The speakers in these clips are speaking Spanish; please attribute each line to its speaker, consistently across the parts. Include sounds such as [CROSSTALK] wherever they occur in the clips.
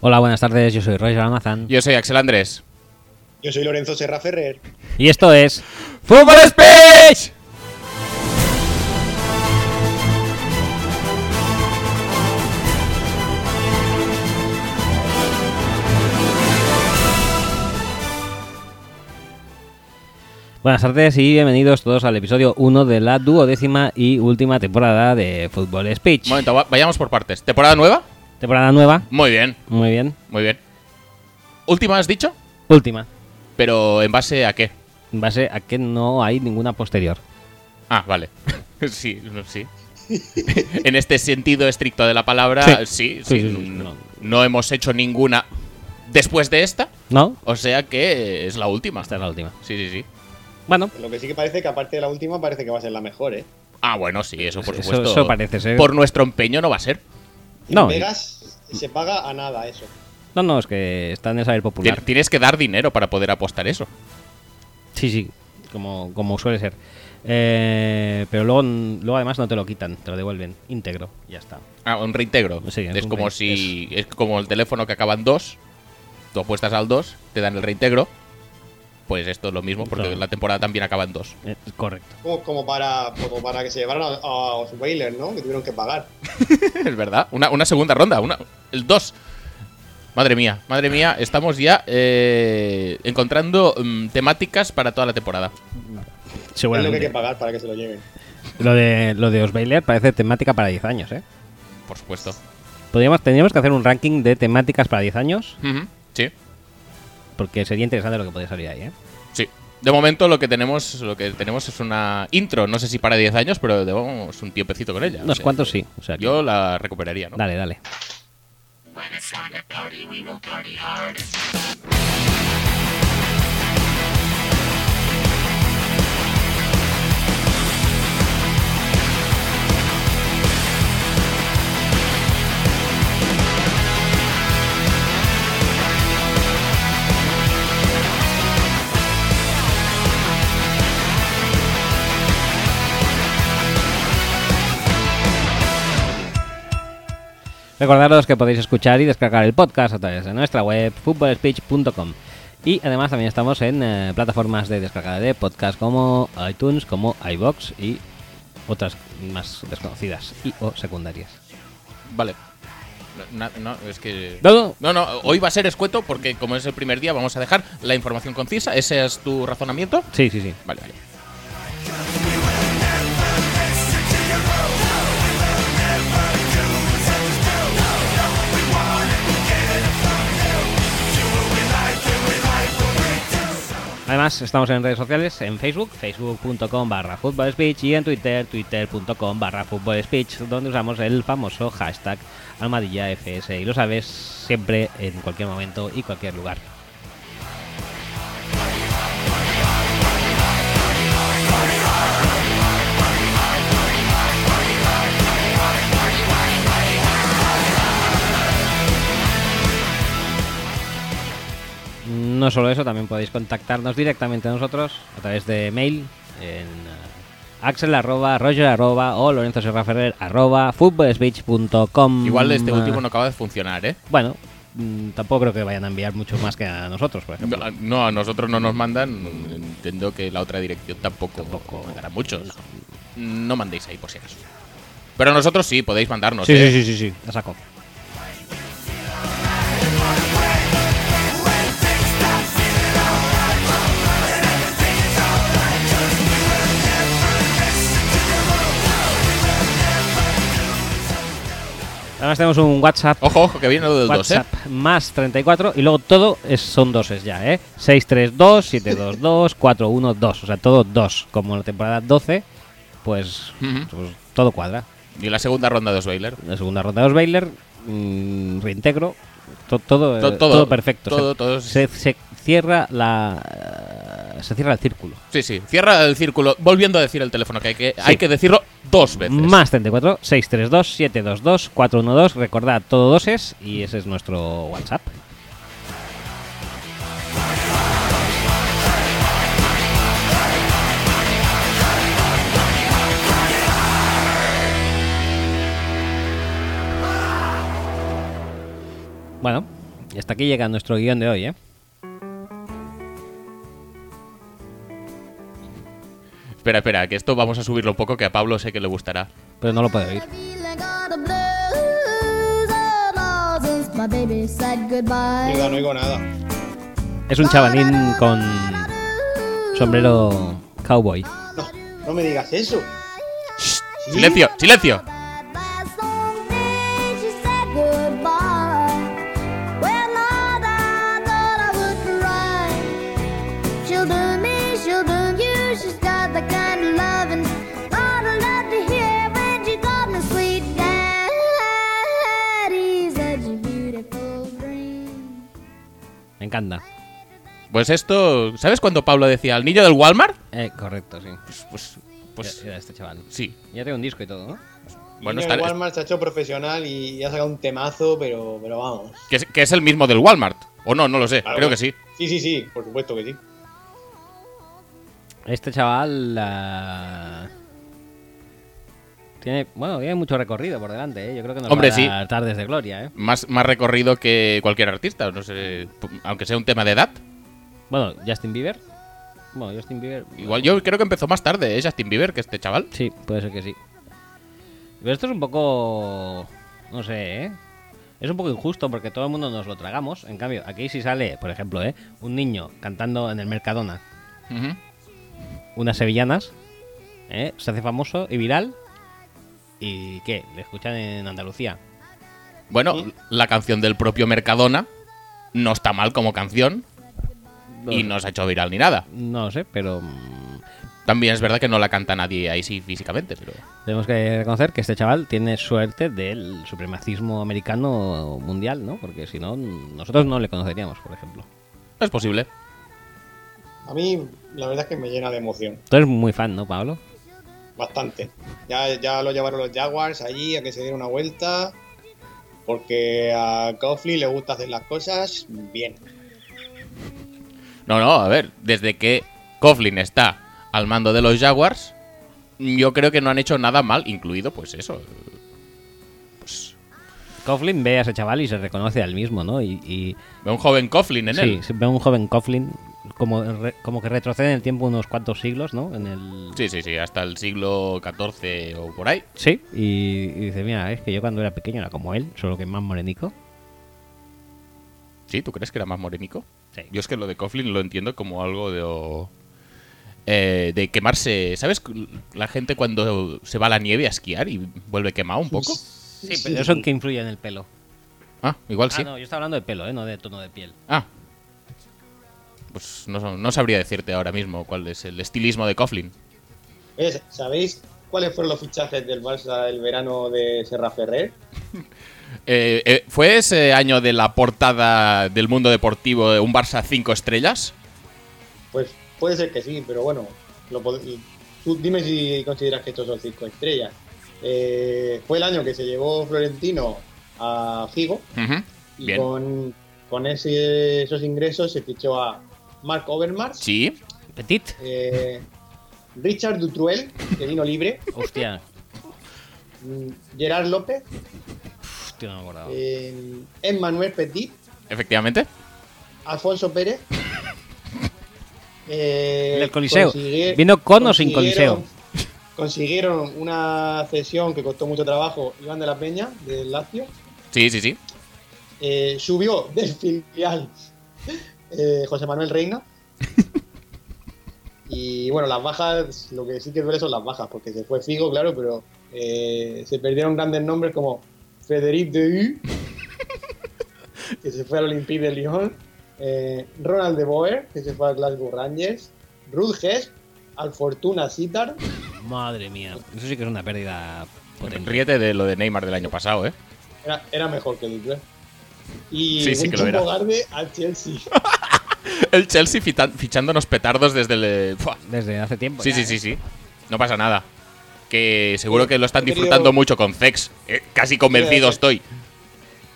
Speaker 1: Hola, buenas tardes. Yo soy Roy Almazán.
Speaker 2: Yo soy Axel Andrés.
Speaker 3: Yo soy Lorenzo Serra Ferrer.
Speaker 1: Y esto es.
Speaker 2: ¡Fútbol Speech!
Speaker 1: Buenas tardes y bienvenidos todos al episodio 1 de la duodécima y última temporada de Fútbol Speech.
Speaker 2: Momento, va- vayamos por partes. ¿Temporada nueva?
Speaker 1: Temporada nueva.
Speaker 2: Muy bien,
Speaker 1: Muy bien.
Speaker 2: muy bien. Última has dicho,
Speaker 1: Última.
Speaker 2: pero ¿en base a qué?
Speaker 1: En base a que no hay ninguna posterior.
Speaker 2: Ah, vale. [LAUGHS] sí, no,
Speaker 1: [LAUGHS]
Speaker 2: sí. en este sentido estricto de la palabra, sí, sí.
Speaker 1: Sí, sí, sí,
Speaker 2: no,
Speaker 1: no.
Speaker 2: no hemos hecho ninguna después de esta,
Speaker 1: ¿No?
Speaker 2: o sea que es la última.
Speaker 1: Esta es la última.
Speaker 2: Sí, sí, sí.
Speaker 1: Bueno,
Speaker 3: Lo que sí que parece que aparte de la última parece que va a ser la mejor, ¿eh?
Speaker 2: Ah, bueno, sí, eso por
Speaker 1: Eso-
Speaker 2: supuesto.
Speaker 1: eso parece ser.
Speaker 2: Por nuestro empeño no va a ser.
Speaker 3: En
Speaker 1: No,
Speaker 3: Vegas se paga a nada eso.
Speaker 1: no, no, es que está en el saber
Speaker 2: Ti-
Speaker 1: popular.
Speaker 2: Tienes que dar dinero para poder apostar eso.
Speaker 1: Sí, sí, como, como suele ser. Eh, pero luego, luego además no te lo quitan, te lo devuelven íntegro, ya está.
Speaker 2: Ah, un reintegro.
Speaker 1: Sí,
Speaker 2: es,
Speaker 1: es un
Speaker 2: como
Speaker 1: rein-
Speaker 2: si. Es como el teléfono que acaban dos. Tú apuestas al 2, te dan el reintegro. Pues esto es lo mismo, porque
Speaker 1: Claro.
Speaker 2: la temporada también acaba en 2.
Speaker 1: Eh, correcto.
Speaker 3: Como, como para, como para que se llevaran a, a Osweiler, ¿no? Que tuvieron que pagar.
Speaker 2: [LAUGHS] es verdad. Una, una segunda ronda. Una, el 2. Madre mía, madre mía, estamos ya eh, encontrando mm, temáticas para toda la temporada.
Speaker 3: Es lo que hay que
Speaker 1: Seguramente.
Speaker 3: pagar para que se lo lleven.
Speaker 1: Lo de, lo de Osweiler parece temática para 10 años, ¿eh?
Speaker 2: Por supuesto.
Speaker 1: Podríamos, tendríamos que hacer un ranking de temáticas para 10 años,
Speaker 2: Ujú, Sí,
Speaker 1: porque sería interesante lo que podría salir ahí, ¿eh?
Speaker 2: sí. De momento lo que tenemos, lo que tenemos es una intro, no sé si para 10 años, pero llevamos un tiempecito con ella. o
Speaker 1: Unos
Speaker 2: sea,
Speaker 1: cuantos sí. O sea, que-
Speaker 2: Yo la recuperaría, ¿no?
Speaker 1: Dale, dale. Recordaros que podéis escuchar y descargar el podcast a través de nuestra web footballspeech.com. Y además también estamos en eh, plataformas de descarga de podcast como iTunes, como iBox y otras más desconocidas y o secundarias.
Speaker 2: Vale. No, no, no, es que.
Speaker 1: No, no.
Speaker 2: No, no, hoy va a ser escueto porque, como es el primer día, vamos a dejar la información concisa. ¿Ese es tu razonamiento?
Speaker 1: Sí, sí, sí.
Speaker 2: Vale, vale.
Speaker 1: Además estamos en redes sociales, en Facebook, facebook.com barra footballspeech y en Twitter, twitter.com barra footballspeech, donde usamos el famoso hashtag AlmadillaFS y lo sabes siempre, en cualquier momento y cualquier lugar. No solo eso, también podéis contactarnos directamente a nosotros a través de mail en eh, axel arroba, roger arroba o lorenzo Serra Ferrer arroba footballspeech.com.
Speaker 2: Igual este último no acaba de funcionar, ¿eh?
Speaker 1: Bueno, mm, tampoco creo que vayan a enviar mucho más que a nosotros, pues, por ejemplo.
Speaker 2: No, a nosotros no nos mandan. Entiendo que la otra dirección tampoco, mandará muchos. No. mandéis ahí, por si acaso. Pero a nosotros sí, podéis mandarnos. ¿eh?
Speaker 1: sí, sí, sí. La saco. Además tenemos un WhatsApp,
Speaker 2: Ojo, ojo, que viene lo del 2, ¿eh?
Speaker 1: WhatsApp más 34 y luego todo es, son doses ya, ¿eh? 632, 722, 412, o sea, todo dos. Como en la temporada 12, pues,
Speaker 2: Ujú.
Speaker 1: pues todo cuadra.
Speaker 2: Y la segunda ronda de Osweiler.
Speaker 1: La segunda ronda de Osweiler, mm, reintegro, to- todo, eh,
Speaker 2: To-
Speaker 1: todo,
Speaker 2: todo,
Speaker 1: perfecto.
Speaker 2: todo,
Speaker 1: se,
Speaker 2: todo.
Speaker 1: se- se cierra la eh, se cierra el círculo.
Speaker 2: Sí, sí. Cierra el círculo. Volviendo a decir el teléfono, que hay que,
Speaker 1: Sí.
Speaker 2: hay que decirlo dos veces.
Speaker 1: Más 34 632 722 412. Recordad, todo doses y ese es nuestro WhatsApp. Bueno, Y hasta aquí llega nuestro guión de hoy, ¿eh?
Speaker 2: Espera, espera, que esto vamos a subirlo un poco, que a Pablo sé que le gustará.
Speaker 1: Pero no lo puedo oír.
Speaker 3: Oiga, no oigo nada.
Speaker 1: Es un chavanín con sombrero cowboy.
Speaker 3: No, no me digas eso.
Speaker 2: ¡Silencio! ¡Silencio!
Speaker 1: Me encanta.
Speaker 2: Pues esto, ¿sabes cuando Pablo decía al niño del Walmart?
Speaker 1: Eh, correcto, sí.
Speaker 2: Pues, pues, pues
Speaker 1: Era- era este chaval.
Speaker 2: sí.
Speaker 1: Ya tengo un disco y todo, ¿no?
Speaker 2: Bueno,
Speaker 3: Bueno,
Speaker 2: está-
Speaker 3: Walmart se ha hecho profesional y ha sacado un temazo, pero, pero vamos.
Speaker 2: Que es, que es el mismo del Walmart. O no, no lo sé.
Speaker 3: Claro,
Speaker 2: Creo
Speaker 3: bueno.
Speaker 2: que sí.
Speaker 3: Sí, sí, sí, por supuesto que sí.
Speaker 1: Este chaval ah, tiene, bueno, tiene mucho recorrido por delante, ¿eh? Yo creo que nos
Speaker 2: Hombre,
Speaker 1: va a
Speaker 2: sí.
Speaker 1: dar tardes de gloria, ¿eh?
Speaker 2: Más, más recorrido que cualquier artista. No sé, pu- aunque sea un tema de edad.
Speaker 1: Bueno, Justin Bieber. Bueno, Justin Bieber.
Speaker 2: Igual yo creo que empezó más tarde, ¿eh? Justin Bieber, que este chaval.
Speaker 1: Sí, puede ser que sí. Pero esto es un poco. No sé, ¿eh? Es un poco injusto porque todo el mundo nos lo tragamos. En cambio, aquí si sale, por ejemplo, ¿eh? Un niño cantando en el Mercadona
Speaker 2: Ujú.
Speaker 1: unas sevillanas, ¿eh? se hace famoso y viral. ¿Y qué? Le escuchan en Andalucía.
Speaker 2: Bueno, la canción del propio Mercadona no está mal como canción y no se ha hecho viral ni nada.
Speaker 1: No lo sé, pero mm,
Speaker 2: También es verdad que no la canta nadie ahí sí físicamente, pero
Speaker 1: tenemos que reconocer que este chaval tiene suerte del supremacismo americano mundial, ¿no? Porque si no, mm, nosotros no le conoceríamos, por ejemplo.
Speaker 2: es posible.
Speaker 3: A mí, la verdad es que me llena de emoción.
Speaker 1: Tú eres muy fan, ¿no, Pablo?
Speaker 3: Bastante. Ya, ya lo llevaron los Jaguars allí a que se diera una vuelta. Porque a Coughlin le gusta hacer las cosas bien.
Speaker 2: No, no, a ver, desde que Coughlin está al mando de los Jaguars, yo creo que no han hecho nada mal, incluido pues eso.
Speaker 1: Coughlin ve a ese chaval y se reconoce al mismo, ¿no? Y, y-
Speaker 2: Ve un joven Coughlin en
Speaker 1: sí,
Speaker 2: él.
Speaker 1: se ve a un joven Coughlin como, re- como que retrocede en el tiempo unos cuantos siglos, ¿no? En el
Speaker 2: Sí, sí, sí, hasta el siglo XIV o por ahí.
Speaker 1: Sí, y, y dice, mira, es que yo cuando era pequeño era como él, solo que más morenico.
Speaker 2: Sí, ¿tú crees que era más morénico?
Speaker 1: Sí.
Speaker 2: Yo es que lo de Coughlin lo entiendo como algo de. o, eh, de quemarse. ¿Sabes? La gente cuando se va a la nieve a esquiar y vuelve quemado un
Speaker 3: Pues
Speaker 2: poco.
Speaker 1: Sí, pero eso en que influye en el pelo.
Speaker 2: Ah, igual sí.
Speaker 1: Ah, no, yo estaba hablando de pelo, ¿eh? No de tono de piel.
Speaker 2: Ah. Pues no, no sabría decirte ahora mismo cuál es el estilismo de Coughlin.
Speaker 3: ¿Ves? ¿Sabéis cuáles fueron los fichajes del Barça el verano de Serra Ferrer?
Speaker 2: Eh, eh, ¿Fue ese año de la portada del mundo deportivo de un Barça 5 estrellas?
Speaker 3: Pues puede ser que sí, pero bueno, lo pod- y tú dime si consideras que estos son cinco estrellas. Eh, fue el año que se llevó Florentino a Figo
Speaker 2: Ujú.
Speaker 3: y
Speaker 2: Bien.
Speaker 3: con, con ese- esos ingresos se fichó a Mark Overmars,
Speaker 2: Sí.
Speaker 1: Petit.
Speaker 3: eh, Richard Dutruel, que vino libre,
Speaker 1: Hostia,
Speaker 3: mm, Gerard López,
Speaker 1: hostia, no me acordaba.
Speaker 3: eh, Emmanuel Petit,
Speaker 2: Efectivamente.
Speaker 3: Alfonso Pérez. Eh,
Speaker 1: Del Coliseo.
Speaker 3: consigue-
Speaker 1: ¿Vino con o sin
Speaker 3: consiguieron-
Speaker 1: Coliseo?
Speaker 3: Consiguieron una cesión que costó mucho trabajo Iván de la Peña, del Lazio.
Speaker 2: Sí, sí, sí.
Speaker 3: Eh, subió del filial eh, José
Speaker 2: [LAUGHS]
Speaker 3: Manuel Reina. Y bueno, las bajas, lo que sí que duele son las bajas, porque se fue Figo, claro, pero eh, se perdieron grandes nombres como Frederic de
Speaker 2: [LAUGHS]
Speaker 3: que se fue al Olympique de Lyon, eh, Ronald de Boer, que se fue al Glasgow Rangers, Ruth Hess, al Fortuna Sitar,
Speaker 1: Madre mía, eso sí que es una pérdida potente.
Speaker 2: Ríete de lo de Neymar del año pasado, ¿eh?
Speaker 3: era, era mejor que Dupré. Y
Speaker 2: Sí, sí
Speaker 3: un
Speaker 2: que lo era.
Speaker 3: chungo Garde al Chelsea.
Speaker 2: [LAUGHS] El Chelsea fita- fichándonos petardos desde el... eh, ¡fua!
Speaker 1: Desde hace tiempo.
Speaker 2: Sí,
Speaker 1: ya,
Speaker 2: sí,
Speaker 1: ¿eh?
Speaker 2: sí, sí. No pasa nada. Que seguro que lo están
Speaker 3: He querido-
Speaker 2: disfrutando mucho con Zex. Eh, casi convencido
Speaker 3: Mira,
Speaker 2: estoy.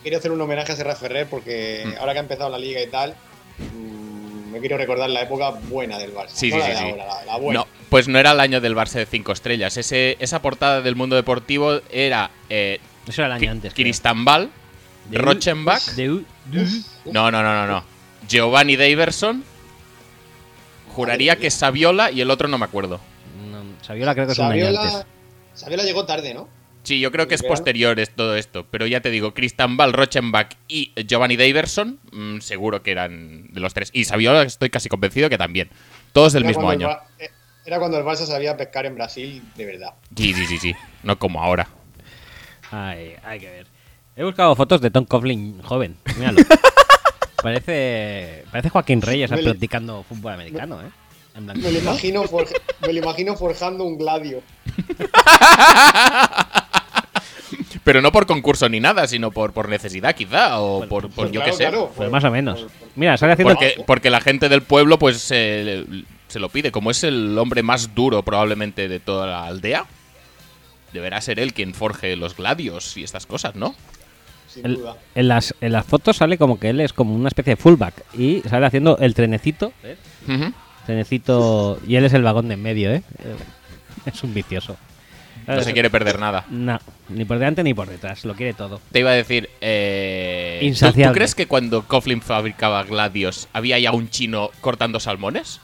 Speaker 3: Quiero hacer un homenaje a Serra Ferrer porque
Speaker 2: Mm.
Speaker 3: ahora que ha empezado la liga y tal, mm, me quiero recordar la época buena del Barça.
Speaker 2: Sí,
Speaker 3: no
Speaker 2: sí,
Speaker 3: la
Speaker 2: sí,
Speaker 3: de
Speaker 2: sí.
Speaker 3: ahora, la, la buena.
Speaker 2: No, pues no era el año del Barça de 5 estrellas. Ese, esa portada del mundo deportivo era eh,
Speaker 1: Eso era el año
Speaker 2: Ki-
Speaker 1: antes. creo.
Speaker 2: Cristambal
Speaker 1: De U-
Speaker 2: Rochenbach.
Speaker 1: de U- de U-
Speaker 2: No, no, no, no, no. Giovanni Daverson. Juraría que Saviola y el otro no me acuerdo.
Speaker 1: no, Saviola creo que es un año antes.
Speaker 3: Saviola, Saviola llegó tarde, ¿no?
Speaker 2: Sí, yo creo que es
Speaker 3: Claro.
Speaker 2: posterior es todo esto. Pero ya te digo, Cristian Ball, Rochenbach y Giovanni Daverson, mm, seguro que eran de los tres. Y Saviola estoy casi convencido que también. Todos del
Speaker 3: Era
Speaker 2: mismo
Speaker 3: cuando el
Speaker 2: año.
Speaker 3: Ba- eh, Era cuando el Barça sabía pescar en Brasil, de verdad.
Speaker 2: Sí, sí, sí, sí. No como ahora.
Speaker 1: Ay, hay que ver. He buscado fotos de Tom Coughlin joven. Míralo. parece, parece Joaquín Reyes
Speaker 3: Me le-
Speaker 1: practicando fútbol americano, ¿eh? En blanco.
Speaker 3: Me lo imagino, forj- me lo imagino forjando un gladio.
Speaker 2: Pero no por concurso ni nada, sino por, por necesidad quizá, o
Speaker 1: Bueno,
Speaker 2: por, por
Speaker 3: Pues
Speaker 2: yo
Speaker 3: claro,
Speaker 2: qué sé.
Speaker 3: claro,
Speaker 1: Pues
Speaker 3: por-
Speaker 1: más o menos.
Speaker 3: por- por-
Speaker 1: Mira, sale haciendo.
Speaker 2: Porque, porque la gente del pueblo pues eh, le- se lo pide. Como es el hombre más duro probablemente de toda la aldea, deberá ser él quien forje los gladios y estas cosas, ¿no?
Speaker 3: sin
Speaker 1: el-
Speaker 3: duda.
Speaker 1: en, las, en las fotos sale como que él es como una especie de fullback. Y sale haciendo el trenecito. ¿eh?
Speaker 2: Ujú.
Speaker 1: Trenecito. Y él es el vagón de en medio, ¿eh? [LAUGHS] Es un vicioso.
Speaker 2: No
Speaker 1: Eh,
Speaker 2: se quiere perder nada.
Speaker 1: No, ni por delante ni por detrás. Lo quiere todo.
Speaker 2: Te iba a decir, eh, ¿tú- ¿tú,
Speaker 1: Insaciable.
Speaker 2: crees que cuando Coughlin fabricaba gladios había ya un chino cortando salmones?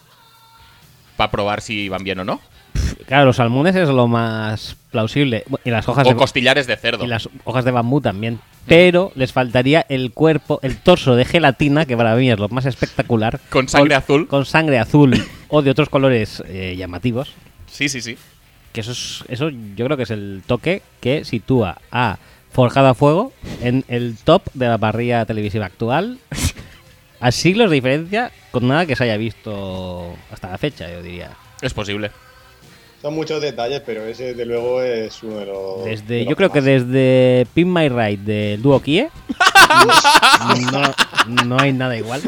Speaker 2: Para probar si iban bien o no.
Speaker 1: Claro, los salmones es lo más plausible. Bu- Y las hojas
Speaker 2: O
Speaker 1: de.
Speaker 2: costillares de cerdo.
Speaker 1: y las hojas de bambú también. Pero les faltaría el cuerpo, el torso de gelatina, que para mí es lo más espectacular.
Speaker 2: Con sangre azul.
Speaker 1: Con sangre azul o de otros colores eh, llamativos.
Speaker 2: Sí, sí, sí.
Speaker 1: Que eso, es- eso yo creo que es el toque que sitúa a Forjado a Fuego en el top de la parrilla televisiva actual. A siglos de diferencia con nada que se haya visto hasta la fecha, yo diría.
Speaker 2: Es posible.
Speaker 3: Son muchos detalles, pero ese, desde luego, es uno de los. de
Speaker 1: Desde,
Speaker 3: los
Speaker 1: yo creo que
Speaker 3: más.
Speaker 1: desde Pin My Ride del dúo Kie no, no hay nada igual.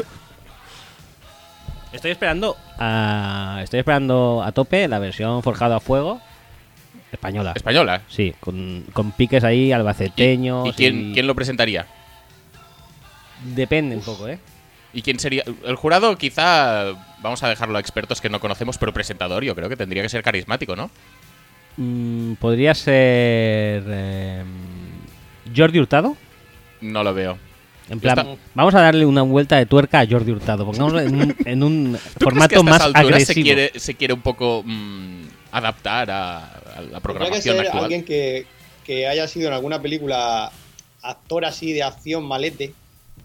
Speaker 1: Estoy esperando a, Ah, estoy esperando a tope la versión forjado a fuego española.
Speaker 2: Española.
Speaker 1: Sí, con, con piques ahí
Speaker 2: ¿Y,
Speaker 1: albaceteños.
Speaker 2: y quién, quién lo presentaría?
Speaker 1: Depende un poco, ¿eh?
Speaker 2: ¿Y quién sería? El jurado quizá, vamos a dejarlo a expertos que no conocemos, pero presentador yo creo que tendría que ser carismático, ¿no?
Speaker 1: Mm, Podría ser eh, Jordi Hurtado.
Speaker 2: No lo veo.
Speaker 1: En plan,
Speaker 2: Está-
Speaker 1: vamos a darle una vuelta de tuerca a Jordi Hurtado. Pongámoslo en
Speaker 2: [LAUGHS]
Speaker 1: un, en un
Speaker 2: ¿Tú crees
Speaker 1: formato
Speaker 2: que a estas
Speaker 1: más
Speaker 2: alturas
Speaker 1: agresivo.
Speaker 2: Se quiere, se quiere un poco mm, adaptar a, a la
Speaker 3: Tendría que
Speaker 2: programación
Speaker 3: ser
Speaker 2: actual.
Speaker 3: alguien que, que haya sido en alguna película actor así de acción malete.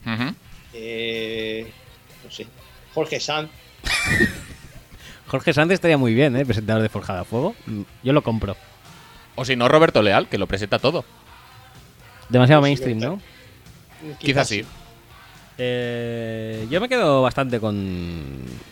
Speaker 2: Ujú.
Speaker 3: eh, no sé. Jorge Sanz.
Speaker 1: Jorge Sanz estaría muy bien, ¿eh? Presentador de Forjada a Fuego. Mm, Yo lo compro.
Speaker 2: O si no, Roberto Leal, que lo presenta todo.
Speaker 1: Demasiado
Speaker 3: Pues sí,
Speaker 1: mainstream, ¿no?
Speaker 2: Quizás
Speaker 3: Quizás,
Speaker 2: sí.
Speaker 1: Eh, yo me quedo bastante con.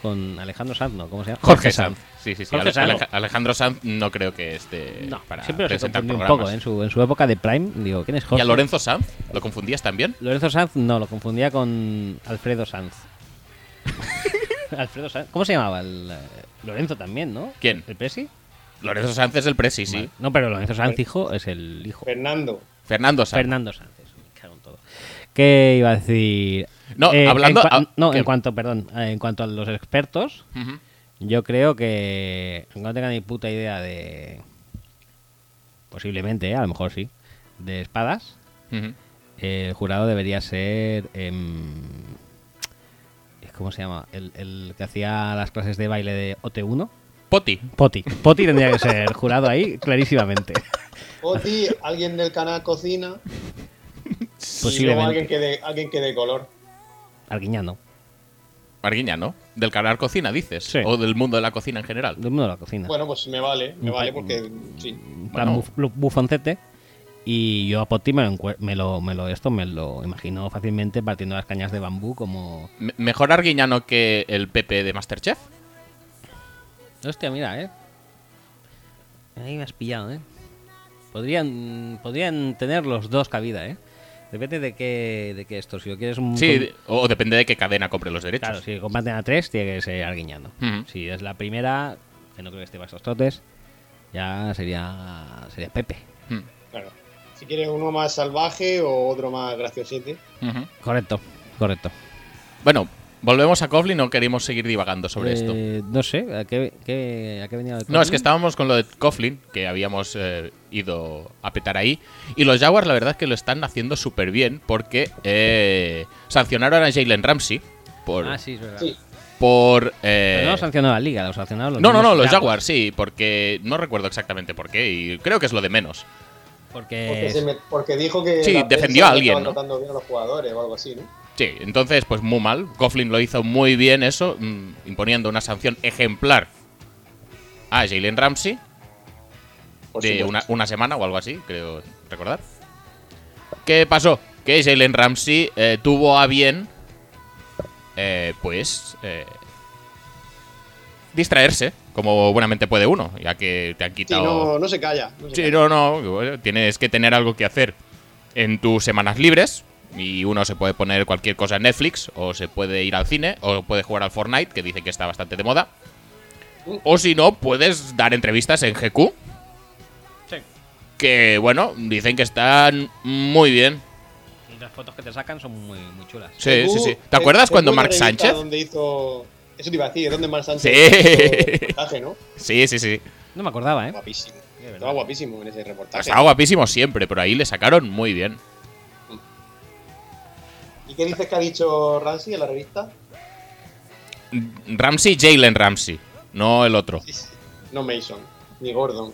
Speaker 1: Con Alejandro Sanz, ¿no? ¿Cómo se llama?
Speaker 2: Sí, sí, sí.
Speaker 1: Jorge
Speaker 2: Ale-
Speaker 1: Sanz.
Speaker 2: Ale- Alejandro Sanz no creo que esté
Speaker 1: No,
Speaker 2: eh, para
Speaker 1: siempre lo se
Speaker 2: presentar
Speaker 1: confundió un
Speaker 2: programas.
Speaker 1: poco. ¿eh? En su, en su época de Prime, digo, ¿quién es
Speaker 2: ¿Y
Speaker 1: Jorge?
Speaker 2: a Lorenzo Sanz? ¿Lo confundías también?
Speaker 1: Lorenzo Sanz no, lo confundía con Alfredo Sanz. [LAUGHS] Alfredo Sanz. ¿Cómo se llamaba? El, eh, Lorenzo también, ¿no?
Speaker 2: ¿Quién?
Speaker 1: ¿El Presi?
Speaker 2: Lorenzo Sanz es el presi, sí.
Speaker 1: Vale. No, pero Lorenzo Sanz, hijo, es el hijo.
Speaker 3: Fernando.
Speaker 2: Fernando Sanz.
Speaker 1: Fernando Sanz. eso, me cago en todo. ¿Qué iba a decir? Eh,
Speaker 2: No, hablando-
Speaker 1: en cua-
Speaker 2: ah,
Speaker 1: no,
Speaker 2: ¿qué?
Speaker 1: en cuanto, perdón, eh, en cuanto a los expertos,
Speaker 2: Ujú.
Speaker 1: yo creo que aunque no tenga ni puta idea de. Posiblemente, eh, a lo mejor sí. De espadas,
Speaker 2: Ujú.
Speaker 1: eh, el jurado debería ser. em, ¿Cómo se llama? El, el que hacía las clases de baile de OT1.
Speaker 2: Poti.
Speaker 1: Poti. Poti tendría que ser jurado ahí, clarísimamente.
Speaker 3: Oti, alguien del canal Cocina. Y luego alguien
Speaker 1: Posiblemente.
Speaker 3: que de, alguien que de color.
Speaker 1: Arguiñano.
Speaker 2: Arguiña, ¿no? Del canal cocina, dices.
Speaker 1: Sí.
Speaker 2: O del mundo de la cocina en general.
Speaker 1: Del mundo de la cocina.
Speaker 3: Bueno, pues me vale. Me
Speaker 1: Un
Speaker 3: vale
Speaker 1: pa-
Speaker 3: porque. Sí.
Speaker 1: En plan
Speaker 2: Bueno.
Speaker 1: buf- lu- bufoncete. Y yo a Poti me lo, encue- me lo, me lo- esto me lo imagino fácilmente partiendo las cañas de bambú como...
Speaker 2: Me- ¿Mejor Arguiñano que el Pepe de Masterchef?
Speaker 1: Hostia, mira, eh. Ahí me has pillado, eh. Podrían, podrían tener los dos cabida, eh. Depende de qué, de qué esto. Si lo quieres un...
Speaker 2: Sí,
Speaker 1: con-
Speaker 2: de- o depende de qué cadena compre los derechos.
Speaker 1: Claro, si combaten a tres, tiene que ser arguiñando.
Speaker 2: Ujú.
Speaker 1: Si es la primera, que no creo que esté para esos trotes, ya sería, sería Pepe.
Speaker 2: Mm.
Speaker 3: Claro. Si quieres uno más salvaje o otro más graciosete.
Speaker 2: Ujú.
Speaker 1: Correcto, correcto.
Speaker 2: Bueno, ¿Volvemos a Coughlin o queremos seguir divagando sobre esto?
Speaker 1: Eh, No sé, ¿a qué, qué- a qué venía el
Speaker 2: No, es que
Speaker 1: Coughlin?
Speaker 2: estábamos con lo de Coughlin, que habíamos eh, ido a petar ahí. Y los Jaguars, la verdad es que lo están haciendo súper bien porque eh, sancionaron a Jalen Ramsey por.
Speaker 1: Ah, sí, es verdad.
Speaker 3: Sí,
Speaker 2: por eh,
Speaker 1: Pero no lo sancionó la liga, lo sancionaron los
Speaker 2: no, no,
Speaker 1: mismos
Speaker 2: no, los Jaguars, sí, porque no recuerdo exactamente por qué y creo que es lo de menos.
Speaker 3: porque,
Speaker 1: Porque
Speaker 3: se me- porque dijo que.
Speaker 2: Sí,
Speaker 3: la prensa
Speaker 2: defendió a
Speaker 3: no
Speaker 2: alguien,
Speaker 3: estaban
Speaker 2: ¿no?
Speaker 3: tratando bien a los jugadores o algo así, ¿no?
Speaker 2: Sí, entonces, pues muy mal. Coughlin lo hizo muy bien eso, mm, imponiendo una sanción ejemplar a Jalen Ramsey
Speaker 3: Por
Speaker 2: de
Speaker 3: supuesto.
Speaker 2: una, una semana o algo así, creo recordar. ¿Qué pasó? Que Jalen Ramsey eh, tuvo a bien, eh, pues, eh, distraerse, como buenamente puede uno, ya que te han
Speaker 3: Sí,
Speaker 2: quitado...
Speaker 3: no, no se calla. no se
Speaker 2: Sí,
Speaker 3: calla.
Speaker 2: no, no. bueno, Tienes que tener algo que hacer en tus semanas libres. Y uno se puede poner cualquier cosa en Netflix, o se puede ir al cine, o puede jugar al Fortnite, que dice que está bastante de moda. O si no, puedes dar entrevistas en GQ. Que bueno, dicen que están muy bien.
Speaker 1: Y las fotos que te sacan son muy, muy chulas.
Speaker 2: Sí, sí,
Speaker 3: Hubo-
Speaker 2: sí. ¿Te acuerdas
Speaker 3: hubo
Speaker 2: cuando
Speaker 3: una
Speaker 2: Mark
Speaker 3: revista
Speaker 2: Sánchez?
Speaker 3: Donde hizo, eso te iba a decir, donde Mark Sánchez
Speaker 2: Sí.
Speaker 3: hizo el reportaje, ¿no?
Speaker 2: Sí, sí, sí.
Speaker 1: No me acordaba, ¿eh?
Speaker 3: Guapísimo.
Speaker 1: verdad.
Speaker 3: Estaba guapísimo en ese reportaje.
Speaker 2: Estaba guapísimo siempre, pero ahí le sacaron muy bien.
Speaker 3: ¿Y qué dices que ha dicho Ramsey en la revista?
Speaker 2: Ramsey, Jalen Ramsey, no el otro.
Speaker 3: Sí, sí. No Mason, ni Gordon.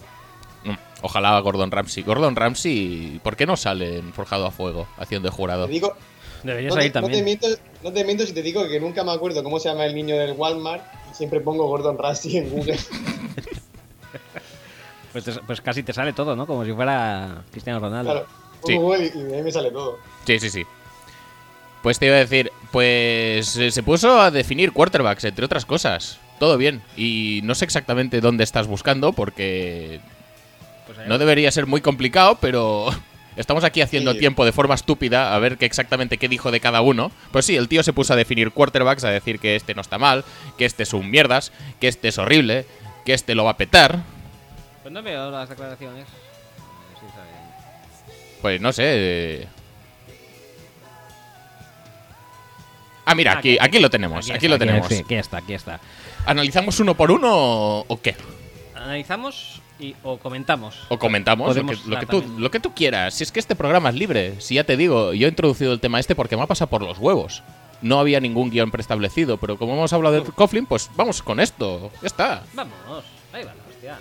Speaker 2: Mm, Ojalá Gordon Ramsay. Gordon Ramsay, ¿por qué no sale en Forjado a Fuego haciendo de
Speaker 3: Te
Speaker 2: jurado?
Speaker 3: digo,
Speaker 1: Debería
Speaker 3: no,
Speaker 1: salir
Speaker 3: te, no te
Speaker 1: también.
Speaker 3: miento, no te miento si te digo que nunca me acuerdo cómo se llama el niño del Walmart y siempre pongo Gordon Ramsay en Google.
Speaker 1: Pues, te- pues casi te sale todo, ¿no? Como si fuera Cristiano Ronaldo.
Speaker 3: claro, pongo
Speaker 2: Sí.
Speaker 3: Google y, y ahí me sale todo.
Speaker 2: Sí, sí, sí. Pues te iba a decir, pues eh, se puso a definir quarterbacks, entre otras cosas. Todo bien. Y no sé exactamente dónde estás buscando porque
Speaker 1: Pues ahí-
Speaker 2: no debería ser muy complicado, pero [LAUGHS] estamos aquí haciendo
Speaker 3: Sí.
Speaker 2: tiempo de forma estúpida a ver qué exactamente qué dijo de cada uno. Pues sí, el tío se puso a definir quarterbacks, a decir que este no está mal, que este es un mierdas, que este es horrible, que este lo va a petar.
Speaker 1: Pues no veo las declaraciones. Eh, sinceramente.
Speaker 2: Pues no sé. eh. Ah, mira, aquí,
Speaker 1: Aquí-
Speaker 2: aquí lo tenemos. Pues Aquí,
Speaker 1: está,
Speaker 2: lo tenemos.
Speaker 1: sí, aquí está, aquí está.
Speaker 2: ¿Analizamos uno por uno o, o qué?
Speaker 1: Analizamos y, o comentamos.
Speaker 2: ¿O comentamos lo que,
Speaker 1: Podemos-
Speaker 2: lo
Speaker 1: ah,
Speaker 2: que tú,
Speaker 1: también.
Speaker 2: lo que tú quieras? Si es que este programa es libre. Si ya te digo, yo he introducido el tema este porque me ha pasado por los huevos. No había ningún guión preestablecido, pero como hemos hablado de Coughlin, pues vamos con esto. Ya está.
Speaker 1: Vamos, ahí va la hostia.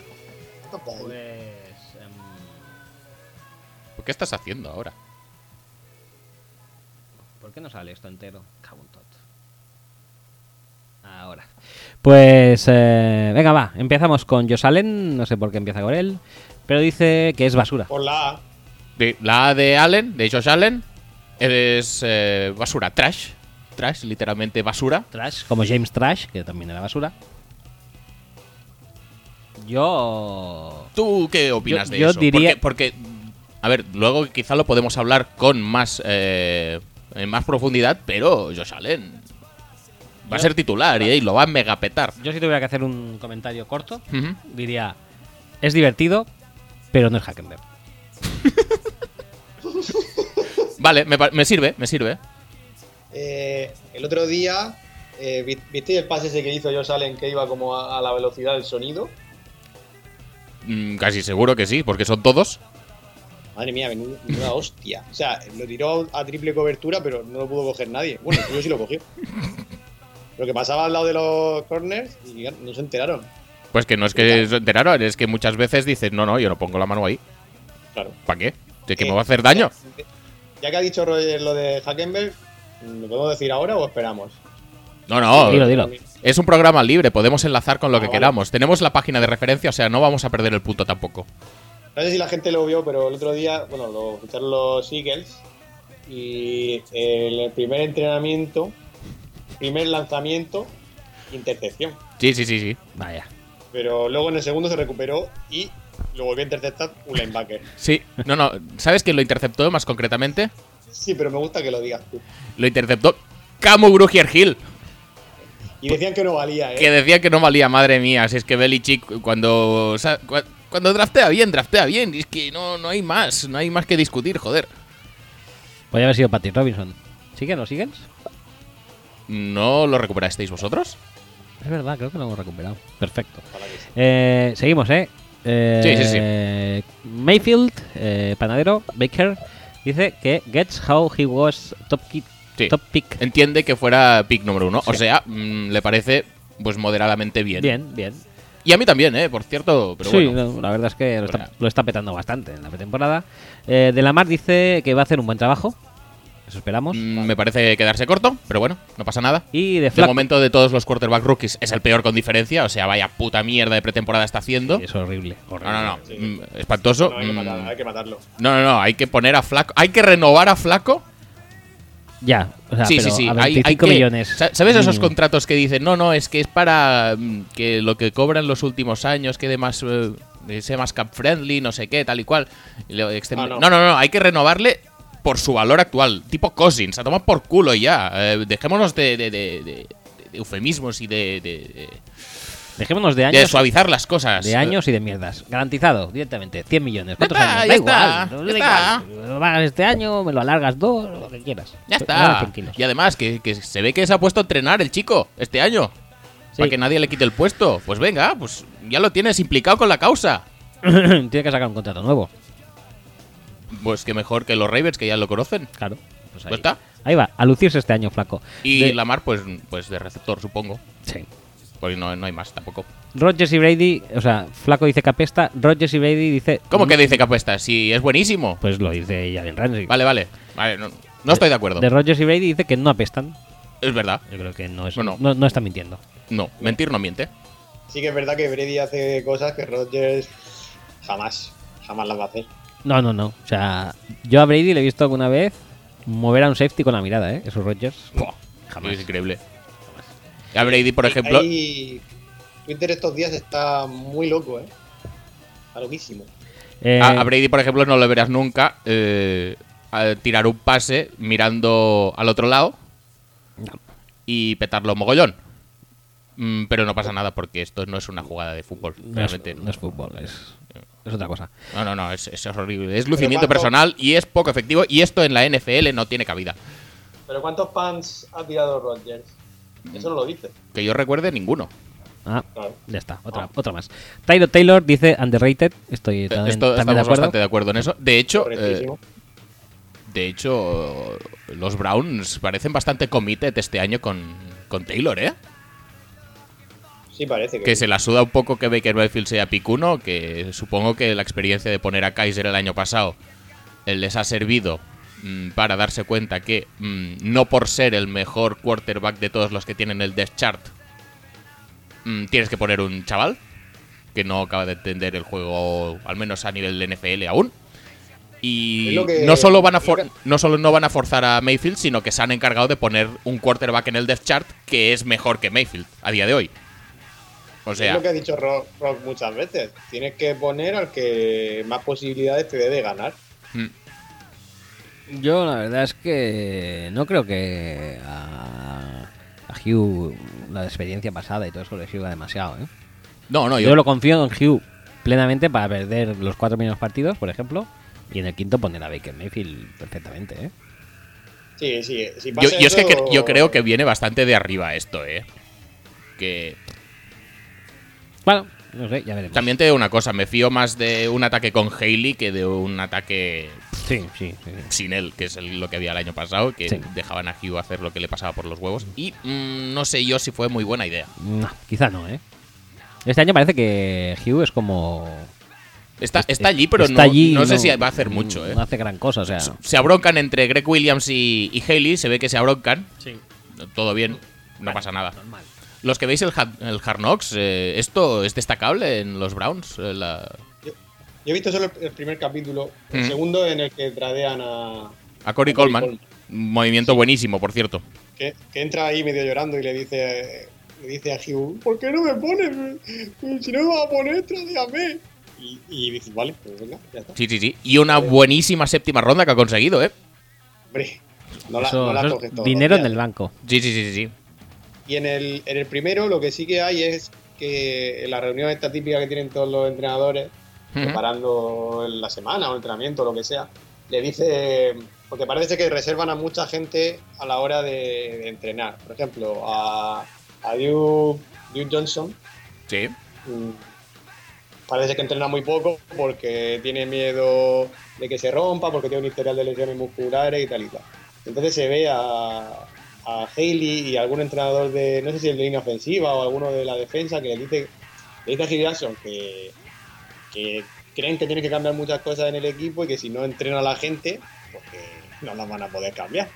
Speaker 3: Total.
Speaker 1: Pues. em,
Speaker 2: ¿Qué estás haciendo ahora?
Speaker 1: ¿Por qué no sale esto entero? Cago en tot. Ahora. Pues. eh, venga, va. Empezamos con Josalen. No sé por qué empieza con él. Pero dice que es basura.
Speaker 3: Por la A.
Speaker 2: Sí, La A de Allen, de Josh Allen, eres eh, basura, trash. Trash, literalmente basura.
Speaker 1: Trash, como James Trash, que también era basura. Yo.
Speaker 2: ¿Tú qué opinas
Speaker 1: Yo-
Speaker 2: de
Speaker 1: yo
Speaker 2: eso?
Speaker 1: diría-
Speaker 2: Porque, porque, a ver, luego quizá lo podemos hablar con más, eh, en más profundidad, pero Josh Allen va a
Speaker 1: Yo-
Speaker 2: ser titular y, y lo va a megapetar.
Speaker 1: Yo si tuviera que hacer un comentario corto,
Speaker 2: Ujú.
Speaker 1: diría, es divertido, pero no es Hackenberg.
Speaker 2: Vale, me, pa- me sirve, me sirve.
Speaker 3: Eh, el otro día, eh, vi- ¿visteis el pase ese que hizo Josh Allen que iba como a, a la velocidad del sonido?
Speaker 2: Mm, casi seguro que sí, porque son todos.
Speaker 3: Madre mía, menuda menuda hostia. O sea, lo tiró a triple cobertura, pero no lo pudo coger nadie. Bueno, yo sí lo cogió. Lo que pasaba al lado de los corners y ya no se enteraron.
Speaker 2: Pues que no es que se enteraron, es que muchas veces dices, no, no, yo no pongo la mano ahí.
Speaker 3: Claro.
Speaker 2: ¿Para qué? ¿De que
Speaker 3: Eh,
Speaker 2: me va a hacer daño?
Speaker 3: Ya, ya que ha dicho Roger lo de Hackenberg, ¿lo podemos decir ahora o esperamos?
Speaker 2: No, no.
Speaker 1: Dilo, dilo.
Speaker 2: Es un programa libre, podemos enlazar con lo
Speaker 3: Ah,
Speaker 2: que
Speaker 3: vale.
Speaker 2: queramos. Tenemos la página de referencia, o sea, no vamos a perder el punto tampoco.
Speaker 3: No sé si la gente lo vio, pero el otro día, bueno, lo escucharon los Eagles y en el primer entrenamiento, primer lanzamiento, intercepción.
Speaker 2: Sí, sí, sí, sí.
Speaker 1: Vaya.
Speaker 3: Pero luego en el segundo se recuperó y lo volvió a interceptar un linebacker.
Speaker 2: Sí, no, no. ¿Sabes quién lo interceptó más concretamente?
Speaker 3: Sí, pero me gusta que lo digas tú.
Speaker 2: Lo interceptó Camu Grugier Hill,
Speaker 3: Y decían que no valía, ¿eh?
Speaker 2: que decía que no valía, madre mía. Si es que Belichick, cuando, o sea, cua- cuando draftea bien, draftea bien. Y es que no, no hay más, no hay más que discutir, joder.
Speaker 1: Podría haber sido Patrick Robinson. ¿Siguen los Eagles?
Speaker 2: ¿No lo recuperasteis vosotros?
Speaker 1: Es verdad, creo que lo hemos recuperado. Perfecto.
Speaker 3: Para que sí.
Speaker 1: Eh, seguimos, ¿eh? Eh,
Speaker 2: Sí, sí,
Speaker 1: Mayfield, eh, panadero, Baker, dice que gets how he was top, ki-
Speaker 2: Sí.
Speaker 1: top pick.
Speaker 2: Entiende que fuera pick número uno. O
Speaker 1: Sí.
Speaker 2: sea, mm, le parece pues moderadamente bien.
Speaker 1: Bien, bien.
Speaker 2: Y a mí también, ¿eh? Por cierto, pero
Speaker 1: sí,
Speaker 2: bueno.
Speaker 1: no, la verdad es que lo está,
Speaker 2: Bueno.
Speaker 1: lo está petando bastante en la pretemporada. Eh, de la Mar dice que va a hacer un buen trabajo. Eso esperamos.
Speaker 2: mm, me parece quedarse corto, pero bueno, no pasa nada.
Speaker 1: Y de
Speaker 2: De
Speaker 1: Flaco.
Speaker 2: momento, de todos los quarterback rookies, es el peor con diferencia. O sea, vaya puta mierda de pretemporada está haciendo.
Speaker 1: Es horrible. horrible.
Speaker 2: No, no, no.
Speaker 3: Sí.
Speaker 2: Mm, Espantoso.
Speaker 3: No, hay que
Speaker 2: Mm,
Speaker 3: matarlo, hay que matarlo.
Speaker 2: No, no, no. Hay que poner a Flaco. Hay que renovar a Flaco.
Speaker 1: Ya, o sea,
Speaker 2: sí, sí,
Speaker 1: pero
Speaker 2: sí.
Speaker 1: a
Speaker 2: hay- hay
Speaker 1: 25
Speaker 2: que-
Speaker 1: millones. Mm.
Speaker 2: Sa- ¿Sabes esos
Speaker 1: mínimo.
Speaker 2: contratos que dicen? No, no, es que es para mm, que lo que cobran los últimos años quede más. eh, que sea más cap friendly, no sé qué, tal y cual. Y lo extend-
Speaker 3: Ah,
Speaker 2: no.
Speaker 3: no.
Speaker 2: no, no, Hay que renovarle por su valor actual. Tipo Cousins. A tomar por culo y ya. Eh, dejémonos de. de- de- de- de eufemismos y de- de-
Speaker 1: Dejémonos de
Speaker 2: de, de
Speaker 1: años.
Speaker 2: suavizar las cosas.
Speaker 1: De años y de mierdas. Garantizado, directamente. 100 millones. ¿Cuántos
Speaker 2: está,
Speaker 1: años?
Speaker 2: ya
Speaker 1: da igual.
Speaker 2: está,
Speaker 1: no,
Speaker 2: ya
Speaker 1: da
Speaker 2: está.
Speaker 1: igual. Lo pagas este año, me lo alargas dos, lo que quieras.
Speaker 2: Ya
Speaker 1: Nada,
Speaker 2: está.
Speaker 1: tranquilos.
Speaker 2: Y además, que, que se ve que se ha puesto a entrenar el chico este año.
Speaker 1: Sí.
Speaker 2: Para que nadie le quite el puesto. Pues venga, pues ya lo tienes implicado con la causa.
Speaker 1: [CLEARS THROAT] Tiene que sacar un contrato nuevo.
Speaker 2: Pues que mejor que los Ravens, que ya lo conocen.
Speaker 1: Claro. Pues ahí,
Speaker 2: Pues está.
Speaker 1: ahí va, a lucirse este año, flaco.
Speaker 2: Y
Speaker 1: De-
Speaker 2: Lamar, pues, pues de receptor, supongo.
Speaker 1: Sí.
Speaker 2: Porque no, no hay más tampoco.
Speaker 1: Rodgers y Brady, o sea, Flaco dice que apesta, Rodgers y Brady dice...
Speaker 2: ¿Cómo que dice que apuesta? Si es buenísimo.
Speaker 1: Pues lo dice Jalen Ramsey.
Speaker 2: Vale, vale. Vale, no, no estoy de acuerdo.
Speaker 1: De Rodgers y Brady dice que no apestan.
Speaker 2: Es verdad.
Speaker 1: Yo creo que no es...
Speaker 2: Bueno.
Speaker 1: no, no está mintiendo.
Speaker 2: No, mentir no miente.
Speaker 3: Sí que es verdad que Brady hace cosas que Rodgers jamás, jamás las va a hacer.
Speaker 1: No, no, no. O sea, yo a Brady le he visto alguna vez mover a un safety con la mirada, ¿eh? Eso Rodgers. Jamás.
Speaker 2: Es increíble. A Brady, por
Speaker 3: Ahí-
Speaker 2: ejemplo.
Speaker 3: ahí Twitter estos días está muy loco, ¿eh? Está loquísimo.
Speaker 1: Eh,
Speaker 2: Ah, A, a Brady, por ejemplo, no lo verás nunca eh, a tirar un pase mirando al otro lado y petarlo mogollón. Mm, pero no pasa nada porque esto no es una jugada de fútbol.
Speaker 1: no, es,
Speaker 2: Realmente.
Speaker 1: no es fútbol, es, es otra cosa.
Speaker 2: No, no, no, es, es horrible. Es lucimiento
Speaker 3: Paco-
Speaker 2: personal y es poco efectivo. Y esto en la NFL no tiene cabida.
Speaker 3: ¿Pero cuántos pants ha tirado Rodgers? Eso no lo dice.
Speaker 2: Que yo recuerde ninguno.
Speaker 1: Ah,
Speaker 3: Claro.
Speaker 1: ya está, otra,
Speaker 3: Ah.
Speaker 1: otra más. Tyler Taylor dice underrated. Estoy también,
Speaker 2: esto
Speaker 1: también de
Speaker 2: estamos
Speaker 1: acuerdo.
Speaker 2: bastante de acuerdo en eso. De hecho, eh,
Speaker 3: Correctísimo.
Speaker 2: de hecho, los Browns parecen bastante committed este año con, con Taylor, ¿eh?
Speaker 3: sí, parece que.
Speaker 2: Que
Speaker 3: sí.
Speaker 2: se la suda un poco que Baker Mayfield sea picuno, que supongo que la experiencia de poner a Kaiser el año pasado eh, les ha servido mm, para darse cuenta que mm, no por ser el mejor quarterback de todos los que tienen el death chart, mm, tienes que poner un chaval que no acaba de entender el juego, al menos a nivel de NFL aún.
Speaker 3: Es
Speaker 2: Y
Speaker 3: lo que-
Speaker 2: no solo, van a for-
Speaker 3: es lo
Speaker 2: no solo no van a forzar a Mayfield, sino que se han encargado de poner un quarterback en el death chart que es mejor que Mayfield a día de hoy. O
Speaker 3: es
Speaker 2: sea,
Speaker 3: lo que ha dicho Rock, Rock muchas veces. Tienes que poner al que más posibilidades te dé de ganar.
Speaker 2: mm,
Speaker 1: Yo la verdad es que no creo que a, a Hugh la experiencia pasada y todo eso le sirva demasiado. ¿eh?
Speaker 2: no, no,
Speaker 1: Yo,
Speaker 2: yo,
Speaker 1: lo confío en Hugh plenamente para perder los cuatro primeros partidos, por ejemplo, y en el quinto poner a Baker Mayfield perfectamente. ¿eh?
Speaker 3: Sí, sí. Si
Speaker 2: yo,
Speaker 3: pasa
Speaker 2: yo es que
Speaker 3: eso-
Speaker 2: cre- yo creo que viene bastante de arriba esto, eh. Que
Speaker 1: Bueno, no sé, ya veremos.
Speaker 2: también te digo una cosa, me fío más de un ataque con Haley que de un ataque
Speaker 1: Sí, sí, sí. sí.
Speaker 2: sin él, que es el- lo que había el año pasado, que
Speaker 1: Sí.
Speaker 2: dejaban a Hugh hacer lo que le pasaba por los huevos. Y mm, no sé yo si fue muy buena idea.
Speaker 1: No, quizá no, ¿eh? Este año parece que Hugh es como...
Speaker 2: Está,
Speaker 1: es-
Speaker 2: está allí, pero
Speaker 1: está
Speaker 2: no,
Speaker 1: allí y
Speaker 2: no sé si va a hacer mucho, eh.
Speaker 1: No hace gran cosa, o sea...
Speaker 2: Se abroncan entre Greg Williams y, y Haley, se ve que se abroncan.
Speaker 1: Sí.
Speaker 2: Todo bien, no pasa nada.
Speaker 1: Normal.
Speaker 2: Los que veis el, Ha- el Hard Knocks, eh, esto es destacable en los Browns. eh, la-
Speaker 3: Yo he visto solo el- el primer capítulo. El
Speaker 2: Mm.
Speaker 3: segundo en el que tradean
Speaker 2: a
Speaker 3: a.
Speaker 2: Corey
Speaker 3: A Corey
Speaker 2: Coleman.
Speaker 3: Coleman.
Speaker 2: Un Movimiento buenísimo, por cierto.
Speaker 3: Que, que entra ahí medio llorando y le dice. Le dice a Hugh, ¿por qué no me pones? Si no me vas a poner, tradéame. Y, y dice, vale, pues venga, ya está.
Speaker 2: Sí, sí, sí. Y una buenísima séptima ronda que ha conseguido, ¿eh?
Speaker 3: Hombre, no la,
Speaker 1: Eso-
Speaker 3: no la
Speaker 1: eso es
Speaker 3: toques todo.
Speaker 1: dinero en el banco.
Speaker 2: Sí, sí, sí, sí. sí.
Speaker 3: Y en el, en el primero lo que sí que hay es que en la reunión esta típica que tienen todos los entrenadores,
Speaker 2: Ujú.
Speaker 3: preparando en la semana o el entrenamiento o lo que sea, le dice Porque parece que reservan a mucha gente a la hora de, de entrenar. Por ejemplo, a, a Duke, Duke Johnson
Speaker 2: Sí.
Speaker 3: mm, parece que entrena muy poco porque tiene miedo de que se rompa, porque tiene un historial de lesiones musculares y tal y tal. Entonces se ve a, a Haley y a algún entrenador de, no sé si el de línea ofensiva o alguno de la defensa, que le dice, le dice a Hugh Jackson que, que creen que tiene que cambiar muchas cosas en el equipo y que si no entrena a la gente, pues que no las van a poder cambiar.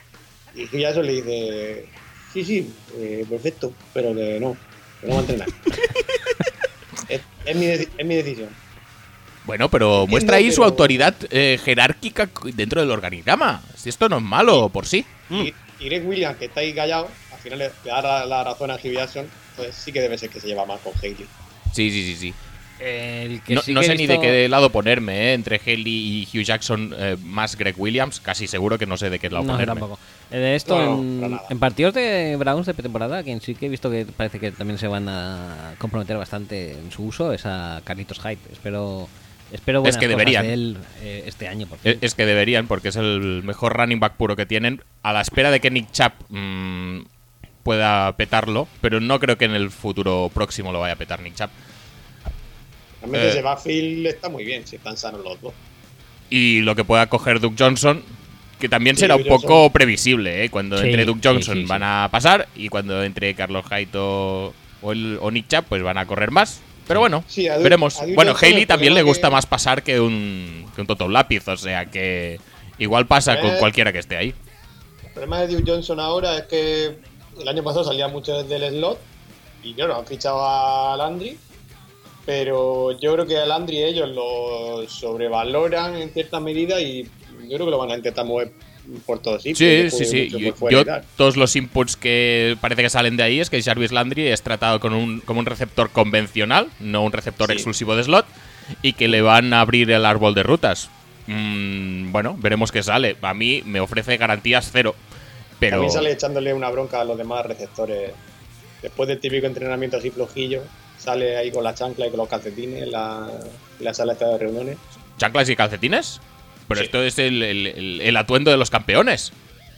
Speaker 3: Y Hugh Jackson le dice, sí, sí, eh, perfecto, pero que no, que no va a entrenar. es, es mi, deci- es mi decisión.
Speaker 2: Bueno, pero
Speaker 3: Entiendo,
Speaker 2: muestra ahí su
Speaker 3: pero-
Speaker 2: autoridad eh, jerárquica c- dentro del organigrama. Si esto no es malo por sí.
Speaker 3: Y, y Greg Williams, que está ahí callado, al final le, le da la, la razón a Hugh Jackson, entonces sí que debe ser que se lleva mal con Haley.
Speaker 2: Sí, sí, sí, sí.
Speaker 1: El que
Speaker 2: No,
Speaker 1: sí
Speaker 2: no
Speaker 1: que he
Speaker 2: sé ni de
Speaker 1: visto-
Speaker 2: qué lado ponerme, ¿eh? Entre Haley y Hugh Jackson eh, más Greg Williams, casi seguro que no sé de qué lado
Speaker 1: No, yo
Speaker 2: ponerme.
Speaker 1: tampoco. Eh, De esto,
Speaker 3: No,
Speaker 1: en,
Speaker 3: para nada.
Speaker 1: en partidos de Browns de pretemporada, quien sí que he visto que parece que también se van a comprometer bastante en su uso, es a Carlitos Hyde. Espero, espero buenas
Speaker 2: que
Speaker 1: cosas
Speaker 2: deberían.
Speaker 1: de él eh, este año, por fin.
Speaker 2: E- Es que deberían, porque es el mejor running back puro que tienen. A la espera de que Nick Chap pueda petarlo, pero no creo que en el futuro próximo lo vaya a petar Nick Chap.
Speaker 3: Realmente
Speaker 2: Eh.
Speaker 3: ese backfield está muy bien, si están sanos los dos.
Speaker 2: Y lo que pueda coger Duke Johnson, que también
Speaker 3: Sí,
Speaker 2: será un
Speaker 3: Duke Johnson.
Speaker 2: poco previsible, ¿eh? Cuando
Speaker 1: Sí,
Speaker 2: entre Duke
Speaker 1: sí,
Speaker 2: Johnson
Speaker 1: sí, sí.
Speaker 2: van a pasar y cuando entre Carlos Hyde o, o el- o Nick Chap, pues van a correr más. Pero bueno,
Speaker 3: Sí, a Duke-
Speaker 2: veremos.
Speaker 3: a Duke
Speaker 2: bueno,
Speaker 3: Johnson
Speaker 2: Haley
Speaker 3: el
Speaker 2: también le
Speaker 3: problema
Speaker 2: gusta
Speaker 3: que-
Speaker 2: más pasar que un, que un Toto Lápiz, o sea que igual pasa con
Speaker 3: Eh.
Speaker 2: cualquiera que esté ahí.
Speaker 3: El problema de Duke Johnson ahora es que el año pasado salía mucho desde el slot y claro, han fichado a Landry, pero yo creo que a Landry ellos lo sobrevaloran en cierta medida y yo creo que lo van a intentar mover por todos sitios.
Speaker 2: Sí, sí,
Speaker 3: que juegue
Speaker 2: sí.
Speaker 3: ¿eh? mucho
Speaker 2: Yo,
Speaker 3: por fuera y
Speaker 2: yo-
Speaker 3: tal.
Speaker 2: todos los inputs que parece que salen de ahí es que Jarvis Landry es tratado con un, como un receptor convencional, no un receptor
Speaker 3: Sí.
Speaker 2: exclusivo de slot, y que le van a abrir el árbol de rutas. Mm, bueno, veremos qué sale. A mí me ofrece garantías cero, pero
Speaker 3: También sale echándole una bronca a los demás receptores. Después del típico entrenamiento así flojillo, sale ahí con la chancla y con los calcetines en la, en la sala esta de reuniones.
Speaker 2: chanclas y calcetines. Pero
Speaker 3: Sí.
Speaker 2: esto es el, el- el- el atuendo de los campeones.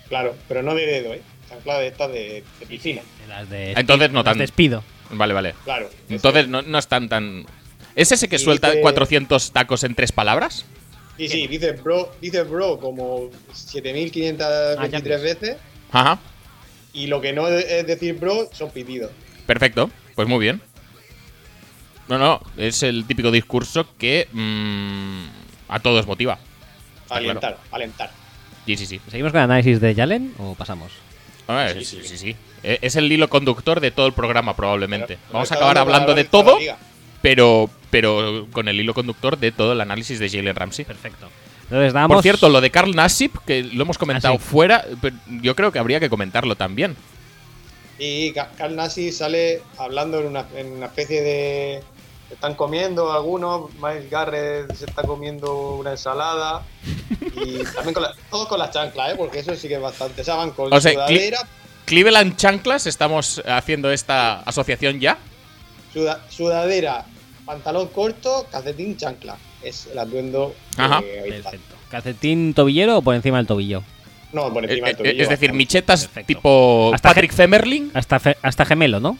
Speaker 3: Claro, pero no de dedo, ¿eh? Chancla de estas de, de piscina.
Speaker 1: De las de-
Speaker 2: Entonces no
Speaker 1: las
Speaker 2: tan.
Speaker 1: de despido.
Speaker 2: Vale, vale.
Speaker 3: Claro.
Speaker 2: Entonces no, no es tan tan. ¿Es ese que
Speaker 3: Y
Speaker 2: suelta
Speaker 3: dice-
Speaker 2: 400 tacos en tres palabras?
Speaker 3: Sí, sí, dice bro, dice bro como 7523
Speaker 2: Ah, pues.
Speaker 3: veces.
Speaker 2: Ajá.
Speaker 3: Y lo que no es decir bro son pitidos.
Speaker 2: Perfecto, pues muy bien. No, no, es el típico discurso que mm, a todos motiva. Ah,
Speaker 3: Alentar, alentar.
Speaker 2: Sí, sí, sí.
Speaker 1: ¿Seguimos con el análisis de Jalen o pasamos?
Speaker 2: Ah,
Speaker 3: Sí,
Speaker 2: es-
Speaker 3: sí.
Speaker 2: sí, sí, sí. E- Es el hilo conductor de todo el programa probablemente.
Speaker 3: Pero-
Speaker 2: Vamos a
Speaker 3: pero
Speaker 2: acabar
Speaker 3: cada uno
Speaker 2: hablando de
Speaker 3: para la
Speaker 2: todo,
Speaker 3: liga.
Speaker 2: pero, pero con el hilo conductor de todo el análisis de Jalen Ramsey.
Speaker 1: Perfecto. Entonces damos.
Speaker 2: Por cierto, lo de Carl Nassib, que lo hemos comentado
Speaker 1: Ah, sí.
Speaker 2: fuera, pero yo creo que habría que comentarlo también.
Speaker 3: Y Ca- Carl Nasi sale hablando en una, en una especie de. Están comiendo algunos, Miles Garrett se está comiendo una ensalada. Y también con la- todos con las chanclas, ¿eh? porque eso sí que es bastante. O sea, van con
Speaker 2: O sea, cli-
Speaker 3: sudadera,
Speaker 2: Cleveland Chanclas, estamos haciendo esta asociación ya.
Speaker 3: suda- sudadera, pantalón corto, calcetín, chancla. Es el atuendo que
Speaker 2: Ajá.
Speaker 3: hoy está.
Speaker 1: Perfecto. ¿Calcetín tobillero o por encima del tobillo?
Speaker 3: No, por encima del
Speaker 2: Eh, eh,
Speaker 3: tobillo,
Speaker 2: es decir,
Speaker 3: bastante.
Speaker 2: michetas
Speaker 1: Perfecto.
Speaker 2: tipo
Speaker 1: Hasta
Speaker 2: Patrick Femerling.
Speaker 1: Hasta, fe- hasta gemelo, ¿no?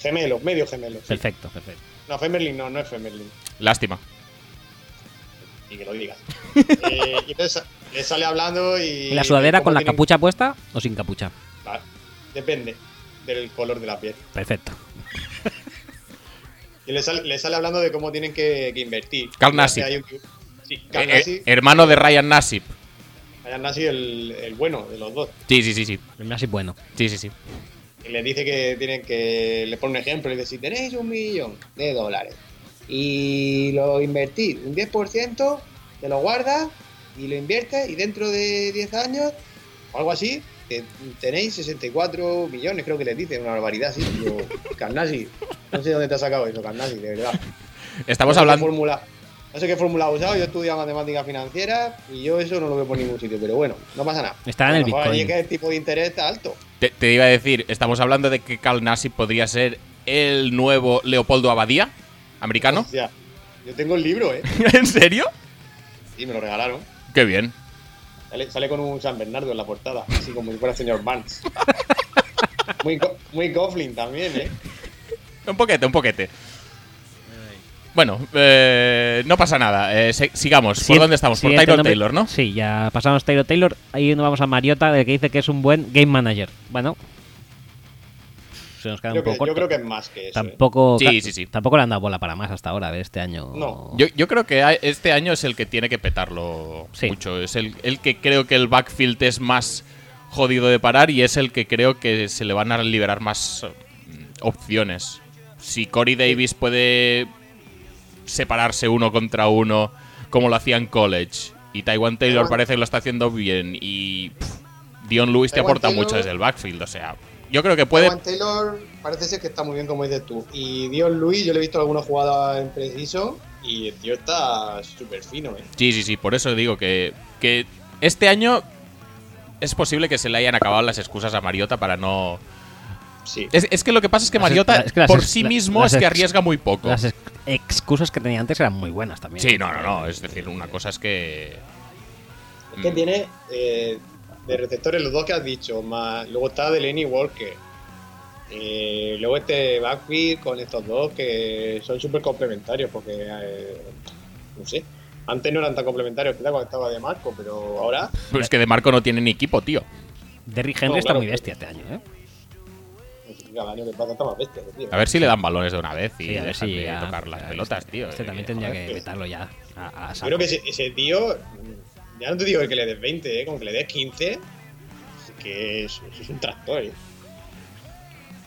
Speaker 3: Gemelo, medio gemelo. sí.
Speaker 1: Perfecto, perfecto.
Speaker 3: No, Femerlin no, no es Femerlin.
Speaker 2: Lástima.
Speaker 3: Y que lo digas.
Speaker 2: [LAUGHS]
Speaker 3: Eh, y entonces le sale hablando y.
Speaker 1: ¿Y la sudadera
Speaker 3: cómo
Speaker 1: con la
Speaker 3: tienen-
Speaker 1: capucha puesta o sin capucha?
Speaker 3: Va, Depende del color de la piel.
Speaker 1: Perfecto.
Speaker 3: Y le sale, le sale hablando de cómo tienen que, que invertir.
Speaker 2: Carl Nassib.
Speaker 3: Hay un- Sí, Carl
Speaker 2: Eh, eh,
Speaker 3: Nassib.
Speaker 2: hermano de Ryan Nassib.
Speaker 3: Carl Nassib el, el bueno de los dos.
Speaker 2: Sí, sí, sí, sí.
Speaker 1: El más es bueno.
Speaker 2: Sí, sí, sí.
Speaker 3: Y le dice que tienen que. Le pone un ejemplo y dice: si tenéis un millón de dólares y lo invertís un 10%, te lo guardas y lo inviertes y dentro de 10 años o algo así, que tenéis 64 millones, creo que les dice, una barbaridad así. Y Yo, [LAUGHS] Carl Nassib, no sé dónde te has sacado eso, Carl Nassib, de verdad.
Speaker 2: Estamos
Speaker 3: no sé qué
Speaker 2: hablando.
Speaker 3: fórmula- no sé qué fórmula ha usado, yo estudiaba matemática financiera y yo eso no lo veo por ningún sitio, pero bueno, no pasa nada.
Speaker 1: Está en el
Speaker 3: A lo mejor ahí
Speaker 1: Bitcoin.
Speaker 3: es que el tipo de interés está alto.
Speaker 2: Te, te iba a decir, estamos hablando de que Carl Nassib podría ser el nuevo Leopoldo Abadía,
Speaker 3: [LAUGHS]
Speaker 2: americano. [LAUGHS]
Speaker 3: O sea, yo tengo el libro, ¿eh?
Speaker 2: ¿En serio?
Speaker 3: Y me lo regalaron.
Speaker 2: Qué bien.
Speaker 3: Sale, sale con un San Bernardo en la portada, así como si fuera el señor Barnes. Muy, go- muy Gofflin también, ¿eh?
Speaker 2: Un poquete, un poquete. Bueno, eh, no pasa nada. Eh, se- sigamos. ¿Por
Speaker 1: Siguiente-
Speaker 2: dónde estamos? Por
Speaker 1: siguiente
Speaker 2: Tyrod
Speaker 1: nombre-
Speaker 2: Taylor, ¿no?
Speaker 1: Sí, ya pasamos Tyrod Taylor. Ahí nos vamos a Mariota, del que dice que es un buen game manager. Bueno, se nos queda
Speaker 3: Creo
Speaker 1: un
Speaker 3: que-
Speaker 1: poco corto.
Speaker 3: yo creo que es más que eso. ¿eh?
Speaker 1: Tampoco,
Speaker 2: Sí,
Speaker 1: ca-
Speaker 2: sí, sí.
Speaker 1: tampoco le han dado bola para más hasta ahora de este año.
Speaker 3: No.
Speaker 2: Yo, yo creo que a- este año es el que tiene que petarlo
Speaker 1: Sí.
Speaker 2: mucho. Es el, el que creo que el backfield es más jodido de parar y es el que creo que se le van a liberar más eh, opciones. Si Corey Davis puede separarse uno contra uno como lo hacía en college y Taiwan Taylor
Speaker 3: Taiwan-
Speaker 2: parece que lo está haciendo bien y pff, Dion Lewis te
Speaker 3: Taiwan
Speaker 2: aporta
Speaker 3: Taylor-
Speaker 2: mucho desde el backfield. O sea, yo creo que puede...
Speaker 3: Juan Taylor parece ser que está muy bien como dices tú. Y Dios Luis, yo le he visto alguna jugada en preciso y el tío está súper fino, ¿eh?
Speaker 2: Sí, sí, sí, por eso digo que, que este año es posible que se le hayan acabado las excusas a Mariota para no...
Speaker 3: Sí.
Speaker 2: Es, es que lo que pasa es que
Speaker 1: Las ex-
Speaker 2: Mariota
Speaker 1: la- es que las
Speaker 2: por
Speaker 1: ex-
Speaker 2: sí
Speaker 1: la-
Speaker 2: mismo
Speaker 1: las
Speaker 2: es que
Speaker 1: ex-
Speaker 2: arriesga muy poco.
Speaker 1: Las ex- excusas que tenía antes eran muy buenas también.
Speaker 2: Sí, no, no, no, es decir, una cosa es que...
Speaker 3: Es
Speaker 2: Mm.
Speaker 3: que tiene eh, de receptores los dos que has dicho, más luego está Delaney Walker. Eh, luego este backfield con estos dos que son súper complementarios porque, eh, no sé, antes no eran tan complementarios, quizá cuando estaba de Marco, pero ahora
Speaker 2: Pero es que de Marco no tiene ni equipo, tío.
Speaker 1: Derrick Henry
Speaker 3: No,
Speaker 1: está
Speaker 3: claro.
Speaker 1: muy bestia este año, ¿eh?
Speaker 3: pues, cada año que pasa está más bestia. tío.
Speaker 2: A ver si le dan balones de una vez y
Speaker 1: Sí, a ver
Speaker 2: dejan
Speaker 1: si
Speaker 2: de
Speaker 1: ya-
Speaker 2: tocar las
Speaker 1: ya,
Speaker 2: pelotas,
Speaker 1: este-
Speaker 2: tío.
Speaker 1: Este
Speaker 2: eh,
Speaker 1: también tendría
Speaker 2: joder.
Speaker 1: que vetarlo ya a, a
Speaker 3: Yo
Speaker 1: saco.
Speaker 3: creo que ese, ese tío, mm, ya no te digo el que le des 20, eh, con que le des 15, que es, es un tractor. eh.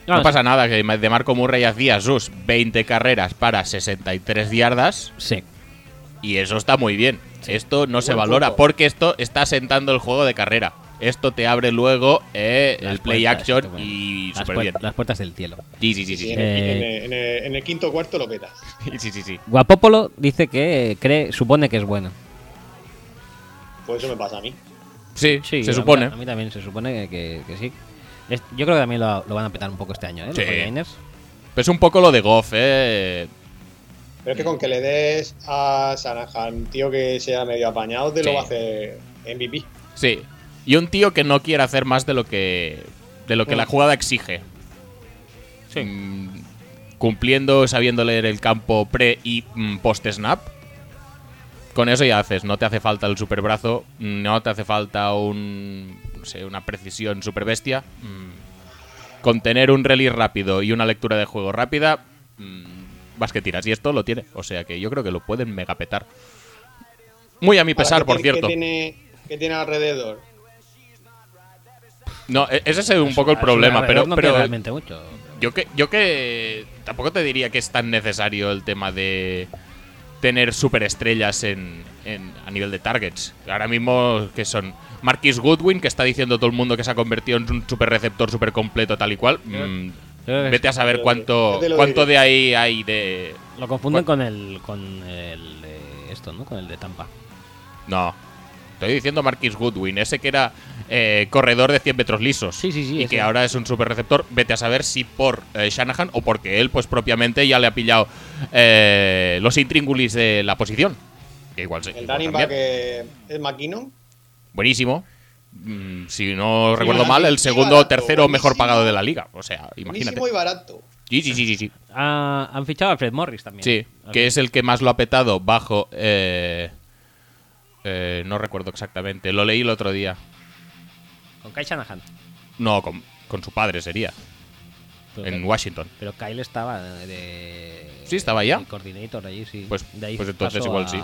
Speaker 1: No,
Speaker 2: No pasa nada, que de Marco Murray hacía sus 20 carreras para 63 yardas.
Speaker 1: Sí.
Speaker 2: Y eso está muy bien. Esto no se
Speaker 3: Buen
Speaker 2: valora
Speaker 3: punto.
Speaker 2: porque esto está sentando el juego de carrera. Esto te abre luego eh,
Speaker 1: Las
Speaker 2: el play
Speaker 1: puertas,
Speaker 2: action
Speaker 1: esto,
Speaker 2: y
Speaker 1: Las,
Speaker 2: súper
Speaker 1: puer-
Speaker 2: bien.
Speaker 1: las puertas del cielo.
Speaker 2: Sí, sí, sí, sí.
Speaker 3: en,
Speaker 2: sí.
Speaker 3: el,
Speaker 1: Eh.
Speaker 3: en el- en el- en el quinto cuarto lo petas.
Speaker 2: Sí, sí, sí.
Speaker 1: Guapopolo dice que cree, supone que es bueno.
Speaker 3: Pues eso me pasa a mí.
Speaker 2: Sí,
Speaker 1: Sí,
Speaker 2: se
Speaker 1: a mí-
Speaker 2: supone.
Speaker 1: a mí también se supone que, que- que sí. Es- yo creo que también lo, lo van a petar un poco este año, ¿eh? Los
Speaker 2: Sí.
Speaker 1: 49ers.
Speaker 2: Pero es un poco lo de Goff, eh.
Speaker 3: Pero es que con que le des a Shanahan un tío que sea medio apañado, te
Speaker 2: Sí.
Speaker 3: lo va a hacer MVP.
Speaker 2: Sí. Y un tío que no quiere hacer más de lo que de lo que
Speaker 3: Mm.
Speaker 2: la jugada exige.
Speaker 1: Sí.
Speaker 2: Mm, cumpliendo, sabiendo leer el campo pre y post snap. Con eso ya haces, no te hace falta el superbrazo, mm, no te hace falta un no sé, una precisión super bestia. Mm, Con tener un release rápido y una lectura de juego rápida, mm, vas que tiras. Y esto lo tiene, o sea que yo creo que lo pueden megapetar. Muy a mi pesar,
Speaker 3: Ahora, ¿qué
Speaker 2: por
Speaker 3: tiene-
Speaker 2: cierto.
Speaker 3: ¿qué tiene, qué tiene alrededor?
Speaker 2: No, e- ese es un poco el
Speaker 1: Eso,
Speaker 2: problema, pero,
Speaker 1: alrededor Ah, no tiene
Speaker 2: pero
Speaker 1: realmente mucho.
Speaker 2: yo que yo que tampoco te diría que es tan necesario el tema de tener superestrellas en, en- a nivel de targets. Ahora mismo que son Marquis Goodwin, que está diciendo todo el mundo que se ha convertido en un super receptor super completo tal y cual. Mm,
Speaker 1: creo que
Speaker 2: vete a saber
Speaker 3: yo-
Speaker 2: cuánto
Speaker 3: yo te lo
Speaker 2: cuánto
Speaker 3: diré.
Speaker 2: de ahí hay de
Speaker 1: Lo confunden con el con el eh, esto, ¿no? Con el de Tampa.
Speaker 2: no. Estoy diciendo Marquis Goodwin, ese que era eh, corredor de 100 metros lisos.
Speaker 1: Sí, sí, sí,
Speaker 2: Y
Speaker 1: ese.
Speaker 2: que ahora es un super receptor. Vete a saber si por eh, Shanahan o porque él, pues propiamente, ya le ha pillado eh, los intríngulis de la posición. Que igual sí.
Speaker 3: El
Speaker 2: igual
Speaker 3: running
Speaker 2: también.
Speaker 3: back eh, es McKinnon.
Speaker 2: Buenísimo. Mm, si no recuerdo
Speaker 3: barato,
Speaker 2: mal, el
Speaker 3: sí,
Speaker 2: segundo o
Speaker 3: barato,
Speaker 2: tercero mejor
Speaker 3: buenísimo.
Speaker 2: pagado de la liga. O sea, imagínate.
Speaker 3: Buenísimo y barato.
Speaker 2: Sí, sí, sí, sí. sí.
Speaker 1: Ah, han fichado a Fred Morris también.
Speaker 2: Sí,
Speaker 1: Al-
Speaker 2: que es el que más lo ha petado bajo. eh, eh, no recuerdo exactamente. Lo leí el otro día.
Speaker 1: Con Kai Shanahan.
Speaker 2: No, con, con su padre sería,
Speaker 1: Pero,
Speaker 2: en
Speaker 1: Kyle-
Speaker 2: Washington.
Speaker 1: pero Kyle estaba de.
Speaker 2: Sí, estaba ya.
Speaker 1: de coordinator allí, sí.
Speaker 2: Pues- pues entonces
Speaker 1: paso
Speaker 2: igual
Speaker 1: a-
Speaker 2: sí.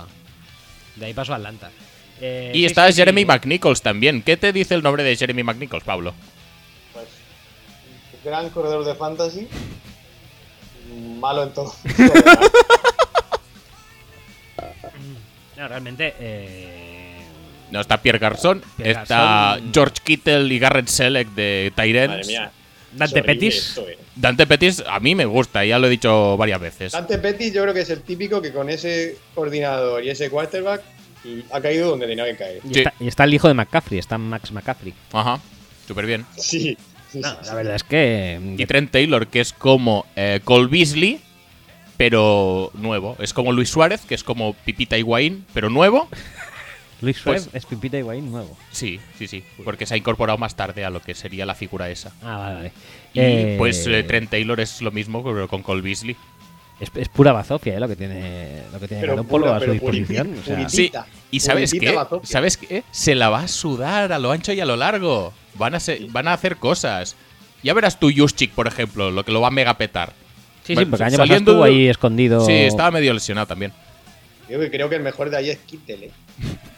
Speaker 1: De ahí pasó a Atlanta. Eh,
Speaker 2: Y
Speaker 1: sí,
Speaker 2: está
Speaker 1: sí, sí.
Speaker 2: Jeremy McNichols también. ¿Qué te dice el nombre de Jeremy McNichols, Pablo?
Speaker 3: Pues, gran corredor de fantasy. Malo en
Speaker 2: [LAUGHS]
Speaker 3: todo. todo lo demás.
Speaker 1: No, realmente. Eh,
Speaker 2: No, está Pierre Garçon,
Speaker 1: Pierre
Speaker 2: está
Speaker 1: Garçon.
Speaker 2: George Kittle y Garrett Selleck de
Speaker 3: Madre
Speaker 2: Tyrens.
Speaker 3: mía. es
Speaker 1: Dante
Speaker 3: horrible
Speaker 1: Petis.
Speaker 3: esto, eh.
Speaker 2: Dante Pettis a mí me gusta, ya lo he dicho varias veces.
Speaker 3: Dante Pettis yo creo que es el típico que con ese coordinador y ese quarterback y ha caído donde tenía que caer.
Speaker 1: Y,
Speaker 2: Sí.
Speaker 1: está, y está el hijo de McCaffrey, está Max McCaffrey.
Speaker 2: Ajá, súper bien.
Speaker 3: Sí. sí,
Speaker 1: No,
Speaker 3: sí, sí.
Speaker 1: la verdad es que. mm,
Speaker 2: Y Trent Taylor, que es como eh, Cole Beasley, pero nuevo. Es como Luis Suárez, que es como Pipita Higuaín, pero nuevo.
Speaker 1: Luis Suárez
Speaker 2: Pues-
Speaker 1: es Pipita Higuaín nuevo.
Speaker 2: Sí, sí, sí. Porque se ha incorporado más tarde a lo que sería la figura esa.
Speaker 1: Ah, vale, vale.
Speaker 2: Y
Speaker 1: Eh,
Speaker 2: pues eh, Trent Taylor es lo mismo, pero con Cole Beasley.
Speaker 1: es, es pura bazofia eh, lo que tiene, lo que tiene
Speaker 3: Pero
Speaker 1: Garofalo
Speaker 3: pura,
Speaker 1: a su
Speaker 3: pero
Speaker 1: disposición.
Speaker 3: puriti-
Speaker 1: o sea,
Speaker 3: puriti-
Speaker 2: Sí,
Speaker 3: Puritita.
Speaker 2: y ¿sabes
Speaker 3: Puritita
Speaker 2: qué?
Speaker 3: bazofia.
Speaker 2: ¿Sabes qué? Se la va a sudar a lo ancho y a lo largo. Van a, ser- van a hacer cosas. Ya verás tú, Juszczyk, por ejemplo, lo que lo va a megapetar.
Speaker 1: sí, sí,
Speaker 2: Bueno,
Speaker 1: porque el año pasado
Speaker 2: saliendo-
Speaker 1: estuvo ahí escondido.
Speaker 2: Sí, estaba medio lesionado también.
Speaker 3: Yo que creo que el mejor de ahí es Kittel, ¿eh?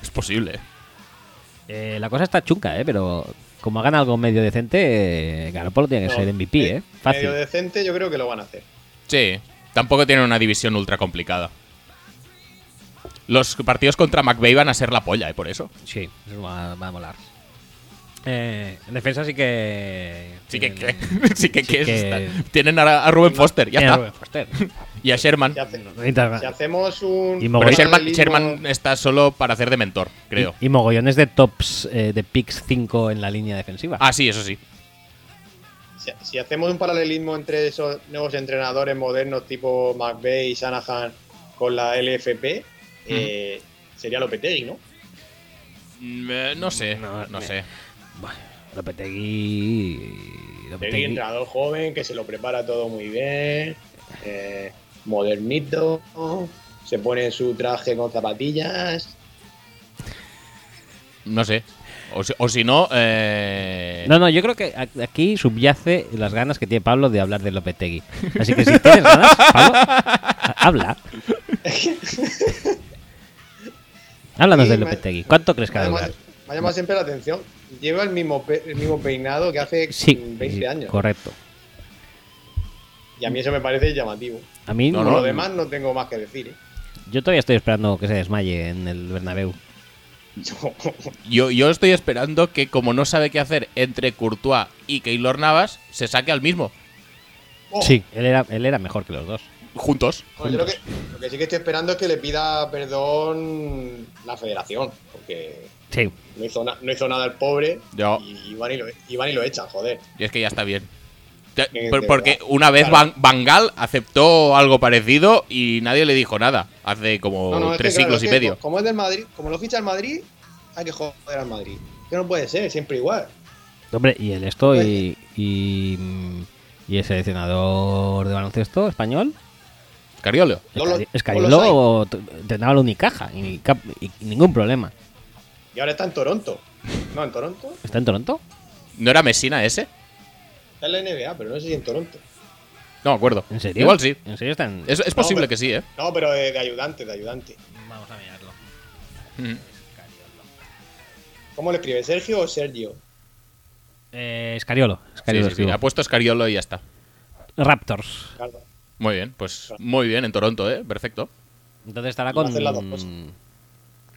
Speaker 2: Es posible.
Speaker 1: Eh, la cosa está chunca, eh, pero como hagan algo medio decente, eh, Garoppolo tiene que
Speaker 3: No,
Speaker 1: ser MVP, eh,
Speaker 3: me-
Speaker 1: Fácil.
Speaker 3: Medio decente, yo creo que lo van a hacer.
Speaker 2: Sí, tampoco tienen una división ultra complicada. Los partidos contra McVay van a ser la polla, ¿eh? Por eso.
Speaker 1: Sí, eso va, va a molar. Eh, en defensa sí que.
Speaker 2: Sí que,
Speaker 1: tienen-
Speaker 2: que- [LAUGHS] sí que,
Speaker 1: sí
Speaker 2: que es-
Speaker 1: que-
Speaker 2: está- tienen a, a Ruben Foster, ya
Speaker 1: tienen a
Speaker 2: está.
Speaker 1: Ruben Foster.
Speaker 2: Y a Sherman.
Speaker 3: Si, hace-
Speaker 1: No necesitas más.
Speaker 3: si hacemos un.
Speaker 1: Y
Speaker 3: un
Speaker 2: Pero
Speaker 1: Mogollón.
Speaker 2: Sherman,
Speaker 3: paralelismo-
Speaker 2: Sherman está solo para hacer de mentor, creo.
Speaker 1: Y, y mogollones de tops eh, de picks 5 en la línea defensiva.
Speaker 2: Ah, sí, eso sí.
Speaker 3: Si, si hacemos un paralelismo entre esos nuevos entrenadores modernos tipo McVeigh y Shanahan con la LFP, eh, sería Lopetegui, ¿no?
Speaker 2: Mm, eh, No sé,
Speaker 1: No,
Speaker 2: no,
Speaker 1: me-
Speaker 2: sé.
Speaker 1: Bueno, Lopetegui.
Speaker 3: Lopetegui,
Speaker 1: Lopetegui.
Speaker 3: entrenador joven, que se lo prepara todo muy bien, eh, modernito, se pone su traje con zapatillas.
Speaker 2: No sé. O, si- o si no, eh,
Speaker 1: No, no, yo creo que a- aquí subyace las ganas que tiene Pablo de hablar de Lopetegui. Así que si tienes
Speaker 2: [LAUGHS]
Speaker 1: ganas, Pablo, ha- habla. Háblanos
Speaker 3: Sí,
Speaker 1: de
Speaker 3: me-
Speaker 1: Lopetegui. ¿Cuánto crees que va a
Speaker 3: Además,
Speaker 1: durar?
Speaker 3: me ha llamado siempre la atención. Lleva el mismo, pe- el mismo peinado que hace
Speaker 1: Sí,
Speaker 3: 20 años.
Speaker 1: correcto.
Speaker 3: Y a mí eso me parece llamativo.
Speaker 1: A mí
Speaker 2: No,
Speaker 3: Por
Speaker 1: no-
Speaker 3: lo demás no tengo más que decir. ¿eh?
Speaker 1: Yo todavía estoy esperando que se desmaye en el Bernabéu.
Speaker 2: yo, yo estoy esperando que como no sabe qué hacer entre Courtois y Keylor Navas, se saque al mismo.
Speaker 3: Oh,
Speaker 1: Sí, él era, él era mejor que los dos.
Speaker 2: Juntos.
Speaker 3: bueno, yo lo, que,
Speaker 2: pues-
Speaker 3: lo que sí que estoy esperando es que le pida perdón la federación. Porque
Speaker 1: Sí.
Speaker 3: no hizo, na- no hizo nada el pobre.
Speaker 2: No.
Speaker 3: Y, y van y lo, y van y lo echan, joder.
Speaker 2: Y es que ya está bien. Te-
Speaker 3: Que
Speaker 2: por-
Speaker 3: de
Speaker 2: Porque
Speaker 3: verdad,
Speaker 2: una vez
Speaker 3: claro.
Speaker 2: Bangal aceptó algo parecido y nadie le dijo nada. Hace como
Speaker 3: No, no, es
Speaker 2: tres
Speaker 3: que, claro,
Speaker 2: siglos
Speaker 3: es
Speaker 2: y
Speaker 3: que
Speaker 2: medio.
Speaker 3: co- Como, es del Madrid, como lo ficha el Madrid, hay que joder al Madrid. Que no puede ser, siempre igual.
Speaker 1: Hombre, y el esto y, y, mm, y el seleccionador de baloncesto español,
Speaker 2: Cariolo.
Speaker 3: Lolo-
Speaker 1: Escari-
Speaker 3: Lolo
Speaker 1: Escariolo, t- entrenaba la Unicaja y, cap- y ningún problema.
Speaker 3: Y ahora está en Toronto. No, en Toronto.
Speaker 1: ¿Está en Toronto?
Speaker 2: ¿No era Messina ese?
Speaker 3: Está en la NBA, pero no sé si en Toronto.
Speaker 2: No me acuerdo.
Speaker 1: ¿En serio?
Speaker 2: Igual sí.
Speaker 1: ¿En serio está en.?
Speaker 2: Es, es posible
Speaker 3: pero-
Speaker 2: que sí, ¿eh?
Speaker 3: No, pero de, de ayudante, de ayudante.
Speaker 1: Vamos a mirarlo.
Speaker 2: Mm.
Speaker 3: ¿Cómo le escribe? ¿Sergio o Sergio?
Speaker 1: Eh, Escariolo.
Speaker 2: Sí,
Speaker 1: Escariolo
Speaker 2: sí, sí.
Speaker 1: escribo.
Speaker 2: Ha puesto Escariolo y ya está.
Speaker 1: Raptors.
Speaker 3: Claro.
Speaker 2: Muy bien, pues muy bien en Toronto, ¿eh? Perfecto.
Speaker 1: Entonces estará
Speaker 3: Va a
Speaker 1: con.
Speaker 3: hacer las dos cosas.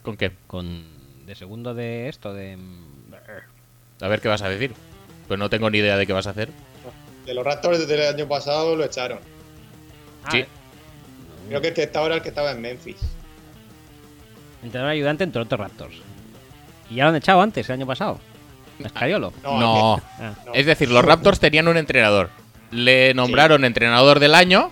Speaker 2: ¿Con qué?
Speaker 1: Con. De segundo de esto, de. mm,
Speaker 2: A ver qué vas a decir. Pues no tengo ni idea de qué vas a hacer.
Speaker 3: De los Raptors desde el año pasado lo echaron.
Speaker 2: Sí.
Speaker 3: Creo que este estaba era el que estaba en Memphis.
Speaker 1: Entrenador ayudante en Toronto Raptors. Y ya lo han echado antes, el año
Speaker 2: [LAUGHS]
Speaker 1: pasado. A Escariolo.
Speaker 3: No,
Speaker 2: No.
Speaker 1: Ah.
Speaker 3: no.
Speaker 2: Es decir, los Raptors tenían un entrenador. Le nombraron entrenador del año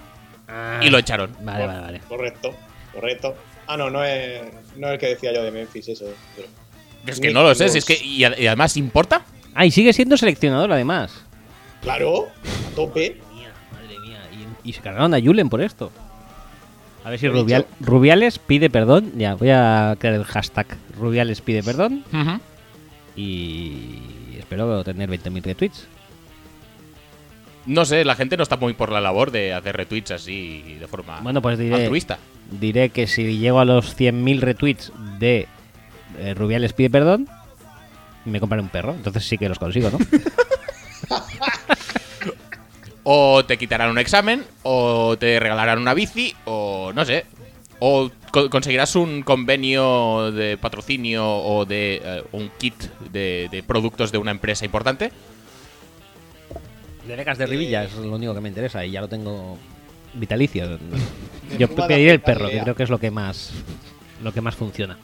Speaker 2: y lo echaron.
Speaker 1: Ah. Vale, vale, vale.
Speaker 3: Correcto, correcto. Ah, no, no es, no es el que decía yo de Memphis, eso. pero-
Speaker 2: Es que
Speaker 3: Nick
Speaker 2: no lo sé, si es
Speaker 3: Nurse.
Speaker 2: que. Y, ad- y además, ¿importa?
Speaker 1: Ah, y sigue siendo seleccionador además.
Speaker 3: Claro, a tope.
Speaker 1: mía, madre mía. Y, y se cargaron a Julen por esto. A ver si
Speaker 3: Lo he
Speaker 1: Rubial- Rubiales pide perdón. Ya, voy a crear el hashtag Rubiales pide perdón. Y espero tener 20.000 retweets.
Speaker 2: No sé, la gente no está muy por la labor de hacer retweets así de forma
Speaker 1: Bueno, pues diré,
Speaker 2: altruista.
Speaker 1: diré que si llego a los 100.000 retweets de eh, Rubiales pide perdón, me compraré un perro. Entonces sí que los consigo, [LAUGHS] ¿no?
Speaker 2: O te quitarán un examen, o te regalarán una bici, o no sé. O co- conseguirás un convenio de patrocinio o de eh, un kit de, de productos de una empresa importante.
Speaker 1: De becas
Speaker 2: Eh,
Speaker 1: de Rivilla es lo único que me interesa y ya lo tengo
Speaker 2: [LAUGHS]
Speaker 1: vitalicio. Yo
Speaker 3: fuma la
Speaker 1: pediré el
Speaker 3: puta
Speaker 1: perro, que
Speaker 3: idea.
Speaker 1: creo que es lo que más lo que más funciona.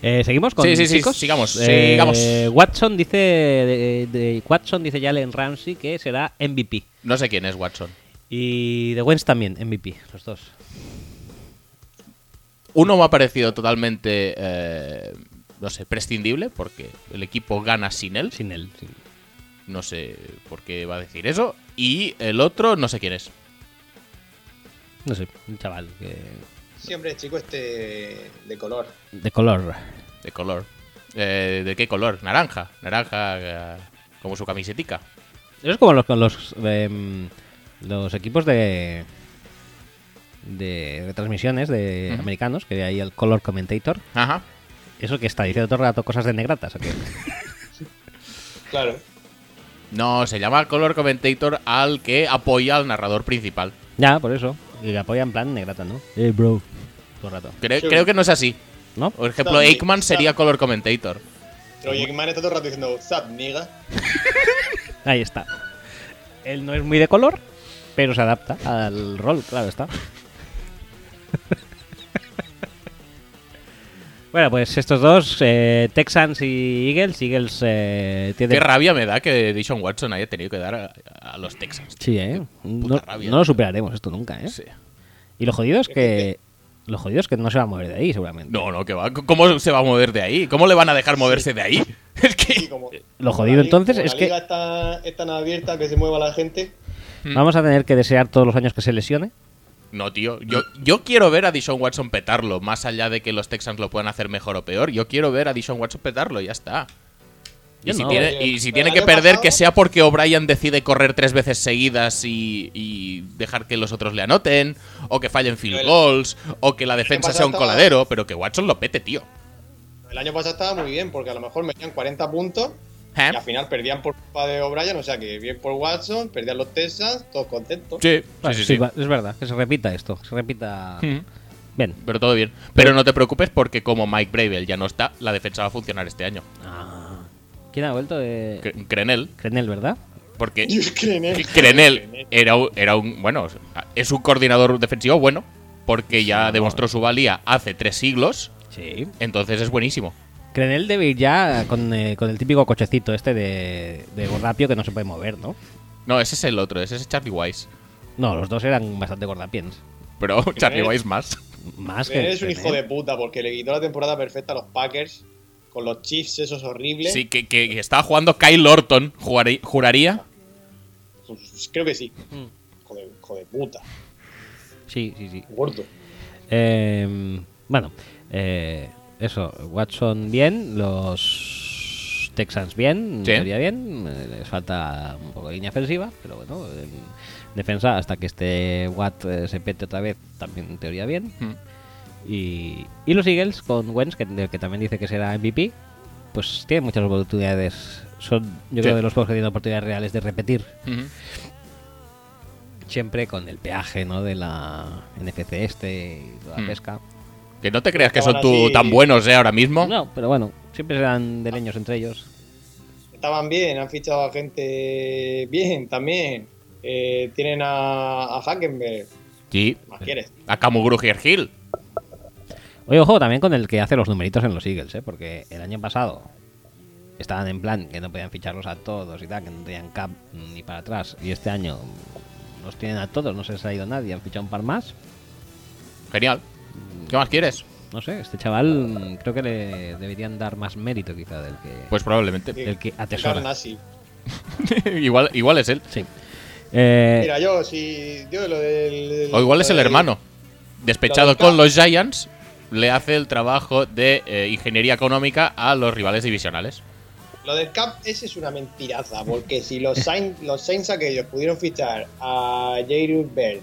Speaker 1: Eh, ¿Seguimos con
Speaker 2: Sí, sí, sí,
Speaker 1: chicos?
Speaker 2: sigamos,
Speaker 1: Eh,
Speaker 2: sigamos.
Speaker 1: Watson dice de, de- Watson dice ya Allen Ramsey que será MVP.
Speaker 2: No sé quién es Watson.
Speaker 1: Y de Wentz también, MVP, los dos.
Speaker 2: Uno me ha parecido totalmente, eh, no sé, prescindible, porque el equipo gana sin él.
Speaker 1: Sin él. sí.
Speaker 2: No sé por qué va a decir eso. Y el otro, no sé quién es.
Speaker 1: No sé, un chaval que-
Speaker 3: Siempre chico este de color.
Speaker 1: de color.
Speaker 2: De color. Eh, ¿De qué color? Naranja. Naranja, eh, como su camisetica.
Speaker 1: Eso es como los, con los, em, los equipos de de retransmisiones de
Speaker 2: Ujú.
Speaker 1: americanos, que hay el color commentator.
Speaker 2: Ajá.
Speaker 1: Eso que está diciendo todo el rato cosas de negratas. ¿o qué?
Speaker 3: Claro.
Speaker 2: No, se llama color commentator al que apoya al narrador principal.
Speaker 1: [LAUGHS] ya, por eso. Y le apoya en plan negrata, ¿no? Eh, bro. Todo el rato.
Speaker 2: Creo,
Speaker 3: Sí.
Speaker 2: creo que no es así.
Speaker 1: ¿No?
Speaker 2: Por ejemplo,
Speaker 3: También,
Speaker 2: Aikman sería color commentator.
Speaker 3: Pero Jackman está todo el rato diciendo, Zap, nigga.
Speaker 1: Ahí está. Él no es muy de color, pero se adapta al rol, claro está. [LAUGHS] bueno, pues estos dos, eh, Texans y Eagles. Eagles eh, tiene.
Speaker 2: Qué rabia me da que Dishon Watson haya tenido que dar a, a los Texans. tío.
Speaker 1: Sí, ¿eh?
Speaker 2: Qué puta
Speaker 1: No,
Speaker 2: rabia,
Speaker 1: no lo
Speaker 2: tío.
Speaker 1: superaremos esto nunca, ¿eh?
Speaker 2: Sí. Eh,
Speaker 1: Y lo jodido es
Speaker 3: Es
Speaker 1: que. Lo jodido es que no se va a mover de ahí, seguramente.
Speaker 2: No, no, que va. ¿Cómo se va a mover de ahí? ¿Cómo le van a dejar moverse de ahí? [LAUGHS] Es
Speaker 3: Sí,
Speaker 2: que.
Speaker 3: como,
Speaker 1: Eh, Lo
Speaker 3: como
Speaker 1: jodido
Speaker 3: la li-
Speaker 1: entonces
Speaker 3: como
Speaker 1: es
Speaker 3: la
Speaker 1: que-
Speaker 3: liga está, es tan abierta que se mueva la gente.
Speaker 1: Vamos a tener que desear todos los años que se lesione.
Speaker 2: No, tío.
Speaker 3: Mm.
Speaker 2: Yo, yo quiero ver a Dishon Watson petarlo. Más allá de que los Texans lo puedan hacer mejor o peor, yo quiero ver a Dishon Watson petarlo, ya está.
Speaker 1: Yo
Speaker 2: Y si,
Speaker 1: no.
Speaker 2: tiene, y si
Speaker 3: Pero
Speaker 2: tiene
Speaker 3: eh, el
Speaker 2: que
Speaker 3: año
Speaker 2: perder,
Speaker 3: pasado-
Speaker 2: que sea porque O'Brien decide correr tres veces seguidas y, y dejar que los otros le anoten, o que fallen field
Speaker 3: Pero el-
Speaker 2: goals, o que la defensa
Speaker 3: pasado
Speaker 2: sea un
Speaker 3: estaba-
Speaker 2: coladero, pero que Watson lo pete, tío.
Speaker 3: El año pasado estaba muy bien porque a lo mejor metían 40 puntos
Speaker 2: ¿Eh?
Speaker 3: y al final perdían por culpa de O'Brien. O sea que bien por Watson, perdían los Texans, todos contentos.
Speaker 2: Sí, sí,
Speaker 1: Bueno,
Speaker 2: sí,
Speaker 1: sí,
Speaker 2: sí.
Speaker 1: va- Es verdad, que se repita esto. que Se repita.
Speaker 2: Mm,
Speaker 1: Bien.
Speaker 2: Pero todo bien. Pero no te preocupes porque como Mike Bravel ya no está, la defensa va a funcionar este año.
Speaker 1: ¿Quién ha vuelto de.?
Speaker 2: Cre- Crenel,
Speaker 1: Crenel, ¿verdad?
Speaker 2: porque
Speaker 3: Dios, Crenel.
Speaker 2: Crenel era, un- era un. Bueno, es un coordinador defensivo bueno, porque ya demostró su valía hace tres siglos,
Speaker 1: Sí.
Speaker 2: entonces es buenísimo.
Speaker 1: Crenel debe ir ya con, eh, con el típico cochecito este de, de gordapio que no se puede mover, ¿no?
Speaker 2: No, ese es el otro, ese es Charlie Wise.
Speaker 1: No, los dos eran bastante gordapiens.
Speaker 2: Pero Charlie
Speaker 3: eres?
Speaker 2: Wise más.
Speaker 1: Más que.
Speaker 3: Crenel es un hijo de
Speaker 1: Crenel.
Speaker 3: puta porque le quitó la temporada perfecta a los Packers con los Chiefs esos horribles.
Speaker 2: Sí, que, que- que estaba jugando Kyle Orton, jugaré- juraría.
Speaker 3: Pues, creo que sí. Hijo de, hijo de puta.
Speaker 1: Sí, sí, sí.
Speaker 3: Gordo.
Speaker 1: Eh, bueno, eh, eso. Watson bien, los Texans bien, en
Speaker 2: Sí.
Speaker 1: teoría bien. eh, Les falta un poco de línea ofensiva, pero bueno, en defensa hasta que este Watt eh, se pete otra vez, también en teoría bien.
Speaker 2: Mm.
Speaker 1: Y, y los Eagles con Wentz, que, del que también dice que será MVP, pues tienen muchas oportunidades. Son, yo
Speaker 2: Sí.
Speaker 1: creo, de los pocos que tienen oportunidades reales de repetir.
Speaker 2: Ujú.
Speaker 1: Siempre con el peaje, ¿no? De la NFC este y toda la
Speaker 2: Mm.
Speaker 1: pesca.
Speaker 2: Que no te creas que son
Speaker 3: Estaban
Speaker 2: tú
Speaker 3: así-
Speaker 2: tan buenos, ¿eh? Ahora mismo.
Speaker 1: No, pero bueno, siempre serán de leños entre ellos.
Speaker 3: Estaban bien, han fichado a gente bien también. Eh, tienen a, a Hackenberg.
Speaker 2: Sí.
Speaker 3: ¿Más quieres?
Speaker 2: A Camu Grugier Hill.
Speaker 1: Oye, ojo, también con el que hace los numeritos en los Eagles, ¿eh? Porque el año pasado estaban en plan que no podían ficharlos a todos y tal, que no tenían cap ni para atrás. Y este año los tienen a todos, no se les ha ido nadie, han fichado un par más.
Speaker 2: Genial. ¿Qué más quieres?
Speaker 1: No sé, este chaval mm, creo que le deberían dar más mérito quizá del que,
Speaker 2: Pues probablemente.
Speaker 1: del que
Speaker 3: Carl
Speaker 1: atesora.
Speaker 3: Nassib.
Speaker 2: [LAUGHS] igual, igual es él.
Speaker 1: Sí. Eh,
Speaker 3: Mira, yo si. Yo lo del.
Speaker 2: O igual es
Speaker 3: lo
Speaker 2: el
Speaker 3: del-
Speaker 2: hermano.
Speaker 3: lo
Speaker 2: Despechado
Speaker 3: del
Speaker 2: con
Speaker 3: K.
Speaker 2: los Giants, le hace el trabajo de eh, ingeniería económica a los rivales divisionales.
Speaker 3: Lo del Cap, ese es una mentiraza. Porque
Speaker 2: [LAUGHS]
Speaker 3: si los Saints, los Saints aquellos pudieron fichar a Jairus Bell,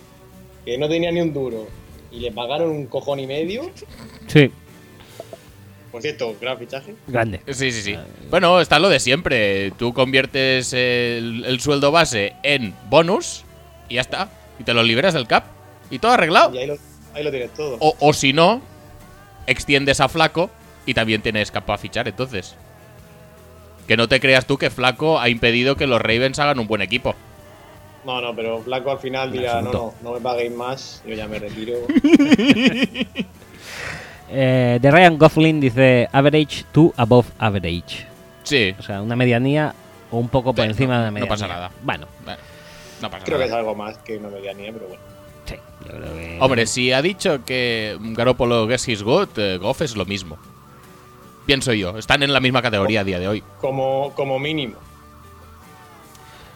Speaker 3: que no tenía ni un duro, y le pagaron un cojón y medio.
Speaker 1: sí,
Speaker 3: Por cierto, gran fichaje.
Speaker 1: grande.
Speaker 2: Sí, sí, sí. Bueno, está lo de siempre. Tú conviertes el, el sueldo base en bonus y ya está. Y te lo liberas del cap. Y todo arreglado.
Speaker 3: Y ahí lo, ahí lo tienes todo.
Speaker 2: O, o si no, extiendes a Flaco y también tienes cap a fichar entonces. Que no te creas tú que Flaco ha impedido que los Ravens hagan un buen equipo.
Speaker 3: No, no, pero Flaco al final
Speaker 1: Un
Speaker 3: dirá, no,
Speaker 1: asunto.
Speaker 3: no, no me paguéis más, yo ya
Speaker 2: [LAUGHS]
Speaker 3: me retiro.
Speaker 1: Eh, de Ryan Gofflin dice average to above average.
Speaker 2: Sí.
Speaker 1: O sea, una medianía o un poco por
Speaker 2: Sí,
Speaker 1: encima
Speaker 2: no-
Speaker 1: de la
Speaker 2: no
Speaker 1: medianía.
Speaker 2: pasa nada.
Speaker 1: Bueno,
Speaker 2: Bueno, no pasa
Speaker 3: Creo que es
Speaker 2: nada.
Speaker 3: algo más que una medianía, pero bueno.
Speaker 1: Sí, yo creo que.
Speaker 2: Hombre, si ha dicho que Garoppolo guess his good, eh, Goff es lo mismo. Pienso yo. Están en la misma categoría a día de hoy.
Speaker 3: Como, como mínimo.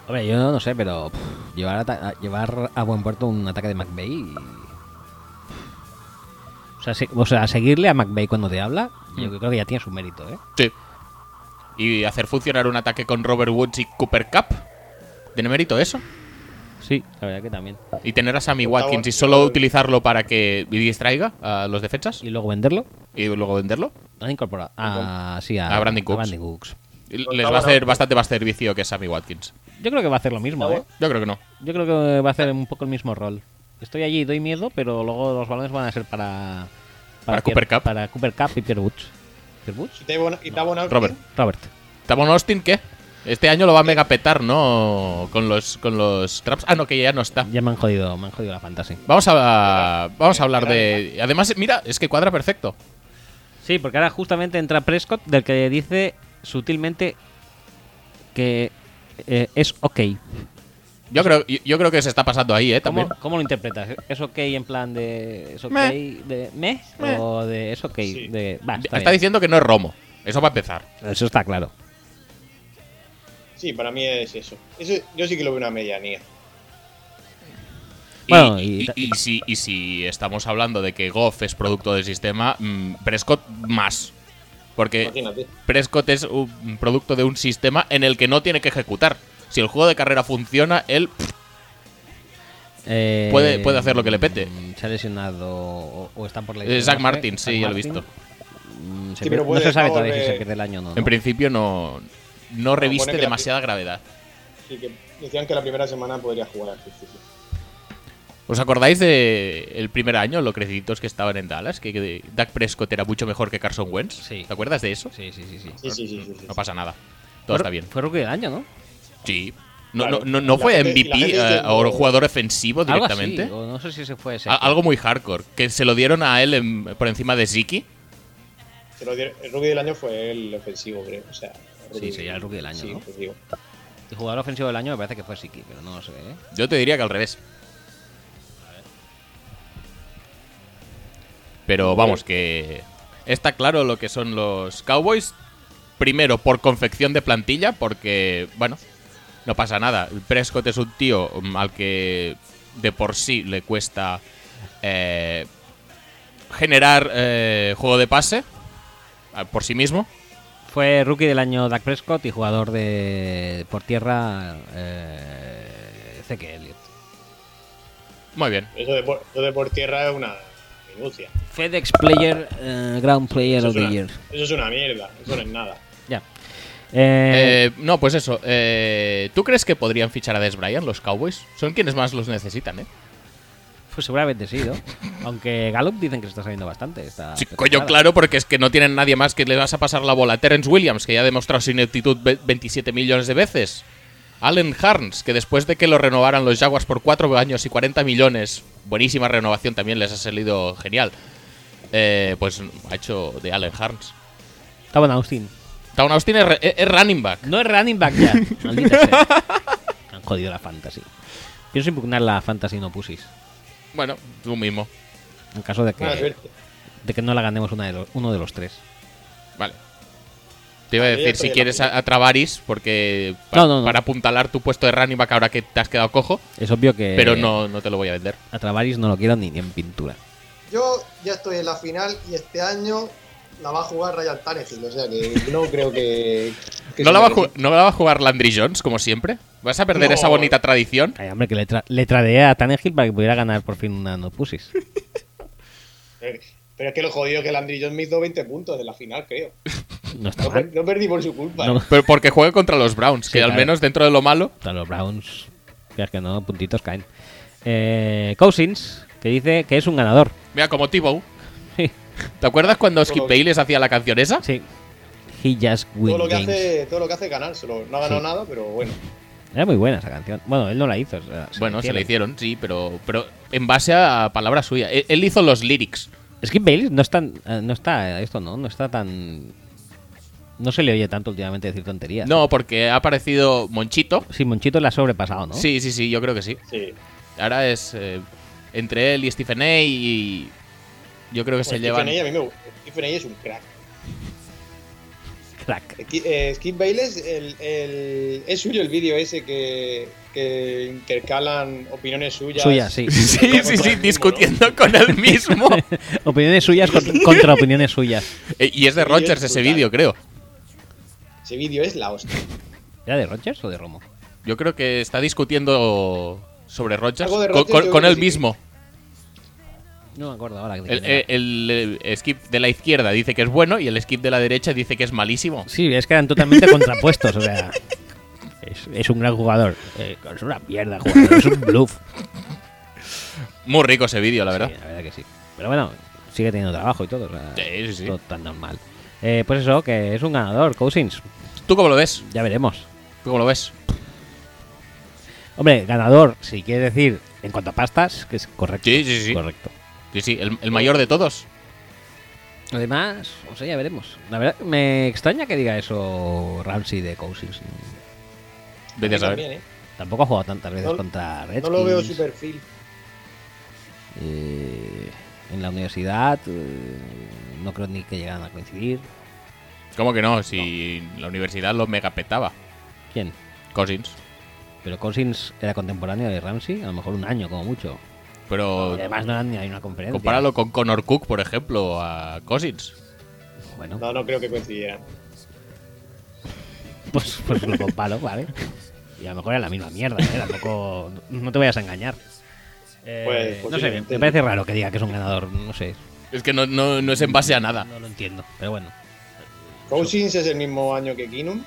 Speaker 1: Hombre, yo no sé, pero pff, llevar, a, ta- a- llevar a buen puerto un ataque de McVeigh. O sea, se- o sea, seguirle a McVeigh cuando te habla,
Speaker 2: Mm.
Speaker 1: yo creo que ya tiene su mérito, ¿eh?
Speaker 2: Sí. Y hacer funcionar un ataque con Robert Woods y Cooper Cup. ¿Tiene mérito eso?
Speaker 1: Sí, la verdad que también.
Speaker 2: Y tener a Sammy Watkins y solo utilizarlo para que distraiga a los defensas
Speaker 1: Y luego venderlo.
Speaker 2: y luego venderlo.
Speaker 1: Han incorporado. Ah, sí, a,
Speaker 2: A Brandon Cooks.
Speaker 1: Cooks.
Speaker 2: Y Les va a hacer bastante más servicio que Sammy Watkins.
Speaker 1: Yo creo que va a hacer lo mismo, ¿eh?
Speaker 2: Yo creo que no.
Speaker 1: Yo creo que va a hacer un poco el mismo rol. Estoy allí, doy miedo, pero luego los balones van a ser para.
Speaker 2: Para Cooper
Speaker 1: Pierre-
Speaker 2: Cup.
Speaker 1: Para Cooper Cup y Pierre Woods. ¿Pierre Woods?
Speaker 3: ¿Y Tavon- ¿Y Tavon Austin?
Speaker 2: Robert.
Speaker 1: Robert.
Speaker 2: Tavon Austin, ¿qué? Este año lo va a mega petar, ¿no? Con los, con los traps. Ah, no, que ya no está.
Speaker 1: Ya me han jodido, me han jodido la fantasy.
Speaker 2: Vamos a, vamos a hablar de. Además, mira, es que cuadra perfecto.
Speaker 1: Sí, porque ahora justamente entra Prescott, del que dice sutilmente que eh, es ok.
Speaker 2: Yo creo, yo, yo creo que se está pasando ahí, ¿eh?
Speaker 1: ¿Cómo,
Speaker 2: También.
Speaker 1: cómo lo interpretas? ¿Es ok en plan de. es ok
Speaker 2: Meh.
Speaker 1: de. me?
Speaker 2: Meh.
Speaker 1: ¿O de es ok?
Speaker 3: Sí.
Speaker 1: De, va,
Speaker 2: Está,
Speaker 1: Ah, está bien.
Speaker 2: diciendo que no es Romo. Eso va a empezar.
Speaker 1: Eso está claro.
Speaker 3: Sí, para mí es eso. eso. Yo sí que lo veo una
Speaker 2: Eh.
Speaker 3: medianía.
Speaker 2: Y,
Speaker 1: Bueno,
Speaker 2: y-
Speaker 1: y ta-
Speaker 2: y si, y si estamos hablando de que Goff es producto del sistema, mm, Prescott más. Porque
Speaker 3: Imagínate.
Speaker 2: Prescott es un producto de un sistema en el que no tiene que ejecutar. Si el juego de carrera funciona, él
Speaker 1: Eh,
Speaker 2: Puede- puede hacer lo que le pete.
Speaker 1: mm, Se ha lesionado o, o está por la
Speaker 2: Eh, Zach Martin, sí, ya lo he visto.
Speaker 1: Mm, se
Speaker 3: Sí,
Speaker 1: pierde-
Speaker 3: pero
Speaker 1: no
Speaker 3: puede
Speaker 1: se sabe
Speaker 3: acabar
Speaker 1: todavía si
Speaker 3: de-
Speaker 1: se pierde el año o no.
Speaker 2: en
Speaker 1: ¿no?
Speaker 2: principio no, no reviste
Speaker 3: pone que la-
Speaker 2: demasiada gravedad.
Speaker 3: Sí, que decían que la primera semana podría jugar al principio.
Speaker 2: ¿Os acordáis de el primer año, los creciditos que estaban en Dallas? Que, que Dak Prescott era mucho mejor que Carson Wentz.
Speaker 1: Sí.
Speaker 2: ¿Te acuerdas de eso?
Speaker 1: Sí, sí, sí. sí.
Speaker 3: Sí, sí, sí. sí, sí.
Speaker 2: No pasa nada. Todo está bien.
Speaker 1: Fue rookie del año, ¿no?
Speaker 2: Sí. No,
Speaker 3: Claro.
Speaker 2: no, no, no
Speaker 3: La
Speaker 2: fue
Speaker 3: gente- la
Speaker 2: MVP
Speaker 3: gente
Speaker 2: eh,
Speaker 3: diciendo-
Speaker 2: o jugador ofensivo
Speaker 1: Algo así,
Speaker 2: directamente.
Speaker 1: o no sé si se fue ese.
Speaker 2: A- Algo muy hardcore. Que se lo dieron a él en- por encima de Ziki.
Speaker 3: Se lo dieron- el rookie del año fue el ofensivo, creo. O sea, el
Speaker 1: Sí, sería el rookie del año,
Speaker 3: Sí,
Speaker 1: ¿no?
Speaker 3: ofensivo.
Speaker 1: El jugador ofensivo del año me parece que fue Siki, pero no lo sé. ¿eh?
Speaker 2: Yo te diría que al revés. Pero vamos, que está claro lo que son los Cowboys. Primero, por confección de plantilla, porque, bueno, no pasa nada. Prescott es un tío mm, al que de por sí le cuesta eh, generar eh, juego de pase ah, por sí mismo.
Speaker 1: Fue rookie del año Dak Prescott y jugador de por tierra eh, Zeke Elliott.
Speaker 2: Muy bien.
Speaker 3: Eso de, por, eso de por tierra es una minucia.
Speaker 1: FedEx Player, eh, Ground Player
Speaker 3: Eso
Speaker 1: of
Speaker 3: es,
Speaker 1: the
Speaker 3: una,
Speaker 1: Year.
Speaker 3: eso es una mierda. Eso no es nada.
Speaker 1: Ya. Eh,
Speaker 2: Eh, no, pues eso. eh, ¿Tú crees que podrían fichar a Des Bryant los Cowboys? Son quienes más los necesitan, ¿eh?
Speaker 1: Pues seguramente sí, ¿no? [LAUGHS] Aunque Gallup dicen que se está saliendo bastante.
Speaker 3: Ah,
Speaker 1: Esta
Speaker 3: pues
Speaker 2: Sí,
Speaker 1: temporada.
Speaker 2: coño, claro, porque es que no tienen nadie más que le vas a pasar la bola. Terence Williams, que ya ha demostrado su ineptitud ve- 27 millones de veces. Allen Harns, que después de que lo renovaran los Jaguars por 4 años y 40 millones, buenísima renovación también, les ha salido genial. Eh, pues ha hecho de Allen Harns.
Speaker 1: Estaban Austin.
Speaker 2: Town Austin es, re- es running back.
Speaker 1: No es running back
Speaker 2: [LAUGHS]
Speaker 1: ya. Maldita sea. Han jodido la fantasy. Pienso impugnar la fantasy no pusis.
Speaker 2: Bueno, tú mismo.
Speaker 1: En caso de que,
Speaker 3: Buena suerte.
Speaker 1: de que no la ganemos una de los- uno de los tres.
Speaker 2: Vale. Te iba a
Speaker 3: Yo ya
Speaker 2: decir
Speaker 3: estoy
Speaker 2: si
Speaker 3: en la
Speaker 2: quieres
Speaker 3: final.
Speaker 2: a, a Travaris, porque pa-
Speaker 1: No, no, no.
Speaker 2: para apuntalar tu puesto de running back ahora que te has quedado cojo,
Speaker 1: Es obvio que
Speaker 2: pero no, no te lo voy a vender.
Speaker 1: a Travaris no lo quiero ni, ni en pintura.
Speaker 3: Yo ya estoy en la final y este año la va a jugar Ryan Tannehill, o sea que [LAUGHS] no creo que. que
Speaker 2: ¿No
Speaker 3: se
Speaker 2: la, va a
Speaker 3: merezca.
Speaker 2: ju- ¿No la va a jugar Landry Jones, como siempre? ¿Vas a perder
Speaker 3: No.
Speaker 2: esa bonita tradición?
Speaker 1: Ay, hombre, que le, tra- le tradeé a Tannehill para que pudiera ganar por fin una no pusis.
Speaker 3: Pero es que lo jodido es que el Andrillón me hizo 20 puntos de la final, creo.
Speaker 1: No está
Speaker 3: No, per-
Speaker 1: mal.
Speaker 3: no perdí por su culpa.
Speaker 1: No.
Speaker 2: Pero porque juega contra los Browns, que al
Speaker 1: claro.
Speaker 2: menos dentro de lo malo.
Speaker 1: Contra los Browns, creas que no, puntitos caen. Eh, Cousins, que dice que es un ganador.
Speaker 2: Mira, como T-Bow. ¿Te acuerdas cuando Skip Bayless hacía la canción esa?
Speaker 1: Sí. He just win
Speaker 3: Todo lo, que
Speaker 1: games.
Speaker 3: hace, todo lo que hace es ganar, solo no ha ganado nada, pero bueno.
Speaker 1: Era muy buena esa canción. Bueno, él no la hizo. o sea, se
Speaker 2: Bueno, se la hicieron, sí, pero, pero en base a palabra suya. E-, Él, él hizo los lyrics.
Speaker 1: Skip Bailey no, es tan, eh, no está, eh, esto no, no está tan... No se le oye tanto últimamente decir tonterías.
Speaker 2: No, porque ha aparecido Monchito.
Speaker 1: Sí, Monchito la ha sobrepasado, ¿no?
Speaker 2: Sí, sí, sí, yo creo que sí.
Speaker 3: Sí.
Speaker 2: Ahora es eh, entre él y Stephen A. Y yo
Speaker 1: Pues
Speaker 2: creo que se
Speaker 3: Stephen
Speaker 2: llevan.
Speaker 3: A. a mí me gusta. Stephen A. es un crack.
Speaker 1: Crack.
Speaker 3: Ki- eh, Skip Bayless, el, el- es suyo el vídeo ese que, que intercalan opiniones suyas.
Speaker 1: Suyas,
Speaker 2: [LAUGHS]
Speaker 1: sí.
Speaker 2: Sí, sí, sí, discutiendo con
Speaker 1: [LAUGHS]
Speaker 2: él mismo.
Speaker 1: Opiniones suyas con- contra opiniones suyas.
Speaker 2: Eh, y es de
Speaker 3: Ese vídeo es
Speaker 2: Rogers ese
Speaker 3: brutal.
Speaker 2: vídeo, creo.
Speaker 3: Ese vídeo es la hostia.
Speaker 1: ¿Era de Rogers o de Romo?
Speaker 2: Yo creo que está discutiendo sobre Rogers,
Speaker 3: Algo de
Speaker 2: con-
Speaker 3: Rogers,
Speaker 2: con,
Speaker 3: yo
Speaker 2: con
Speaker 3: creo
Speaker 2: él
Speaker 3: que sí.
Speaker 2: mismo.
Speaker 1: No me acuerdo ahora. de quién
Speaker 2: El, eh,
Speaker 1: era.
Speaker 2: el- el skip de la izquierda dice que es bueno y el skip de la derecha dice que es malísimo.
Speaker 1: Sí, es que eran totalmente contrapuestos. O sea, es, es un gran jugador. Eh, es una mierda jugador. Es un bluff.
Speaker 2: Muy rico ese vídeo, la verdad.
Speaker 1: Sí, la verdad que sí. Pero bueno, sigue teniendo trabajo y todo. o sea,
Speaker 2: Sí, sí, sí.
Speaker 1: Todo tan normal. Eh, pues eso, que es un ganador, Cousins.
Speaker 2: ¿Tú cómo lo ves?
Speaker 1: Ya veremos.
Speaker 2: ¿Tú cómo lo ves?
Speaker 1: Hombre, ganador, si quiere decir en cuanto a pastas, que es correcto.
Speaker 2: Sí, sí, sí.
Speaker 1: Correcto.
Speaker 2: Sí, sí, el, el mayor de todos.
Speaker 1: Lo demás, o sea, ya veremos. La verdad, me extraña que diga eso Ramsey de Cousins.
Speaker 2: Vete a
Speaker 3: Yo
Speaker 2: saber.
Speaker 3: también, ¿eh?
Speaker 1: Tampoco ha jugado tantas veces
Speaker 3: No-
Speaker 1: contra Redskins.
Speaker 3: No lo veo su perfil.
Speaker 1: Eh, en la universidad eh, no creo ni que llegaran a coincidir.
Speaker 2: ¿Cómo que no? Si la universidad lo mega petaba.
Speaker 1: ¿Quién?
Speaker 2: Cousins.
Speaker 1: Pero Cousins era contemporáneo de Ramsey, a lo mejor un año como mucho.
Speaker 2: Pero
Speaker 1: Y además no eran ni hay una conferencia.
Speaker 2: compáralo con Connor Cook, por ejemplo, a Cousins.
Speaker 1: Bueno,
Speaker 3: No, no creo que coincidieran.
Speaker 1: pues, pues lo comparo, ¿vale? Y a lo mejor era la misma mierda, ¿eh? Tampoco... No te vayas a engañar. Eh,
Speaker 3: Pues,
Speaker 1: no sé,
Speaker 3: posiblemente.
Speaker 1: me parece raro que diga que es un ganador, no sé,
Speaker 2: Es que no, no- no es en base a nada.
Speaker 1: no lo entiendo, pero bueno.
Speaker 3: Cousins es el mismo año que Keenum.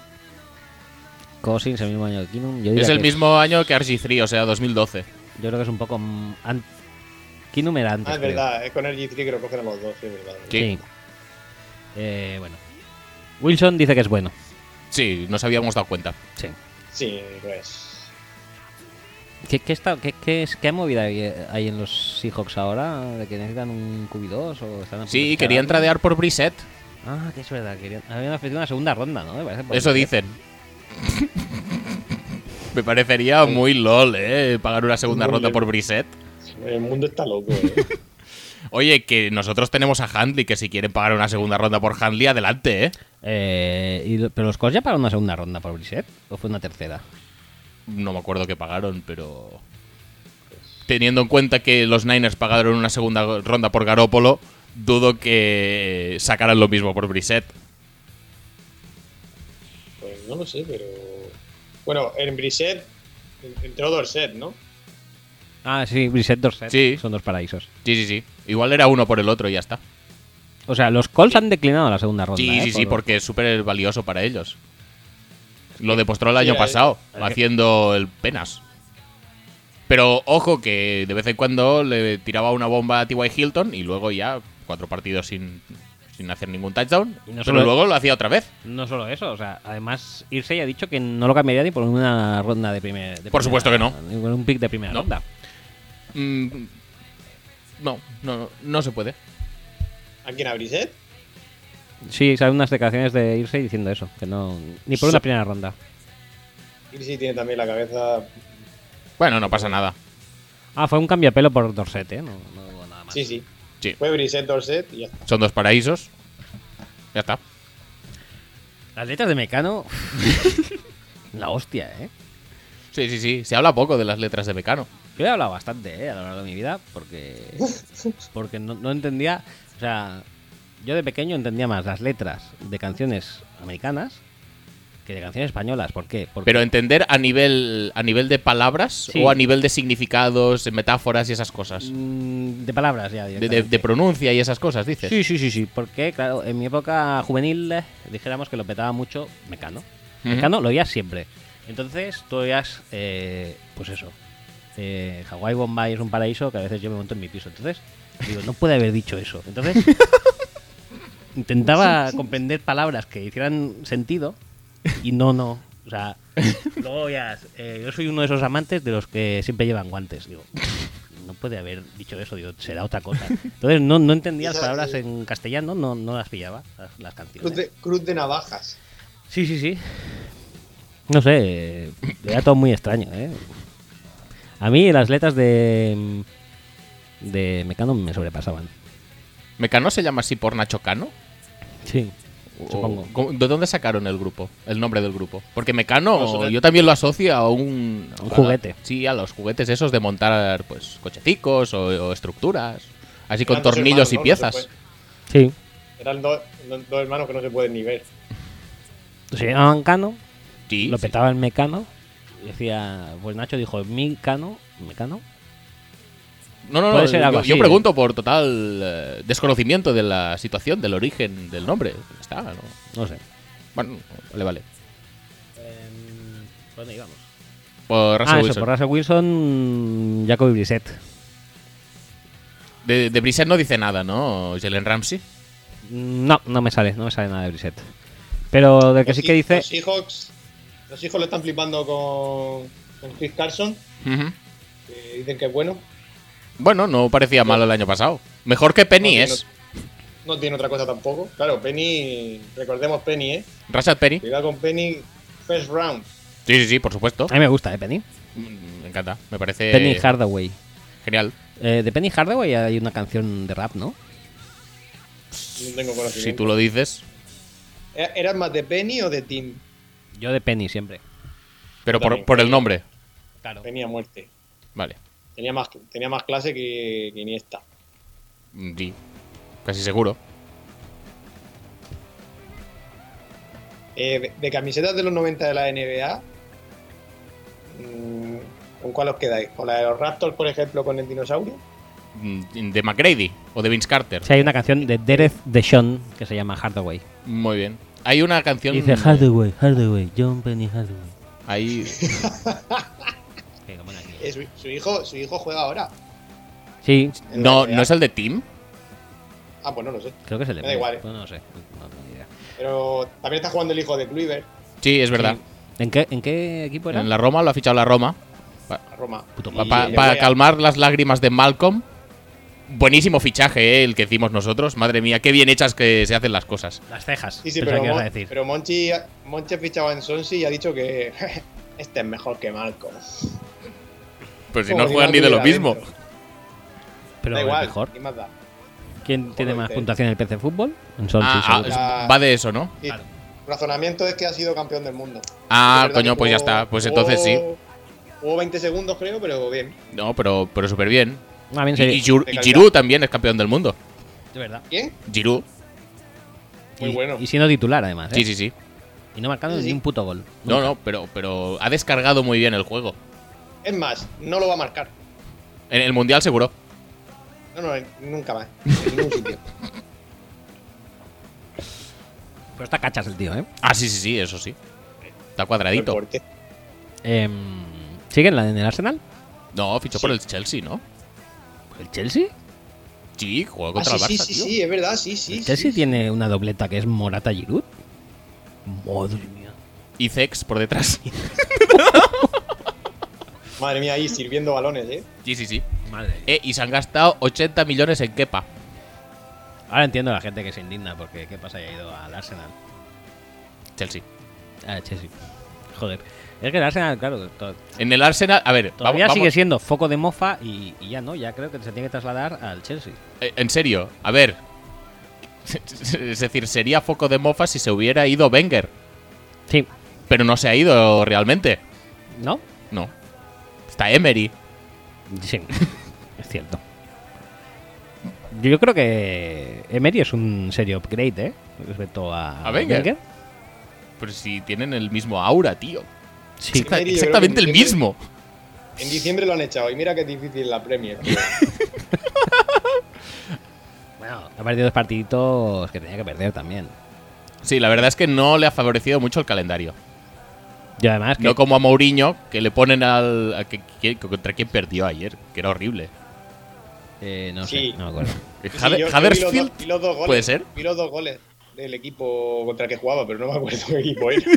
Speaker 1: Cousins, el mismo año que Kinum, yo diría
Speaker 2: Es el
Speaker 1: que
Speaker 2: mismo año que RG3, o sea, 2012.
Speaker 1: Yo creo que es un poco... mm, an- Kinum era antes,
Speaker 3: Ah, es
Speaker 1: creo.
Speaker 3: verdad, es con el G3 que lo cogen a los dos, sí, es verdad.
Speaker 2: Sí.
Speaker 1: Sí. Eh, bueno. Wilson dice que es bueno.
Speaker 2: Sí, nos habíamos dado cuenta.
Speaker 1: Sí.
Speaker 3: Sí, pues.
Speaker 1: ¿Qué, qué, está, qué, qué es, ¿Qué movida hay, eh, hay en los Seahawks ahora? ¿De que necesitan un QB2 o están a punto de
Speaker 2: Sí, querían
Speaker 1: tradear?
Speaker 2: tradear por Brissett.
Speaker 1: Ah, que es verdad. Querían... Habían ofrecido una segunda ronda, ¿no? Me parece, por
Speaker 2: Eso
Speaker 1: Brissett.
Speaker 2: dicen. [LAUGHS] Me parecería muy lol, ¿eh? Pagar una segunda
Speaker 3: Muy
Speaker 2: ronda
Speaker 3: lol.
Speaker 2: por Brissett.
Speaker 3: El mundo está loco, eh.
Speaker 2: [LAUGHS] Oye, que nosotros tenemos a Handley, que si quieren pagar una segunda ronda por Handley, adelante, ¿eh?
Speaker 1: Eh, y lo- ¿Pero los Colts ya pagaron una segunda ronda por Brissett? ¿O fue una tercera?
Speaker 2: No me acuerdo qué pagaron, pero... Teniendo en cuenta que los Niners pagaron una segunda ronda por Garópolo, dudo que sacaran lo mismo por Brissett.
Speaker 3: Pues no lo sé, pero. Bueno, en Brissett en- entró Dorset, ¿no?
Speaker 1: Ah, sí, Brissett, Dorset.
Speaker 2: Sí.
Speaker 1: Son dos paraísos.
Speaker 2: Sí, sí, sí. Igual era uno por el otro y ya está.
Speaker 1: O sea, los Colts han declinado la segunda ronda.
Speaker 2: Sí,
Speaker 1: ¿eh?
Speaker 2: sí, sí,
Speaker 1: Por-
Speaker 2: porque es súper valioso para ellos. Lo demostró el año
Speaker 3: Mira,
Speaker 2: pasado,
Speaker 1: es eh, que-
Speaker 2: haciendo el penas. Pero ojo que de vez en cuando le tiraba una bomba a T.Y. Hilton y luego ya cuatro partidos sin, sin hacer ningún touchdown.
Speaker 1: Y no
Speaker 2: pero
Speaker 1: solo-
Speaker 2: luego lo hacía otra vez.
Speaker 1: No solo eso, o sea, además Irse ya ha dicho que no lo cambiaría ni por una ronda de primer. de
Speaker 2: Por
Speaker 1: primera-
Speaker 2: supuesto que no.
Speaker 1: ni por un pick de primera
Speaker 2: No.
Speaker 1: ronda.
Speaker 2: Mm, no, no, no, no se puede.
Speaker 3: ¿A quién a Brissett?
Speaker 1: Sí, salen unas declaraciones de Irse diciendo eso, que no ni por
Speaker 2: Sí.
Speaker 1: una primera ronda.
Speaker 3: Y sí tiene también la cabeza.
Speaker 2: Bueno, no pasa nada.
Speaker 1: Ah, fue un cambio de pelo por Dorset, ¿eh? No, no hubo nada más.
Speaker 3: Sí, sí.
Speaker 2: Sí,
Speaker 3: Fue Brissett, Dorset y ya está.
Speaker 2: son dos paraísos. Ya está.
Speaker 1: Las letras de Mecano. [LAUGHS] la hostia, ¿eh?
Speaker 2: Sí, sí, sí. Se habla poco de las letras de Mecano.
Speaker 1: Yo he hablado bastante, ¿eh? A lo largo de mi vida, porque. Porque no, no entendía. O sea, yo de pequeño entendía más las letras de canciones americanas que de canciones españolas. ¿Por qué? Porque
Speaker 2: Pero entender a nivel a nivel de palabras
Speaker 1: Sí.
Speaker 2: o a nivel de significados, metáforas y esas cosas.
Speaker 1: Mm, de palabras ya
Speaker 2: De, de-
Speaker 1: directamente.
Speaker 2: de pronuncia y esas cosas, dices.
Speaker 1: Sí, sí, sí, sí, porque claro, en mi época juvenil eh, dijéramos que lo petaba mucho Mecano.
Speaker 2: Ujú.
Speaker 1: Mecano lo oías siempre. Entonces tú oías, eh, pues eso, eh, Hawái Bombay es un paraíso que a veces yo me monto en mi piso. Entonces digo, no puede haber dicho eso. Entonces intentaba comprender palabras que hicieran sentido y no, no. O sea, luego oías, eh, yo soy uno de esos amantes de los que siempre llevan guantes. Digo, no puede haber dicho eso, digo, será otra cosa. Entonces no, no entendía las
Speaker 3: Esa-
Speaker 1: palabras en castellano, no, no las pillaba, las, las canciones.
Speaker 3: Cruz de, cruz de navajas.
Speaker 1: Sí, sí, sí. No sé, era todo muy extraño, ¿eh? A mí las letras de, de Mecano me sobrepasaban.
Speaker 2: ¿Mecano se llama así por Nacho Cano?
Speaker 1: Sí,
Speaker 2: O-
Speaker 1: supongo.
Speaker 2: ¿cómo- ¿De dónde sacaron el grupo? El nombre del grupo. Porque Mecano
Speaker 3: Nosotros-
Speaker 2: yo también lo asocio a un...
Speaker 1: Un
Speaker 2: a-
Speaker 1: juguete.
Speaker 2: sí, a los juguetes esos de montar pues cocheticos o, o estructuras. Así con
Speaker 3: Eran dos
Speaker 2: tornillos
Speaker 3: hermanos,
Speaker 2: y
Speaker 3: ¿no? No
Speaker 2: piezas.
Speaker 3: se
Speaker 1: Sí.
Speaker 3: Eran dos, dos- dos hermanos que no se pueden ni ver.
Speaker 1: Se llamaban Cano,
Speaker 2: Sí,
Speaker 1: lo
Speaker 2: sí.
Speaker 1: petaba el Mecano. y Decía, pues Nacho dijo, mi Cano, Mecano.
Speaker 2: No, no, no.
Speaker 1: Puede ser
Speaker 2: yo-
Speaker 1: algo
Speaker 2: yo,
Speaker 1: así,
Speaker 2: pregunto por total eh, desconocimiento de la situación, del origen del nombre. Ya Está, ¿no?
Speaker 1: No sé.
Speaker 2: Bueno, vale, vale.
Speaker 3: Em, pues
Speaker 1: ¿Dónde íbamos?
Speaker 2: Por Russell
Speaker 1: ah, eso,
Speaker 2: Wilson.
Speaker 1: por Russell Wilson, Jacoby Brissett.
Speaker 2: De, de Brissett no dice nada, ¿no? Jalen Ramsey.
Speaker 1: No, no me sale, no me sale nada de Brissett. Pero del que
Speaker 3: Los
Speaker 1: sí
Speaker 3: hi-
Speaker 1: que dice.
Speaker 3: Los Seahawks, los Seahawks lo están flipando con, con Chris Carson,
Speaker 2: Ujú.
Speaker 3: que dicen que es bueno.
Speaker 2: Bueno, no parecía malo el año pasado. Mejor que Penny
Speaker 3: No,
Speaker 2: es.
Speaker 3: No tiene otra cosa tampoco. Claro, Penny, recordemos Penny, ¿eh?
Speaker 2: Rashad Penny.
Speaker 3: Cuidado con Penny, first round.
Speaker 2: Sí, sí, sí, por supuesto.
Speaker 1: A mí me gusta, ¿eh, Penny?
Speaker 2: Mm, Me encanta. Me parece
Speaker 1: Penny Hardaway.
Speaker 2: genial.
Speaker 1: Eh, de Penny Hardaway hay una canción de rap, ¿no?
Speaker 3: No tengo
Speaker 2: Si
Speaker 3: conocimiento.
Speaker 2: tú lo dices.
Speaker 3: ¿E- ¿Eras más de Penny o de Tim?
Speaker 1: Yo de Penny siempre.
Speaker 2: Pero por,
Speaker 3: Penny.
Speaker 2: por el nombre.
Speaker 1: Claro.
Speaker 3: Penny a muerte.
Speaker 2: Vale.
Speaker 3: Tenía más, tenía más clase que, que Iniesta.
Speaker 2: Mm, Sí. Casi seguro.
Speaker 3: Eh, de, de camisetas de los 90 de la NBA, mm, ¿con cuál os quedáis? ¿Con la de los Raptors, por ejemplo, con el dinosaurio?
Speaker 2: Mm, De McGrady o de Vince Carter.
Speaker 1: O sea, hay una canción de Derek DeShawn que se llama Hardaway.
Speaker 2: Muy bien. Hay una canción.
Speaker 1: Dice Hardaway, Hardaway, John Penny Hardaway.
Speaker 2: [LAUGHS] Ahí.
Speaker 1: Que como una niña.
Speaker 3: Eh, su, su hijo, su hijo juega ahora.
Speaker 1: Sí,
Speaker 3: en
Speaker 2: No,
Speaker 3: la NBA.
Speaker 2: no es el de Tim.
Speaker 3: Ah, pues no lo sé.
Speaker 1: creo que es el de
Speaker 3: Me da igual, eh.
Speaker 1: Bueno, no sé, no tengo ni idea.
Speaker 3: Pero también está jugando el hijo de Kluivert,
Speaker 2: Sí, es verdad.
Speaker 1: ¿En qué, en qué equipo era?
Speaker 2: En la Roma, lo ha fichado la Roma.
Speaker 3: a Roma.
Speaker 1: Puto
Speaker 3: Y
Speaker 1: papá.
Speaker 2: Para
Speaker 3: le voy a-
Speaker 2: calmar las lágrimas de Malcolm. Buenísimo fichaje, eh, el que hicimos nosotros. Madre mía, qué bien hechas que se hacen las cosas.
Speaker 1: Las cejas.
Speaker 3: Sí, sí,
Speaker 1: pensaba
Speaker 3: pero,
Speaker 1: que ibas
Speaker 3: Mon-
Speaker 1: a decir.
Speaker 3: pero Monchi, Monchi ha fichado en Sonsi y ha dicho que [LAUGHS] este es mejor que Malcolm.
Speaker 2: Pero si
Speaker 3: Como
Speaker 2: no juegan
Speaker 3: Iván
Speaker 2: ni de lo
Speaker 3: Rivera
Speaker 2: mismo.
Speaker 3: dentro.
Speaker 1: Pero
Speaker 3: da
Speaker 1: es
Speaker 3: igual,
Speaker 1: mejor.
Speaker 3: ¿qué más da?
Speaker 1: ¿Quién tiene más
Speaker 3: Joder.
Speaker 1: puntuación en el PC Fútbol? En Sol,
Speaker 2: Ah,
Speaker 1: sí,
Speaker 2: ah,
Speaker 1: seguro.
Speaker 3: seguro.
Speaker 2: es- va de eso, ¿no?
Speaker 3: Sí,
Speaker 1: Claro.
Speaker 3: Razonamiento es que ha sido campeón del mundo.
Speaker 2: Ah,
Speaker 3: Es verdad
Speaker 2: coño,
Speaker 3: que
Speaker 2: pues ya
Speaker 3: jugó-
Speaker 2: está. Pues entonces sí.
Speaker 3: jugó- Jugó 20 segundos, creo, pero bien.
Speaker 2: No, pero, pero súper bien.
Speaker 1: Ah, bien,
Speaker 2: Y,
Speaker 1: sí,
Speaker 2: y Giroud-
Speaker 3: de
Speaker 2: y
Speaker 3: calidad.
Speaker 2: Giroud también es campeón del mundo.
Speaker 1: de verdad.
Speaker 3: ¿Quién?
Speaker 2: Giroud.
Speaker 3: Muy
Speaker 1: y,
Speaker 3: bueno.
Speaker 1: y siendo titular, además. ¿eh?
Speaker 2: Sí, sí, sí.
Speaker 1: Y no marcando
Speaker 3: Sí, sí.
Speaker 1: ni un puto gol.
Speaker 2: No, no, pero, pero ha descargado muy bien el juego.
Speaker 3: Es más, no lo va a marcar.
Speaker 2: En el Mundial seguro.
Speaker 3: No, no, en- nunca más. En
Speaker 2: [LAUGHS]
Speaker 3: ningún sitio.
Speaker 1: Pero está cachas el tío, ¿eh?
Speaker 2: Ah, sí, sí, sí, eso sí. Está
Speaker 3: Por
Speaker 2: cuadradito.
Speaker 3: corte.
Speaker 1: Em, ¿Sigue en, la, en el Arsenal?
Speaker 2: No, fichó por el Chelsea, ¿no?
Speaker 1: ¿El Chelsea?
Speaker 2: Sí, jugó
Speaker 3: Ah,
Speaker 2: contra
Speaker 3: sí,
Speaker 2: el Barça,
Speaker 3: sí, sí,
Speaker 2: tío.
Speaker 3: sí, es verdad, sí, sí.
Speaker 1: el Chelsea
Speaker 3: sí.
Speaker 1: tiene una dobleta que es Morata Giroud. Madre mía.
Speaker 2: Y Zex por detrás. [LAUGHS]
Speaker 3: Madre mía, ahí sirviendo balones, ¿eh?
Speaker 2: sí, sí, sí.
Speaker 1: Madre.
Speaker 2: Eh, y se han gastado 80 millones en Kepa.
Speaker 1: Ahora entiendo a la gente que se indigna porque qué pasa, haya ido al Arsenal.
Speaker 2: Chelsea.
Speaker 1: Ah, Chelsea. Joder. Es que el Arsenal, claro, to-
Speaker 2: En el Arsenal, a ver,
Speaker 1: todavía
Speaker 2: vamos-
Speaker 1: sigue siendo foco de mofa y, y ya no, ya creo que se tiene que trasladar al Chelsea.
Speaker 2: Eh, En serio, a ver. [LAUGHS] Es decir, sería foco de mofa si se hubiera ido Wenger.
Speaker 1: Sí.
Speaker 2: Pero no se ha ido realmente.
Speaker 1: ¿No?
Speaker 2: No. Está Emery.
Speaker 1: Sí, es cierto. Yo creo que Emery es un serio upgrade, ¿eh? Respecto a,
Speaker 2: ¿A Wenger? Pero si tienen el mismo aura, tío.
Speaker 1: Sí.
Speaker 2: Está-
Speaker 3: Emery, yo
Speaker 2: exactamente
Speaker 3: creo
Speaker 2: el
Speaker 3: que en diciembre-
Speaker 2: mismo.
Speaker 3: En diciembre lo han echado y mira qué difícil la
Speaker 2: [LAUGHS]
Speaker 3: Premier.
Speaker 1: Bueno, ha perdido dos partiditos que tenía que perder también.
Speaker 2: Sí, la verdad es que no le ha favorecido mucho el calendario.
Speaker 1: Y además que
Speaker 2: No como a Mourinho, que le ponen al. a que- que- contra quien perdió ayer, que era horrible.
Speaker 1: eh, no sé,
Speaker 3: Sí.
Speaker 1: no me acuerdo.
Speaker 2: Hader-
Speaker 3: yo- yo vi los
Speaker 2: Huddersfield.
Speaker 3: dos- vi los dos goles,
Speaker 2: ¿Puede ser?
Speaker 3: Vi los dos goles del equipo contra el que jugaba, pero no me acuerdo qué equipo era.
Speaker 1: No,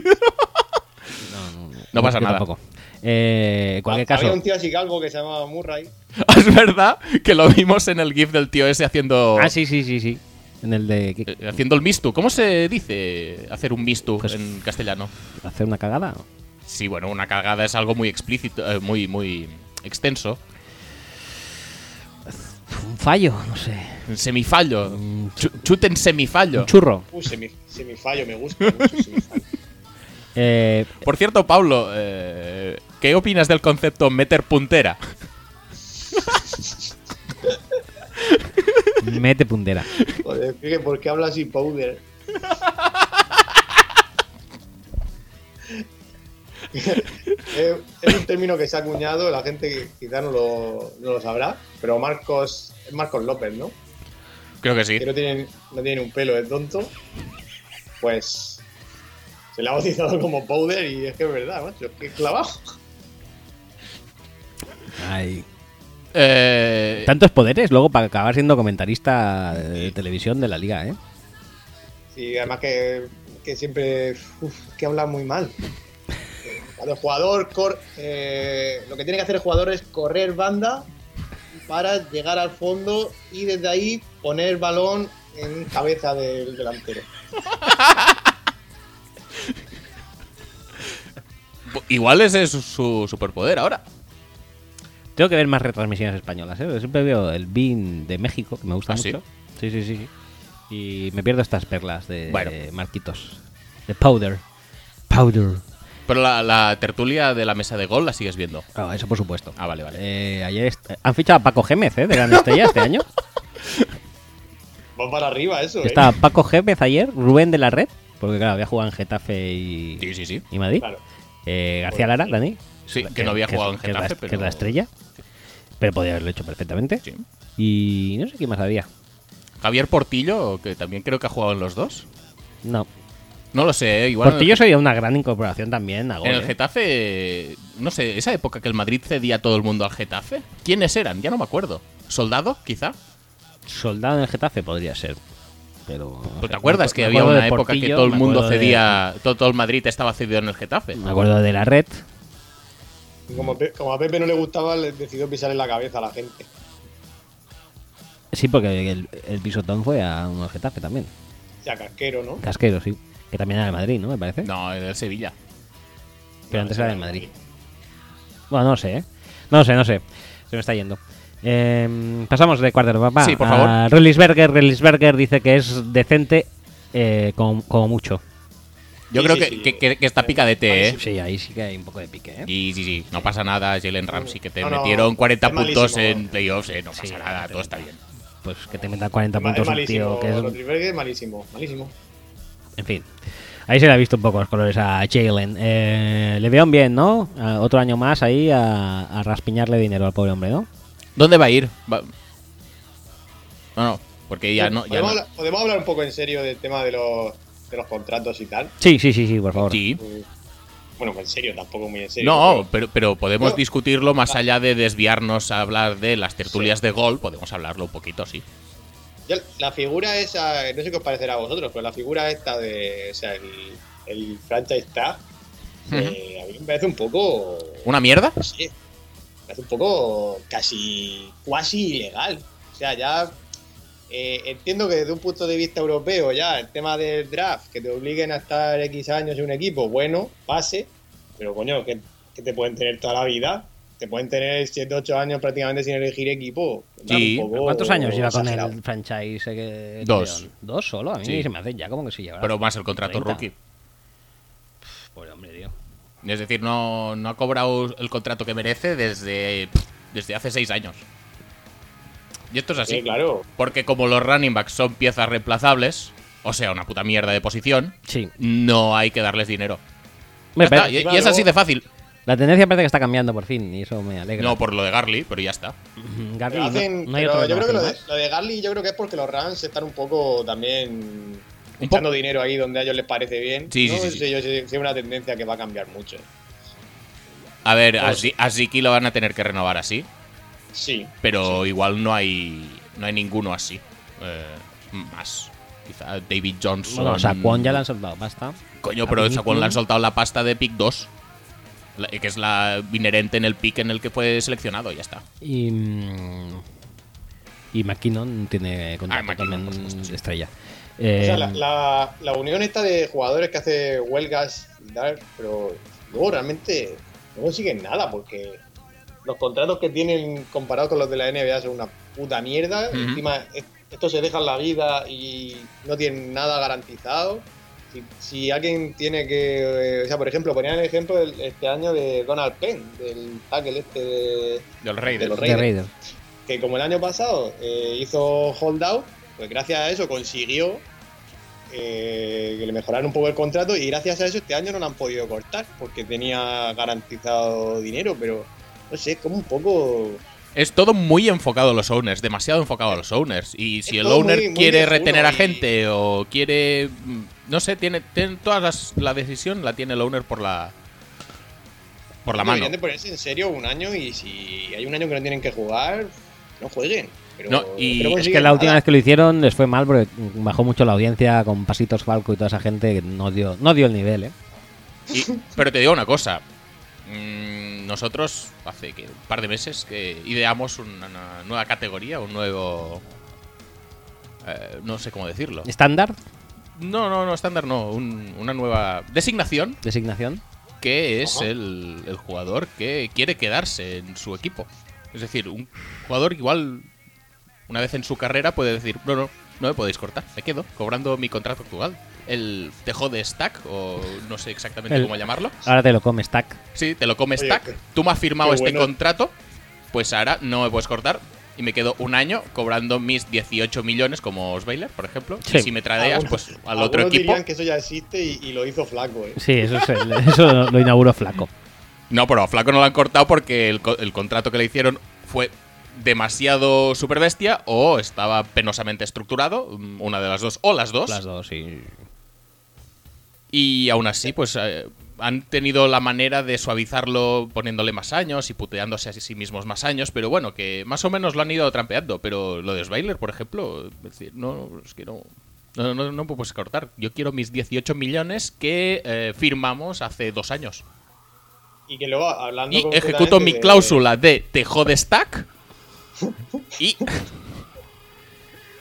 Speaker 1: no, no.
Speaker 2: No pasa
Speaker 1: Yo
Speaker 2: nada.
Speaker 1: Tampoco. Eh, en [LAUGHS] cualquier caso,
Speaker 3: Había un tío así calvo que se llamaba Murray.
Speaker 2: [LAUGHS] Es verdad que lo vimos en el GIF del tío ese haciendo.
Speaker 1: ah, sí, sí, sí, sí. En el de ¿qué?
Speaker 2: eh, Haciendo el mistu. ¿Cómo se dice hacer un mistu
Speaker 1: Pues-
Speaker 2: en castellano?
Speaker 1: hacer una cagada.
Speaker 2: Sí, bueno, una cagada es algo muy explícito, eh, muy, muy extenso.
Speaker 1: Fallo, no sé.
Speaker 2: Semifallo.
Speaker 1: Mm,
Speaker 2: Chu- chute en semifallo.
Speaker 1: Un churro.
Speaker 3: Uy, semi, semifallo, me gusta mucho
Speaker 1: [LAUGHS]
Speaker 3: semifallo.
Speaker 1: Eh,
Speaker 2: Por cierto, Pablo, eh, ¿qué opinas del concepto meter puntera? [LAUGHS]
Speaker 1: mete
Speaker 2: [LAUGHS]
Speaker 1: puntera.
Speaker 3: Joder, Kike, ¿por qué hablas así, Powder? es, es un término que se ha acuñado, la gente que quizá no lo, no lo sabrá, pero Marcos, es Marcos López, ¿no?
Speaker 2: Creo que sí.
Speaker 3: Que no tiene, no tiene un pelo, es tonto. Pues se le ha bautizado como Powder y es que es verdad, macho, es que es clavado.
Speaker 1: Ay.
Speaker 2: Eh,
Speaker 1: Tantos poderes luego para acabar siendo comentarista de televisión de la liga, ¿eh?
Speaker 3: Y además que, que siempre uf, que habla muy mal. Cuando el jugador cor- eh, lo que tiene que hacer el jugador es correr banda para llegar al fondo y desde ahí poner balón en cabeza del delantero.
Speaker 2: igual ese es su superpoder ahora.
Speaker 1: Tengo que ver más retransmisiones españolas, ¿eh? Yo Siempre veo el BIN de México, que me gusta
Speaker 2: ¿Ah, sí?
Speaker 1: mucho. Sí, sí, sí, sí. Y me pierdo estas perlas de
Speaker 2: Bueno.
Speaker 1: de Marquitos. De Powder. Powder.
Speaker 2: Pero la, la tertulia de la mesa de gol la sigues viendo.
Speaker 1: Ah, eso por supuesto.
Speaker 2: Ah, vale, vale.
Speaker 1: Eh, ayer est- han fichado a Paco Gémez, ¿eh? De Gran Estrella este [LAUGHS] año.
Speaker 3: Va para arriba eso, ¿eh?
Speaker 1: Estaba Paco Gémez ayer, Rubén de la Red, porque claro, había jugado en Getafe y,
Speaker 2: Sí, sí, sí.
Speaker 1: y Madrid.
Speaker 3: Claro.
Speaker 1: Eh, García Lara, Dani.
Speaker 2: Sí, que no había
Speaker 1: es-
Speaker 2: jugado en
Speaker 1: que es la-
Speaker 2: Getafe, pero-
Speaker 1: Que es la estrella. Pero podía haberlo hecho perfectamente.
Speaker 2: Sí.
Speaker 1: Y no sé qué más había.
Speaker 2: Javier Portillo, que también creo que ha jugado en los dos.
Speaker 1: No.
Speaker 2: No lo sé, ¿eh? igual. en el-
Speaker 1: Portillo sería una gran incorporación también a gol,
Speaker 2: En el
Speaker 1: ¿eh?
Speaker 2: Getafe, no sé, esa época que el Madrid cedía a todo el mundo al Getafe, ¿quiénes eran? Ya no me acuerdo. ¿Soldado, quizá?
Speaker 1: Soldado en el Getafe podría ser. Pero.
Speaker 2: ¿Pero ¿Te acuerdas
Speaker 1: Me
Speaker 2: que había
Speaker 1: acuerdo
Speaker 2: una
Speaker 1: de
Speaker 2: época que
Speaker 1: Portillo,
Speaker 2: todo el
Speaker 1: me
Speaker 2: mundo
Speaker 1: acuerdo de-
Speaker 2: cedía, todo, todo el Madrid estaba cedido en el Getafe?
Speaker 1: Me acuerdo de la red.
Speaker 3: Y Como, Pe- como a Pepe no le gustaba, le decidió pisar en la cabeza a la gente.
Speaker 1: Sí, porque el, el pisotón fue a un Getafe también.
Speaker 3: Ya casquero, ¿no?
Speaker 1: Casquero, sí. Que también era de Madrid, ¿no? Me parece.
Speaker 2: No, en el Sevilla.
Speaker 1: Pero antes
Speaker 3: no,
Speaker 1: era de
Speaker 3: no, no.
Speaker 1: Madrid. Bueno, no sé, ¿eh? No sé, no sé. Se me está yendo. Eh, pasamos de Quarterback
Speaker 2: Sí, por favor.
Speaker 1: a Rellisberger. Rellisberger dice que es decente eh, como, como mucho.
Speaker 2: Yo
Speaker 3: Sí,
Speaker 2: creo
Speaker 3: sí,
Speaker 2: que,
Speaker 3: sí.
Speaker 2: que- que- que está picadete, ¿eh?
Speaker 1: Sí, ahí sí que hay un poco de pique, ¿eh?
Speaker 2: Y sí, sí, no pasa nada, Jalen Ramsey, que te
Speaker 3: No, no,
Speaker 2: metieron 40
Speaker 3: es
Speaker 2: puntos
Speaker 3: malísimo.
Speaker 2: en playoffs, eh, no pasa
Speaker 1: Sí,
Speaker 2: nada,
Speaker 1: te
Speaker 2: todo está bien.
Speaker 1: metan- Pues que te metan 40
Speaker 3: Es ma- es
Speaker 1: puntos un tío
Speaker 3: malísimo,
Speaker 1: que es...
Speaker 3: Rodríguez, malísimo, malísimo.
Speaker 1: En fin. Ahí se le ha visto un poco los colores a Jalen. Eh, le vean bien, ¿no? A- otro año más ahí a, a raspiñarle dinero al pobre hombre, ¿no?
Speaker 2: ¿Dónde va a ir? Va- No, no, porque ya no. Ya
Speaker 3: ¿Podemos,
Speaker 2: no.
Speaker 3: hablar, podemos hablar un poco en serio del tema de los, de los contratos y tal?
Speaker 1: Sí, sí, sí, sí, por favor.
Speaker 2: Sí.
Speaker 3: Bueno, en serio, tampoco muy en serio.
Speaker 2: No, pero, pero podemos
Speaker 3: Bueno.
Speaker 2: discutirlo más allá de desviarnos a hablar de las tertulias de gol, podemos hablarlo un poquito, sí.
Speaker 3: Yo- la figura esa, no sé qué os parecerá a vosotros, pero la figura esta de. O sea, el, el franchise tag, eh, a mí me parece un poco.
Speaker 2: ¿Una mierda?
Speaker 3: no sé, me Pues parece un poco casi. cuasi ilegal. O sea, ya. eh, entiendo que desde un punto de vista europeo, ya el tema del draft, que te obliguen a estar X años en un equipo, bueno, pase, pero coño, que, que te pueden tener toda la vida. Te pueden tener 7, 8 años prácticamente sin elegir equipo.
Speaker 2: Sí,
Speaker 3: Un poco
Speaker 1: ¿Cuántos años lleva con
Speaker 3: exagerado.
Speaker 1: el franchise? eh, que-
Speaker 2: Dos.
Speaker 1: León? ¿Dos solo? A mí
Speaker 2: Sí.
Speaker 1: se me hace ya como que si llevará.
Speaker 2: Pero más el contrato
Speaker 1: 30.
Speaker 2: rookie.
Speaker 1: Pobre hombre, tío.
Speaker 2: Es decir, no, no ha cobrado el contrato que merece desde, pff, desde hace seis años. Y esto es así.
Speaker 3: Sí, claro.
Speaker 2: Porque como los running backs son piezas reemplazables, o sea, una puta mierda de posición,
Speaker 1: Sí.
Speaker 2: no hay que darles dinero.
Speaker 1: Me
Speaker 2: Ya está,
Speaker 1: parece-
Speaker 2: y, y
Speaker 3: claro.
Speaker 2: es así de fácil.
Speaker 1: la tendencia parece que está cambiando por fin y eso me alegra.
Speaker 2: No por lo de Garly, pero ya está.
Speaker 1: Ujú,
Speaker 3: Pero
Speaker 1: Garry, no-
Speaker 3: hacen-
Speaker 1: Ah, no hay
Speaker 3: pero
Speaker 1: otro
Speaker 3: yo creo que lo
Speaker 1: más.
Speaker 3: de, lo de Garly yo creo que es porque los Rams están un poco también
Speaker 2: Un
Speaker 3: echando dinero ahí donde a ellos les parece bien.
Speaker 2: Sí,
Speaker 3: no
Speaker 2: sí, sí, sí.
Speaker 3: sé yo si- si es una tendencia que va a cambiar mucho.
Speaker 2: A ver,
Speaker 3: Pues-
Speaker 2: así que lo van a tener que renovar así,
Speaker 3: Sí.
Speaker 2: pero igual no hay no hay ninguno así. Eh, más. Quizá David Johnson.
Speaker 1: Bueno, o sea, Kwon ya le han soltado basta.
Speaker 2: Coño,
Speaker 1: a
Speaker 2: pero
Speaker 1: Vinicius.
Speaker 2: Saquon le han soltado la pasta de pick 2, la- que es la inherente en el pick en el que fue seleccionado, ya está.
Speaker 1: Y. mm, Y McKinnon tiene contrato
Speaker 2: Ah, McKinnon,
Speaker 1: también
Speaker 2: por supuesto, sí.
Speaker 1: de estrella.
Speaker 3: O sea,
Speaker 1: Eh,
Speaker 3: la, la- la unión esta de jugadores que hace huelgas y tal, pero luego realmente no consiguen nada porque los contratos que tienen comparados con los de la NBA son una puta mierda.
Speaker 2: Ujú.
Speaker 3: Encima, es- estos se dejan la vida y no tienen nada garantizado. Si, si alguien tiene que. eh, o sea, por ejemplo, ponían el ejemplo del- este año de Donald Penn, del tackle este de,
Speaker 2: Del
Speaker 3: De
Speaker 2: Raiders.
Speaker 3: los
Speaker 1: De
Speaker 3: Raiders.
Speaker 1: Raider.
Speaker 3: que como el año pasado eh, hizo holdout, pues gracias a eso consiguió eh, que le mejoraran un poco el contrato y gracias a eso este año no lo han podido cortar porque tenía garantizado dinero, pero no sé, es como un poco...
Speaker 2: Es todo muy enfocado a los owners, demasiado enfocado a los owners. Y si
Speaker 3: Es
Speaker 2: el
Speaker 3: todo
Speaker 2: owner
Speaker 3: muy- muy
Speaker 2: quiere
Speaker 3: de uno
Speaker 2: retener a
Speaker 3: y-
Speaker 2: gente o quiere. mm, No sé, tiene, tiene todas las- la decisión la tiene el owner por la. Por la mano.
Speaker 3: Deberían de ponerse en serio un año y si hay un año que no tienen que jugar, no jueguen. Pero,
Speaker 2: No, y
Speaker 3: pero
Speaker 1: Es
Speaker 2: es
Speaker 3: consiguen
Speaker 1: que la última
Speaker 3: nada.
Speaker 1: vez que lo hicieron les fue mal porque bajó mucho la audiencia con Pasitos Falco y toda esa gente que no dio, no dio el nivel, ¿eh?
Speaker 2: Y- pero te digo una cosa. Mm, Nosotros hace que un par de meses que ideamos una, una nueva categoría, un nuevo. eh, no sé cómo decirlo.
Speaker 1: Estándar,
Speaker 2: No, no, no, estándar no. un- una nueva designación
Speaker 1: designación.
Speaker 2: que es
Speaker 3: Ajá.
Speaker 2: el, el jugador que quiere quedarse en su equipo. Es decir, un jugador que igual una vez en su carrera puede decir, no, no, no me podéis cortar, me quedo cobrando mi contrato actual. El tejo de stack, o no sé exactamente
Speaker 1: El-
Speaker 2: cómo llamarlo.
Speaker 1: Ahora te lo come Stack.
Speaker 2: Sí, te lo come
Speaker 3: Oye,
Speaker 2: stack.
Speaker 3: qué-
Speaker 2: Tú me has firmado
Speaker 3: qué
Speaker 2: este
Speaker 3: bueno.
Speaker 2: contrato, pues ahora no me puedes cortar. Y me quedo un año cobrando mis 18 millones como Osweiler, por ejemplo.
Speaker 1: Sí.
Speaker 2: Y si me tradeas,
Speaker 3: Algunos-
Speaker 2: pues al otro
Speaker 3: algunos
Speaker 2: equipo.
Speaker 3: dirían que eso ya existe y, y lo hizo flaco, ¿eh?
Speaker 1: Sí, eso, es el- eso lo inauguró Flaco.
Speaker 2: No, pero a Flaco no lo han cortado porque el, co- el contrato que le hicieron fue demasiado super bestia o estaba penosamente estructurado, mm, una de las dos, o las dos.
Speaker 1: Las dos, sí.
Speaker 2: Y aún así, pues eh, han tenido la manera de suavizarlo poniéndole más años y puteándose a sí mismos más años, pero bueno, que más o menos lo han ido trampeando. Pero lo de Osweiler, por ejemplo, es decir, no, es que no. No, no, no me puedes cortar. Yo quiero mis 18 millones que eh, firmamos hace dos años.
Speaker 3: Y que luego hablando...
Speaker 2: Y
Speaker 3: concretamente
Speaker 2: ejecuto mi
Speaker 3: de-
Speaker 2: cláusula de te jode
Speaker 3: [LAUGHS]
Speaker 2: stack. Y.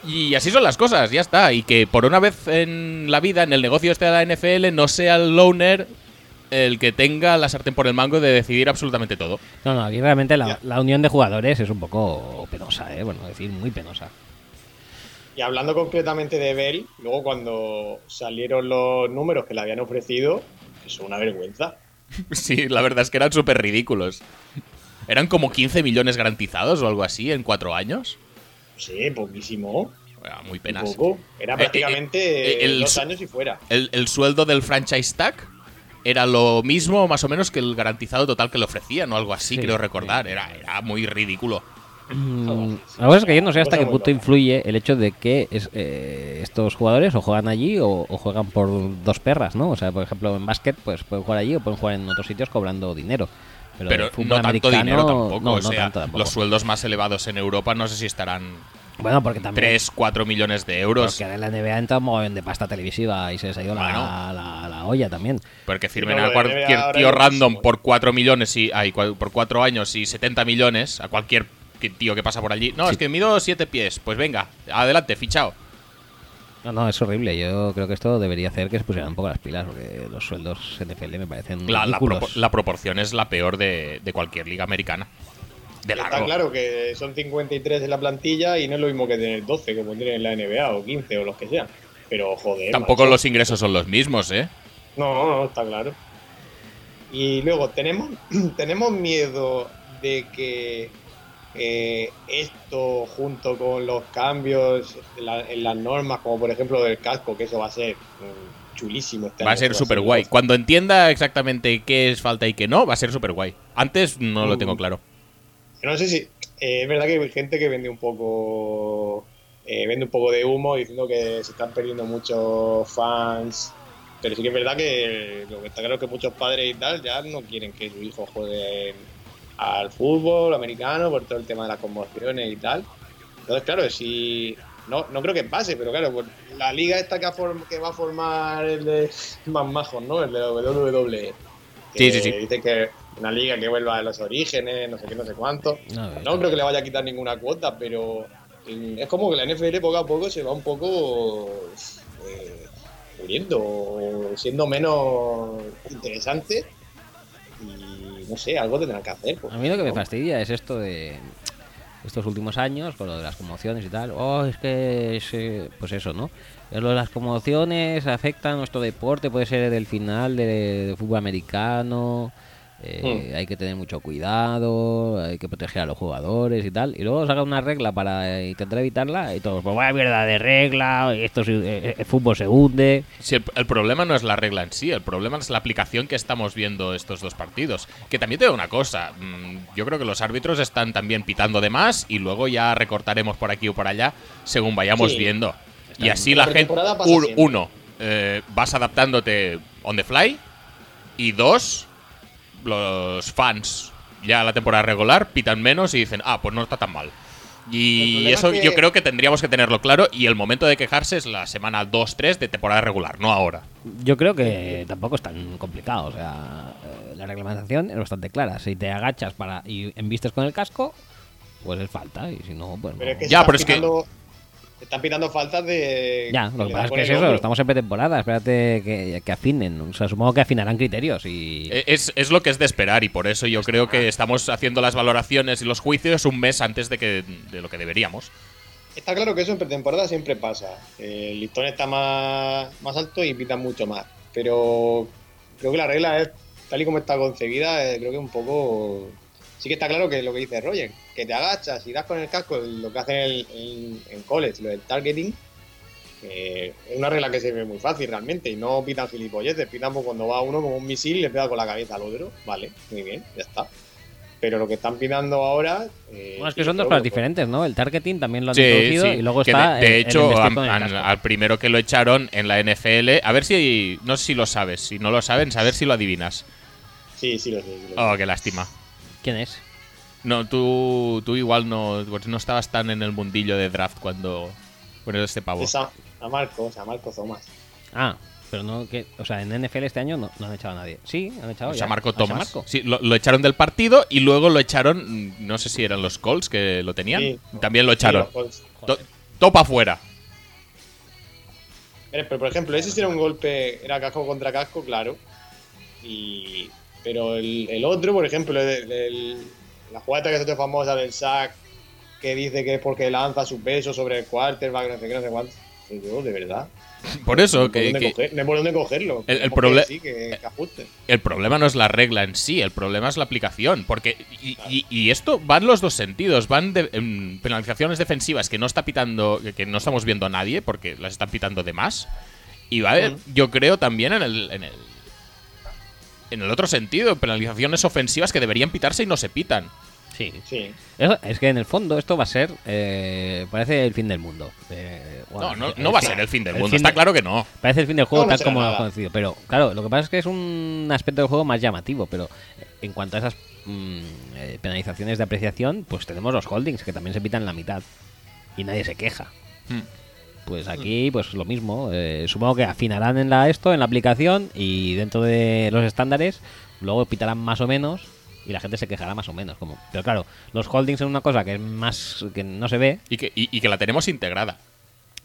Speaker 2: Y así son las cosas, ya está. Y que por una vez en la vida, en el negocio este de la NFL, no sea el loner el que tenga la sartén por el mango de decidir absolutamente todo. [LAUGHS]
Speaker 1: No, no, aquí realmente la,
Speaker 3: Ya.
Speaker 1: la unión de jugadores es un poco penosa, ¿eh? Bueno, decir, muy penosa.
Speaker 3: Y hablando concretamente de Bell, luego cuando salieron los números que le habían ofrecido, es una vergüenza.
Speaker 2: Sí, la verdad es que eran súper ridículos. Eran como 15 millones garantizados o algo así en cuatro años.
Speaker 3: Sí, poquísimo.
Speaker 2: Era muy
Speaker 3: muy
Speaker 2: penas.
Speaker 3: Poco. Era
Speaker 2: Eh,
Speaker 3: prácticamente
Speaker 2: eh, eh, el-
Speaker 3: dos años y fuera.
Speaker 2: El, el sueldo del franchise tag era lo mismo, más o menos, que el garantizado total que le ofrecían o algo así,
Speaker 1: Sí,
Speaker 2: creo recordar. Era, era muy ridículo.
Speaker 1: Mm, La cosa es que yo no sé hasta
Speaker 3: Cosa
Speaker 1: qué
Speaker 3: muy
Speaker 1: punto
Speaker 3: loca.
Speaker 1: influye el hecho de que es- eh, estos jugadores o juegan allí o, o juegan por dos perras, ¿no? O sea, por ejemplo, en básquet pues pueden jugar allí o pueden jugar en otros sitios cobrando dinero. Pero,
Speaker 2: Pero,
Speaker 1: el fútbol
Speaker 2: no tanto
Speaker 1: americano,
Speaker 2: dinero tampoco.
Speaker 1: no,
Speaker 2: o
Speaker 1: no
Speaker 2: sea,
Speaker 1: tanto tampoco.
Speaker 2: los sueldos más elevados en Europa no sé si estarán
Speaker 1: Bueno, porque también
Speaker 2: 3, 4 millones de euros.
Speaker 1: porque ahora en la NBA entra un montón de pasta televisiva y se les ha ido la-
Speaker 2: Bueno.
Speaker 1: la, la olla también.
Speaker 2: Porque firmen
Speaker 3: Sí, no,
Speaker 2: a
Speaker 3: la
Speaker 2: cualquier
Speaker 3: NBA ahora
Speaker 2: tío
Speaker 3: es
Speaker 2: random
Speaker 3: muchísimo.
Speaker 2: por 4 millones y ay, cua- por 4 años y 70 millones a cualquier que- tío que pasa por allí. No,
Speaker 1: Sí.
Speaker 2: es que mido 7 pies. Pues venga, adelante, fichado.
Speaker 1: No, no, es horrible. Yo creo que esto debería hacer que se pusieran un poco las pilas porque los sueldos NFL me parecen
Speaker 2: La, la
Speaker 1: ridículos.
Speaker 2: propo- la proporción es la peor de, de cualquier liga americana. De largo.
Speaker 3: Está claro que son 53 en la plantilla y no es lo mismo que tener 12 como tienen en la NBA o 15 o los que sean. Pero joder.
Speaker 2: Tampoco
Speaker 3: macho.
Speaker 2: los ingresos son los mismos, ¿eh?
Speaker 3: No, no, está claro. Y luego tenemos, [CLEARS THROAT] tenemos miedo de que eh, esto junto con los cambios en, la- en las normas, como por ejemplo del casco, que eso va a ser mm, chulísimo. este
Speaker 2: Va a
Speaker 3: año,
Speaker 2: ser súper guay.
Speaker 3: una
Speaker 2: Cuando entienda exactamente qué es falta y qué no, va a ser súper guay. Antes no lo
Speaker 3: Mm.
Speaker 2: tengo claro.
Speaker 3: cosa. No sé si eh, es verdad que hay gente que vende un poco eh, vende un poco de humo diciendo que se están perdiendo muchos fans. Pero sí que es verdad que lo que está claro es que muchos padres y tal ya no quieren que su hijo juegue al fútbol americano por todo el tema de las conmociones y tal. Entonces, claro, si. No, no creo que pase, pero claro, por la liga esta que, ha form- que va a formar el de [LAUGHS] más majos, ¿no? El de E. la WWE.
Speaker 2: Sí,
Speaker 3: que
Speaker 2: sí, sí.
Speaker 3: Dice que una liga que vuelva a los orígenes, no sé qué, no sé cuánto.
Speaker 1: No, eh,
Speaker 3: No creo que le vaya a quitar ninguna cuota, pero eh, es como que la NFL poco a poco se va un poco eh, muriendo, o siendo menos interesante. Y no sé, algo tendrán que hacer. pues.
Speaker 1: A mí lo que me
Speaker 3: ¿no?
Speaker 1: fastidia es esto de estos últimos años, con lo de las conmociones y tal. Oh, es que, es, eh, pues eso, ¿no? Eh, Lo de las conmociones afecta a nuestro deporte, puede ser del final de, de fútbol americano. eh, Hay que tener mucho cuidado, hay que proteger a los jugadores y tal. Y luego saca una regla para eh, intentar evitarla y todos, pues vaya mierda de regla, esto se- eh, el fútbol se hunde.
Speaker 2: Si el, el problema no es la regla en sí, el problema es la aplicación que estamos viendo estos dos partidos. Que también te digo una cosa, mm, yo creo que los árbitros están también pitando de más y luego ya recortaremos por aquí o por allá según vayamos
Speaker 3: Sí.
Speaker 2: viendo. Y así
Speaker 3: bien.
Speaker 2: la
Speaker 3: La
Speaker 2: gente,
Speaker 3: pretemporada pasa
Speaker 2: un-
Speaker 3: siempre.
Speaker 2: uno, eh, vas adaptándote on the fly y dos, los fans ya la temporada regular pitan menos y dicen, ah, pues no está tan mal.
Speaker 3: El
Speaker 2: Y
Speaker 3: problema
Speaker 2: eso
Speaker 3: es que-
Speaker 2: yo creo que tendríamos que tenerlo claro y el momento de quejarse es la semana 2-3 de temporada regular, no ahora.
Speaker 1: Yo creo que tampoco es tan complicado. O sea, eh, la reglamentación es bastante clara. Si te agachas para y embistes con el casco, pues es falta. Y si no, pues. no.
Speaker 3: Pero es que
Speaker 2: Ya,
Speaker 3: están
Speaker 2: pero es que-
Speaker 3: pitando- Están pitando faltas de.
Speaker 1: Ya, lo
Speaker 3: le
Speaker 1: que
Speaker 3: dan
Speaker 1: pasa es
Speaker 3: con
Speaker 1: que
Speaker 3: el
Speaker 1: es eso.
Speaker 3: hombro.
Speaker 1: Estamos en pretemporada. Espérate que, que afinen. O sea, supongo que afinarán criterios. y
Speaker 2: E- Es, es lo que es de esperar y por eso yo creo que estamos haciendo las valoraciones y los juicios un mes antes de, que, de lo que deberíamos.
Speaker 3: Está claro que eso en pretemporada siempre pasa. Eh, El listón está más, más alto y pita mucho más. Pero creo que la regla es, tal y como está concebida, eh, creo que un poco. Sí que está claro que es lo que dice Roger, que te agachas y das con el casco, lo que hacen en, el- en- en college, lo del targeting. eh, es una regla que se ve muy fácil realmente y no pitan gilipolleces, pitan pues cuando va uno como un misil y le pega con la cabeza al otro, vale, muy bien, ya está. Pero lo que están pitando ahora... eh,
Speaker 1: Bueno, es
Speaker 3: sí
Speaker 1: que son dos
Speaker 3: creo
Speaker 1: cosas diferentes, ¿no? El targeting también lo han
Speaker 2: pues. Sí,
Speaker 1: introducido.
Speaker 2: sí,
Speaker 1: Y luego
Speaker 2: que
Speaker 1: está.
Speaker 2: de, de
Speaker 1: el- el
Speaker 2: hecho,
Speaker 1: embestir
Speaker 2: han-
Speaker 1: con el
Speaker 2: han-
Speaker 1: casco.
Speaker 2: al primero que lo echaron en la NFL, a ver si, no sé si lo sabes, si no lo saben, saber si lo adivinas.
Speaker 3: Sí, sí, lo sé. sí lo sé.
Speaker 2: Oh, qué lástima.
Speaker 1: ¿Quién es?
Speaker 2: No, tú, tú igual no, pues no estabas tan en el mundillo de draft cuando bueno, este pavo.
Speaker 3: Es a, a Marcos, a Marcos Thomas.
Speaker 1: Ah, pero no. que O sea, en NFL este año no, no han echado a nadie. Sí, han echado.
Speaker 2: O
Speaker 1: ya, Ah,
Speaker 2: sea, Marco
Speaker 1: a
Speaker 2: Thomas.
Speaker 1: Samarco.
Speaker 2: Sí, lo, lo echaron del partido y luego lo echaron, mm, no sé si eran los Colts que lo tenían.
Speaker 3: Sí.
Speaker 2: También lo echaron.
Speaker 3: Sí, los Colts.
Speaker 2: To- topa afuera.
Speaker 3: Pero, pero, por ejemplo, ese sí era un golpe, era casco contra casco, claro. Y, pero el, el otro, por ejemplo, el- el- la jugada que se ha hecho famosa del sack, que dice que es porque lanza su peso sobre el quarterback, no sé qué, no sé cuánto. Pues Yo, de verdad.
Speaker 2: Por eso,
Speaker 3: no
Speaker 2: que,
Speaker 3: hay por dónde
Speaker 2: que
Speaker 3: coger- no hay por dónde cogerlo.
Speaker 2: El- el
Speaker 3: Porque
Speaker 2: proble-
Speaker 3: Sí, que, que ajusten.
Speaker 2: el problema no es la regla en sí, el problema es la aplicación. Porque, y, y- y esto van los dos sentidos, van de, em, penalizaciones defensivas que no está pitando, que- que no estamos viendo a nadie, porque las están pitando de más. Y va, a haber, yo creo también en el, en el en el otro sentido, penalizaciones ofensivas que deberían pitarse y no se pitan.
Speaker 1: Sí,
Speaker 3: Sí.
Speaker 1: Eso- es que en el fondo esto va a ser, eh, parece el fin del mundo. Eh,
Speaker 2: No,
Speaker 1: bueno,
Speaker 2: no,
Speaker 1: es-
Speaker 2: no va a
Speaker 1: es-
Speaker 2: ser el fin del
Speaker 1: el
Speaker 2: mundo,
Speaker 1: fin
Speaker 2: está
Speaker 1: de-
Speaker 2: claro que no.
Speaker 1: Parece el fin del juego
Speaker 3: No, no
Speaker 1: tal
Speaker 3: será
Speaker 1: como lo
Speaker 3: nada.
Speaker 1: hemos conocido. Pero claro, lo que pasa es que es un aspecto del juego más llamativo. Pero en cuanto a esas mm, eh, penalizaciones de apreciación, pues tenemos los holdings que también se pitan la mitad. Y nadie se queja.
Speaker 2: Mm.
Speaker 1: Pues aquí, pues lo mismo. eh, supongo que afinarán en la esto, en la aplicación, y dentro de los estándares, luego pitarán más o menos, y la gente se quejará más o menos. Como, pero claro, los holdings son una cosa que es más que no se ve
Speaker 2: Y que, y- y que la tenemos integrada.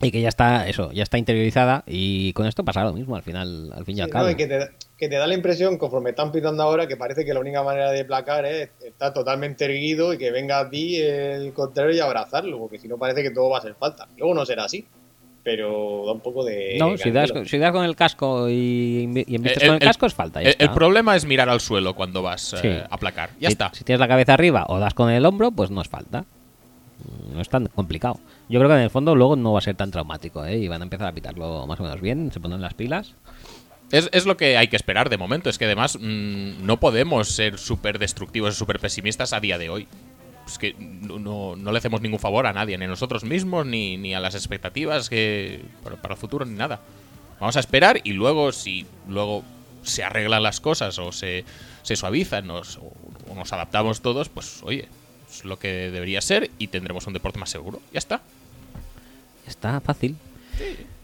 Speaker 1: y que ya está eso, ya está interiorizada, y con esto pasa lo mismo al final, al fin y al
Speaker 3: Sí,
Speaker 1: cabo.
Speaker 3: no, y que, te, que te da la impresión, conforme están pitando ahora, que parece que la única manera de placar es estar totalmente erguido y que venga a ti el contrario y abrazarlo, porque si no parece que todo va a ser falta. Luego no será así, pero da un poco de.
Speaker 1: No, si das,
Speaker 3: cancelo.
Speaker 1: si das con el casco y, invi- y invistes
Speaker 2: El-
Speaker 1: con el,
Speaker 2: Eh, el-
Speaker 1: casco es falta. ya
Speaker 2: El, el
Speaker 1: está.
Speaker 2: problema es mirar al suelo cuando vas eh,
Speaker 1: Sí.
Speaker 2: a placar. Ya
Speaker 1: si,
Speaker 2: está.
Speaker 1: Si tienes la cabeza arriba o das con el hombro, pues no es falta. No es tan complicado. Yo creo que en el fondo luego no va a ser tan traumático, ¿eh? Y van a empezar a pitarlo más o menos bien, se ponen las pilas.
Speaker 2: Es, es lo que hay que esperar de momento. Es que además mm, no podemos ser súper destructivos, súper pesimistas a día de hoy. Es que no, no- no le hacemos ningún favor a nadie, ni a nosotros mismos, ni, ni a las expectativas que para, para el futuro, ni nada. Vamos a esperar y luego, si luego se arreglan las cosas o se, se suavizan nos- o, o nos adaptamos todos, pues oye, es lo que debería ser y tendremos un deporte más seguro. Ya está.
Speaker 1: Está fácil.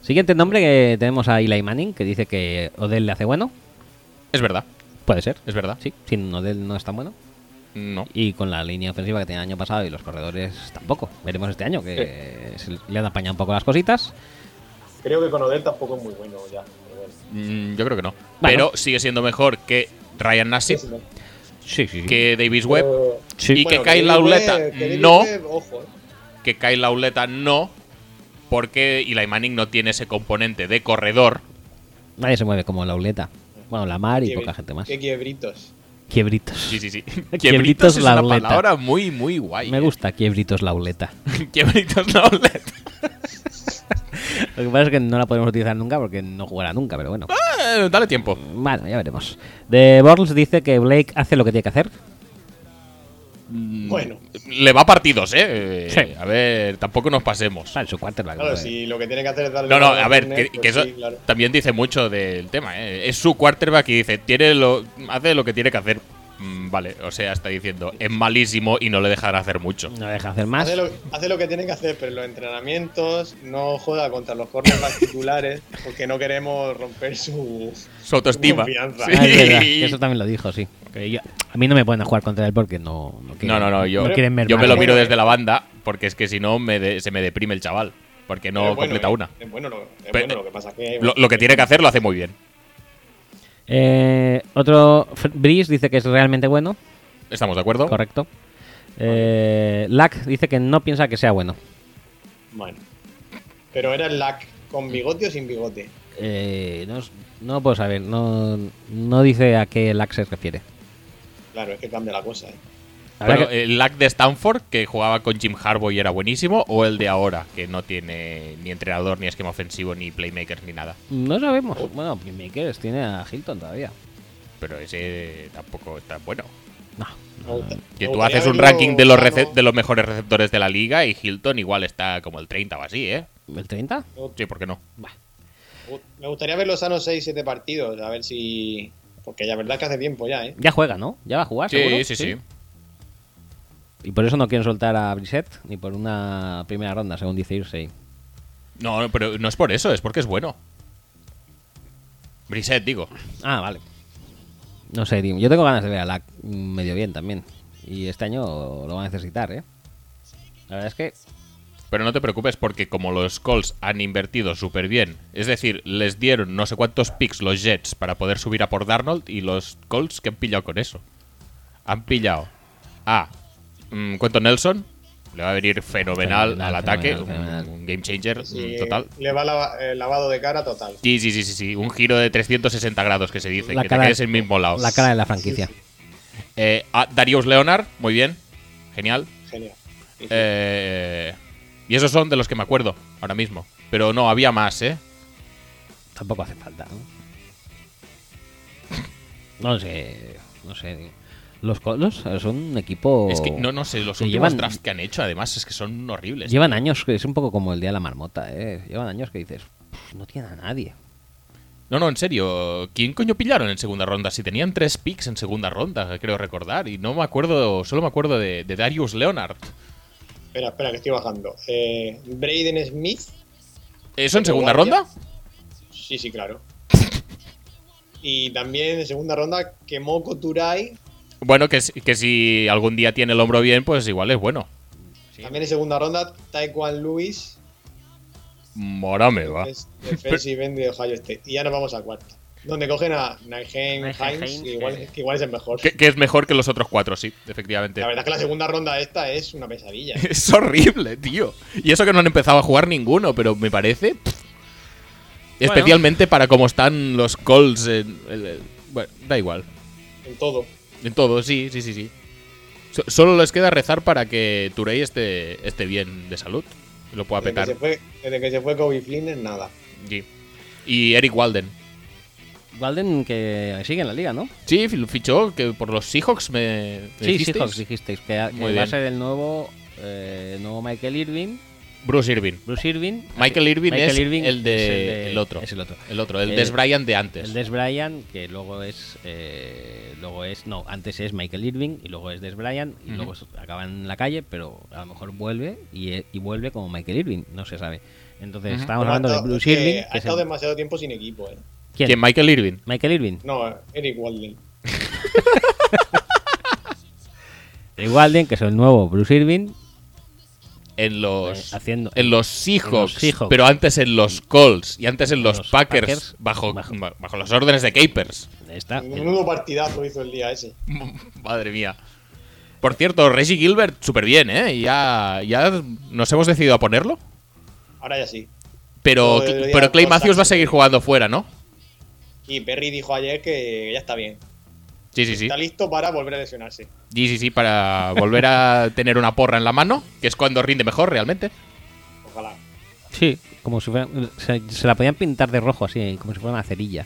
Speaker 1: Siguiente nombre que tenemos a Eli Manning, que dice que Odell le hace bueno.
Speaker 2: Es verdad,
Speaker 1: Puede ser.
Speaker 2: es verdad.
Speaker 1: Sí, sin Odell no es tan bueno.
Speaker 2: No.
Speaker 1: Y con la línea ofensiva que tenía el año pasado y los corredores tampoco. Veremos este año que se le han apañado un poco las cositas.
Speaker 3: Creo que con Odell tampoco es muy bueno ya. pero bueno.
Speaker 2: Mm, yo creo que no.
Speaker 1: Bueno.
Speaker 2: Pero sigue siendo mejor que Ryan Nassib.
Speaker 3: Sí, sí, no.
Speaker 1: Sí, sí, sí.
Speaker 2: que Davis Webb,
Speaker 3: Pero-
Speaker 1: Sí.
Speaker 2: y que
Speaker 3: Bueno,
Speaker 2: Kyle
Speaker 3: David
Speaker 2: Lauleta
Speaker 3: Webb- que David
Speaker 2: no,
Speaker 3: Webb, ojo, eh.
Speaker 2: que Kyle Lauleta no, porque Eli Manning no tiene ese componente de corredor.
Speaker 1: Nadie se mueve como la uleta. Bueno, la mar y
Speaker 3: Qué
Speaker 1: poca
Speaker 3: bri-
Speaker 1: gente más.
Speaker 3: Qué quiebritos.
Speaker 1: Quiebritos. [LAUGHS]
Speaker 2: eh, Sí, sí, sí. Quiebritos,
Speaker 1: Quiebritos
Speaker 2: es una
Speaker 1: Lauleta.
Speaker 2: palabra muy, muy guay.
Speaker 1: Me
Speaker 2: eh.
Speaker 1: gusta quiebritos la uleta.
Speaker 2: [LAUGHS] Quiebritos Lauleta.
Speaker 1: Lo que pasa es que no la podemos utilizar nunca porque no jugará nunca, pero bueno.
Speaker 2: Eh, [LAUGHS] dale tiempo.
Speaker 1: Bueno, ya veremos. The Borls dice que Blake hace lo que tiene que hacer.
Speaker 3: Bueno,
Speaker 2: Le va a partidos, ¿eh? Eh,
Speaker 1: Sí.
Speaker 2: A ver, tampoco nos pasemos.
Speaker 1: Está en su quarterback.
Speaker 3: claro,
Speaker 1: ¿no?
Speaker 3: si lo que tiene que hacer es darle.
Speaker 2: No, no,
Speaker 3: la bola
Speaker 2: a ver,
Speaker 3: Turner,
Speaker 2: que,
Speaker 3: pues
Speaker 2: que eso
Speaker 3: sí, claro.
Speaker 2: también dice mucho del tema, ¿eh? Es su quarterback y dice, tiene lo, hace lo que tiene que hacer. Mm, vale, o sea, está diciendo, es malísimo y no le dejarán hacer mucho.
Speaker 1: No deja hacer
Speaker 2: Ah,
Speaker 1: más.
Speaker 3: Hace lo, hace lo que tiene que hacer, pero en los entrenamientos no joda contra los cornerbacks titulares porque no queremos romper su.
Speaker 2: Su autoestima.
Speaker 3: Confianza.
Speaker 2: Sí.
Speaker 1: Ah, es
Speaker 2: [LAUGHS]
Speaker 1: verdad, que eso también lo dijo, sí. Que yo- a mí no me pueden jugar contra él porque no, no quieren-
Speaker 2: No, no, no, yo,
Speaker 1: no quieren
Speaker 2: yo me
Speaker 1: mermar.
Speaker 2: lo miro
Speaker 3: Bueno,
Speaker 2: desde la banda porque es que si no me de- se me deprime el chaval, porque no
Speaker 3: Pero bueno,
Speaker 2: completa
Speaker 3: eh,
Speaker 2: una.
Speaker 3: es bueno, lo, es
Speaker 2: Pero-
Speaker 3: bueno, lo que pasa es que.
Speaker 2: Lo, lo que tiene que hacer lo hace muy bien.
Speaker 1: Eh, otro, F- Breeze dice que es realmente bueno,
Speaker 2: ¿Estamos de acuerdo?
Speaker 1: correcto. Eh, Lack dice que no piensa que sea bueno.
Speaker 3: Bueno. Pero era el lac con bigote o sin bigote.
Speaker 1: Eh, no, s- no puedo saber, no, no dice a qué Lack se refiere.
Speaker 3: Claro, es que cambia la cosa, ¿eh?
Speaker 1: Habrá
Speaker 2: Bueno,
Speaker 1: que-
Speaker 2: ¿El LAC de Stanford, que jugaba con Jim Harbaugh y era buenísimo, o el de ahora, que no tiene ni entrenador, ni esquema ofensivo, ni playmakers, ni nada?
Speaker 1: no sabemos. Bueno, Playmakers tiene a Hilton todavía.
Speaker 2: Pero ese tampoco es tan bueno.
Speaker 1: No.
Speaker 3: Me gusta-
Speaker 2: Ah, Que
Speaker 3: me
Speaker 2: tú
Speaker 3: gustaría
Speaker 2: haces un
Speaker 3: verlo
Speaker 2: ranking de los,
Speaker 3: sano.
Speaker 2: rece- de los mejores receptores de la liga y Hilton igual está como el 30 o así, ¿eh?
Speaker 1: ¿El 30?
Speaker 2: Sí, ¿por qué no?
Speaker 1: Bah.
Speaker 3: Me gustaría verlo sano 6-7 partidos, a ver si. Porque la verdad es que hace tiempo ya, ¿eh?
Speaker 1: Ya juega, ¿no? Ya va a jugar, Ah, seguro.
Speaker 2: Sí, sí, sí.
Speaker 1: Y por eso no quieren soltar a Brissett ni por una primera ronda, según dice Irsey.
Speaker 2: No, no, pero no es por eso, es porque es bueno. Brissett, digo.
Speaker 1: Ah, vale. No sé, tío. Yo tengo ganas de ver a Lack medio bien también. Y este año lo va a necesitar, ¿eh? La verdad es que.
Speaker 2: Pero no te preocupes porque como los Colts han invertido súper bien, es decir, les dieron no sé cuántos picks los Jets para poder subir a por Darnold y los Colts que han pillado con eso. Han pillado a mm, Quentin Nelson, le va a venir fenomenal,
Speaker 1: Fenomenal,
Speaker 2: al ataque,
Speaker 1: fenomenal,
Speaker 2: un-
Speaker 1: fenomenal.
Speaker 2: Un, game changer
Speaker 3: Sí,
Speaker 2: mm, total.
Speaker 3: Le va lava- eh, lavado de cara total.
Speaker 2: Sí, sí, sí, sí, sí, un giro de 360 grados que se dice,
Speaker 1: La
Speaker 2: que
Speaker 1: cara-
Speaker 2: te quedes en el mismo lado.
Speaker 1: La cara de la franquicia.
Speaker 2: Eh, a Darius Leonard, muy bien, genial.
Speaker 3: Genial. Sí, sí.
Speaker 2: Eh, y esos son de los que me acuerdo ahora mismo. Pero no, había más, ¿eh?
Speaker 1: Tampoco hace falta, ¿no? No sé. No sé. tío. Los Colts son un equipo.
Speaker 2: Es que no, no sé, los
Speaker 1: que
Speaker 2: últimos
Speaker 1: llevan-
Speaker 2: drafts que han hecho, además, es que son horribles.
Speaker 1: Llevan años, que es un poco como el día de la marmota, ¿eh? Llevan años que dices, "Pff, no tiene a nadie.
Speaker 2: No, no, en serio, ¿quién coño pillaron en segunda ronda? Si tenían tres picks en segunda ronda, creo recordar, y no me acuerdo, solo me acuerdo de, de Darius Leonard.
Speaker 3: Espera, espera, que estoy bajando. Eh, Braden Smith.
Speaker 2: ¿Eso en
Speaker 3: Pero
Speaker 2: segunda
Speaker 3: guardia.
Speaker 2: ronda?
Speaker 3: Sí, sí, claro. Y también en segunda ronda, Kemoko Turai.
Speaker 2: Bueno, que, si- que si algún día tiene el hombro bien, pues igual es bueno.
Speaker 3: También en segunda ronda, Taekwon Lewis.
Speaker 2: Mora me va.
Speaker 3: defens- Defensive end de Ohio State. Y ya nos vamos a cuarta. Donde cogen a Naheem
Speaker 1: Nyheim
Speaker 3: Hines, que
Speaker 1: Hines,
Speaker 3: igual, que igual es el mejor.
Speaker 2: Que, que es mejor que los otros cuatro, sí, efectivamente.
Speaker 3: La verdad es que la segunda ronda esta es una pesadilla. ¿eh?
Speaker 2: [LAUGHS] Es horrible, tío. Y eso que no han empezado a jugar ninguno, pero me parece. pff, Especialmente para cómo están los calls. En, el- el- bueno, da igual.
Speaker 3: En todo.
Speaker 2: En todo, sí, sí, sí, sí. So- solo les queda rezar para que Turey esté, esté bien de salud. Lo pueda
Speaker 3: Desde que,
Speaker 2: petar.
Speaker 3: se fue, desde que se fue Kobe Flynn, nada.
Speaker 2: Sí. Y Eric Walden.
Speaker 1: Walden que sigue en la liga, ¿no?
Speaker 2: Sí, lo fichó que por los Seahawks me. me
Speaker 1: Sí,
Speaker 2: dijisteis.
Speaker 1: Seahawks dijisteis que que
Speaker 2: Muy
Speaker 1: va a
Speaker 2: bien.
Speaker 1: ser el nuevo, eh, nuevo Michael Irving,
Speaker 2: Bruce Irving.
Speaker 1: Bruce Irving.
Speaker 2: Michael Irving
Speaker 1: Michael
Speaker 2: es
Speaker 1: Irving
Speaker 2: el de- el otro.
Speaker 1: Es el otro.
Speaker 2: El otro, el
Speaker 1: Eh,
Speaker 2: Des Bryant de antes.
Speaker 1: El Des Bryant, que luego es, eh, luego es, no, antes es Michael Irving y luego es Des Bryant y
Speaker 2: Ujú.
Speaker 1: luego es- acaba en la calle, pero a lo mejor vuelve y, eh, y vuelve como Michael Irving, no se sabe. Entonces,
Speaker 2: Ujú.
Speaker 1: estamos
Speaker 3: Pero ha
Speaker 1: hablando de
Speaker 3: estado-
Speaker 1: Bruce
Speaker 3: es que
Speaker 1: Irving. que
Speaker 3: Ha
Speaker 1: es
Speaker 3: estado
Speaker 1: el-
Speaker 3: demasiado tiempo sin equipo, ¿eh?
Speaker 1: ¿Quién?
Speaker 2: ¿Quién? Michael Irving.
Speaker 1: Michael Irving.
Speaker 3: No, Eric Walden.
Speaker 1: Walden, que es el nuevo Bruce Irving.
Speaker 2: en los,
Speaker 1: Eh, haciendo-
Speaker 2: en los, Seahawks,
Speaker 1: en los Seahawks.
Speaker 2: pero antes en los Colts y antes en los,
Speaker 1: los
Speaker 2: Packers,
Speaker 1: Packers,
Speaker 2: bajo,
Speaker 1: bajo-
Speaker 2: ba- bajo las órdenes de Capers.
Speaker 1: Ahí está.
Speaker 3: Menudo partidazo hizo el día ese.
Speaker 2: [LAUGHS] Madre mía. Por cierto, Reggie Gilbert, súper bien, ¿eh? Ya, ya nos hemos decidido a ponerlo.
Speaker 3: Ahora ya sí.
Speaker 2: Pero,
Speaker 3: Todo el día
Speaker 2: pero Clay
Speaker 3: cosas.
Speaker 2: Matthews va a seguir jugando fuera, ¿no?
Speaker 3: Y Perry dijo ayer que ya está bien.
Speaker 2: Sí, sí, sí.
Speaker 3: Está listo para volver a lesionarse.
Speaker 2: Sí, sí, sí, para volver a tener una porra en la mano, que es cuando rinde mejor realmente.
Speaker 3: Ojalá.
Speaker 1: Sí, como si fuera, se, se la podían pintar de rojo así, eh, como si fuera una cerilla.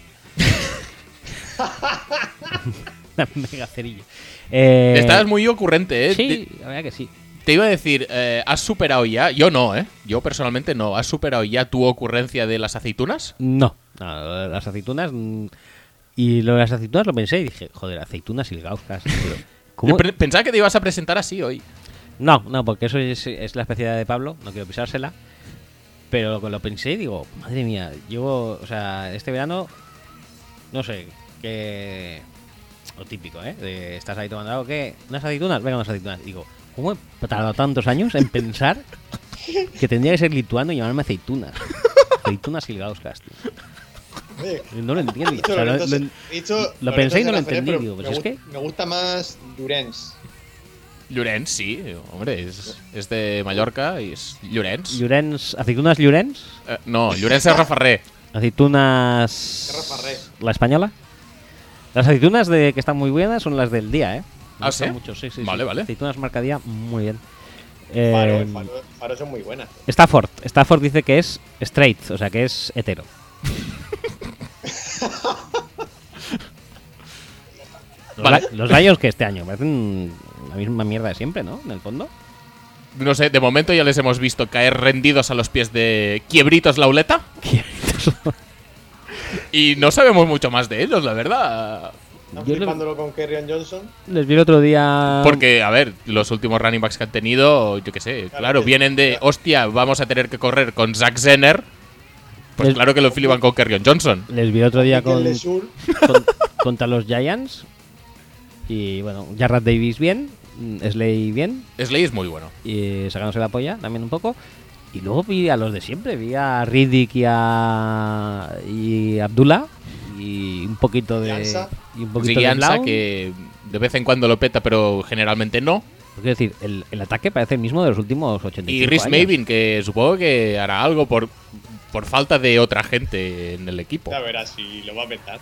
Speaker 1: una mega cerilla. Eh,
Speaker 2: Estabas muy ocurrente, ¿eh?
Speaker 1: Sí, la verdad que sí.
Speaker 2: Te, te iba a decir, eh, ¿has superado ya? Yo no, ¿eh? Yo personalmente no. ¿Has superado ya tu ocurrencia de las aceitunas?
Speaker 1: No, no, lo de las aceitunas. mm, Y lo de las aceitunas lo pensé y dije, joder, aceitunas y gauzas. tío. ¿Cómo?
Speaker 2: Yo pre- Pensaba que te ibas a presentar así hoy.
Speaker 1: No, no, porque eso es, es la especialidad de Pablo, no quiero pisársela. Pero lo, lo pensé y digo, madre mía, llevo, o sea, este verano, no sé, que. Lo típico, ¿eh? De, estás ahí tomando algo, ¿qué? ¿Unas aceitunas? Venga, unas aceitunas. Digo, ¿cómo he tardado tantos años en pensar que tendría que ser lituano y llamarme aceitunas? Aceitunas silgauskas, tío.
Speaker 3: Oye,
Speaker 1: No lo entiendo.
Speaker 3: dicho
Speaker 1: o sea, lo-
Speaker 3: Lorenzo-
Speaker 1: lo-
Speaker 3: dicho
Speaker 1: lo
Speaker 3: Lorenzo
Speaker 1: pensé y no lo
Speaker 3: Seraférez,
Speaker 1: entendí,
Speaker 3: pero
Speaker 1: digo, pues
Speaker 3: me
Speaker 1: es
Speaker 3: gu-
Speaker 1: que-
Speaker 3: Me gusta más Durens.
Speaker 2: Llorens, sí, hombre, es, es de Mallorca y es Llorens.
Speaker 1: Llorens- aceitunas Llorens,
Speaker 2: Eh, no, Llorens es Rafa Re.
Speaker 1: aceitunas.
Speaker 3: Rafa Rey.
Speaker 1: La española. Las aceitunas de que están muy buenas son las del día, ¿eh? Me
Speaker 2: Ah,
Speaker 1: gustan
Speaker 2: ¿sí?
Speaker 1: mucho, sí, sí,
Speaker 2: Vale,
Speaker 1: sí.
Speaker 2: vale.
Speaker 1: Aceitunas marca día, muy bien.
Speaker 3: Faro,
Speaker 1: Eh,
Speaker 3: Faro, Faro son muy buenas.
Speaker 1: Stafford. Stafford dice que es straight, o sea que es
Speaker 2: [LAUGHS]
Speaker 1: hetero. Los,
Speaker 2: Vale.
Speaker 1: ra- los rayos que este año parecen la misma mierda de siempre, ¿no? En el fondo.
Speaker 2: [LAUGHS] No sé, de momento ya les hemos visto caer rendidos a los pies de Quiebritos Lauleta. Y no sabemos mucho más de ellos, la verdad.
Speaker 3: Están
Speaker 1: Yo le-
Speaker 3: flipándolo con Kerrion Johnson.
Speaker 1: Les vi el otro día.
Speaker 2: Porque, a ver, los últimos running backs que han tenido, yo qué sé, claro,
Speaker 3: que-
Speaker 2: vienen de, hostia, vamos a tener que correr con Zack Zenner. Pues
Speaker 1: El-
Speaker 2: claro que lo flipan con Kerrion Johnson.
Speaker 1: Les vi el otro día
Speaker 3: Mikel
Speaker 1: con,
Speaker 3: Lesur.
Speaker 1: con- contra los Giants. Y bueno, Jarrett Davis bien, mm, Slay bien,
Speaker 2: Slay es muy bueno.
Speaker 1: y sacándose la polla también un poco. Y luego vi a los de siempre, vi a Riddick y a y Abdullah y un poquito de
Speaker 3: Ansa.
Speaker 1: y un poquito
Speaker 2: Ziggy
Speaker 1: de
Speaker 2: Ansah,
Speaker 1: Blount.
Speaker 2: que de vez en cuando lo peta, pero generalmente no.
Speaker 1: Quiero decir, el, el ataque parece el mismo de los últimos 85
Speaker 2: Y Rhys
Speaker 1: años.
Speaker 2: Mavin, que supongo que hará algo por, por falta de otra gente en el equipo.
Speaker 3: Ya verás si lo va a petar.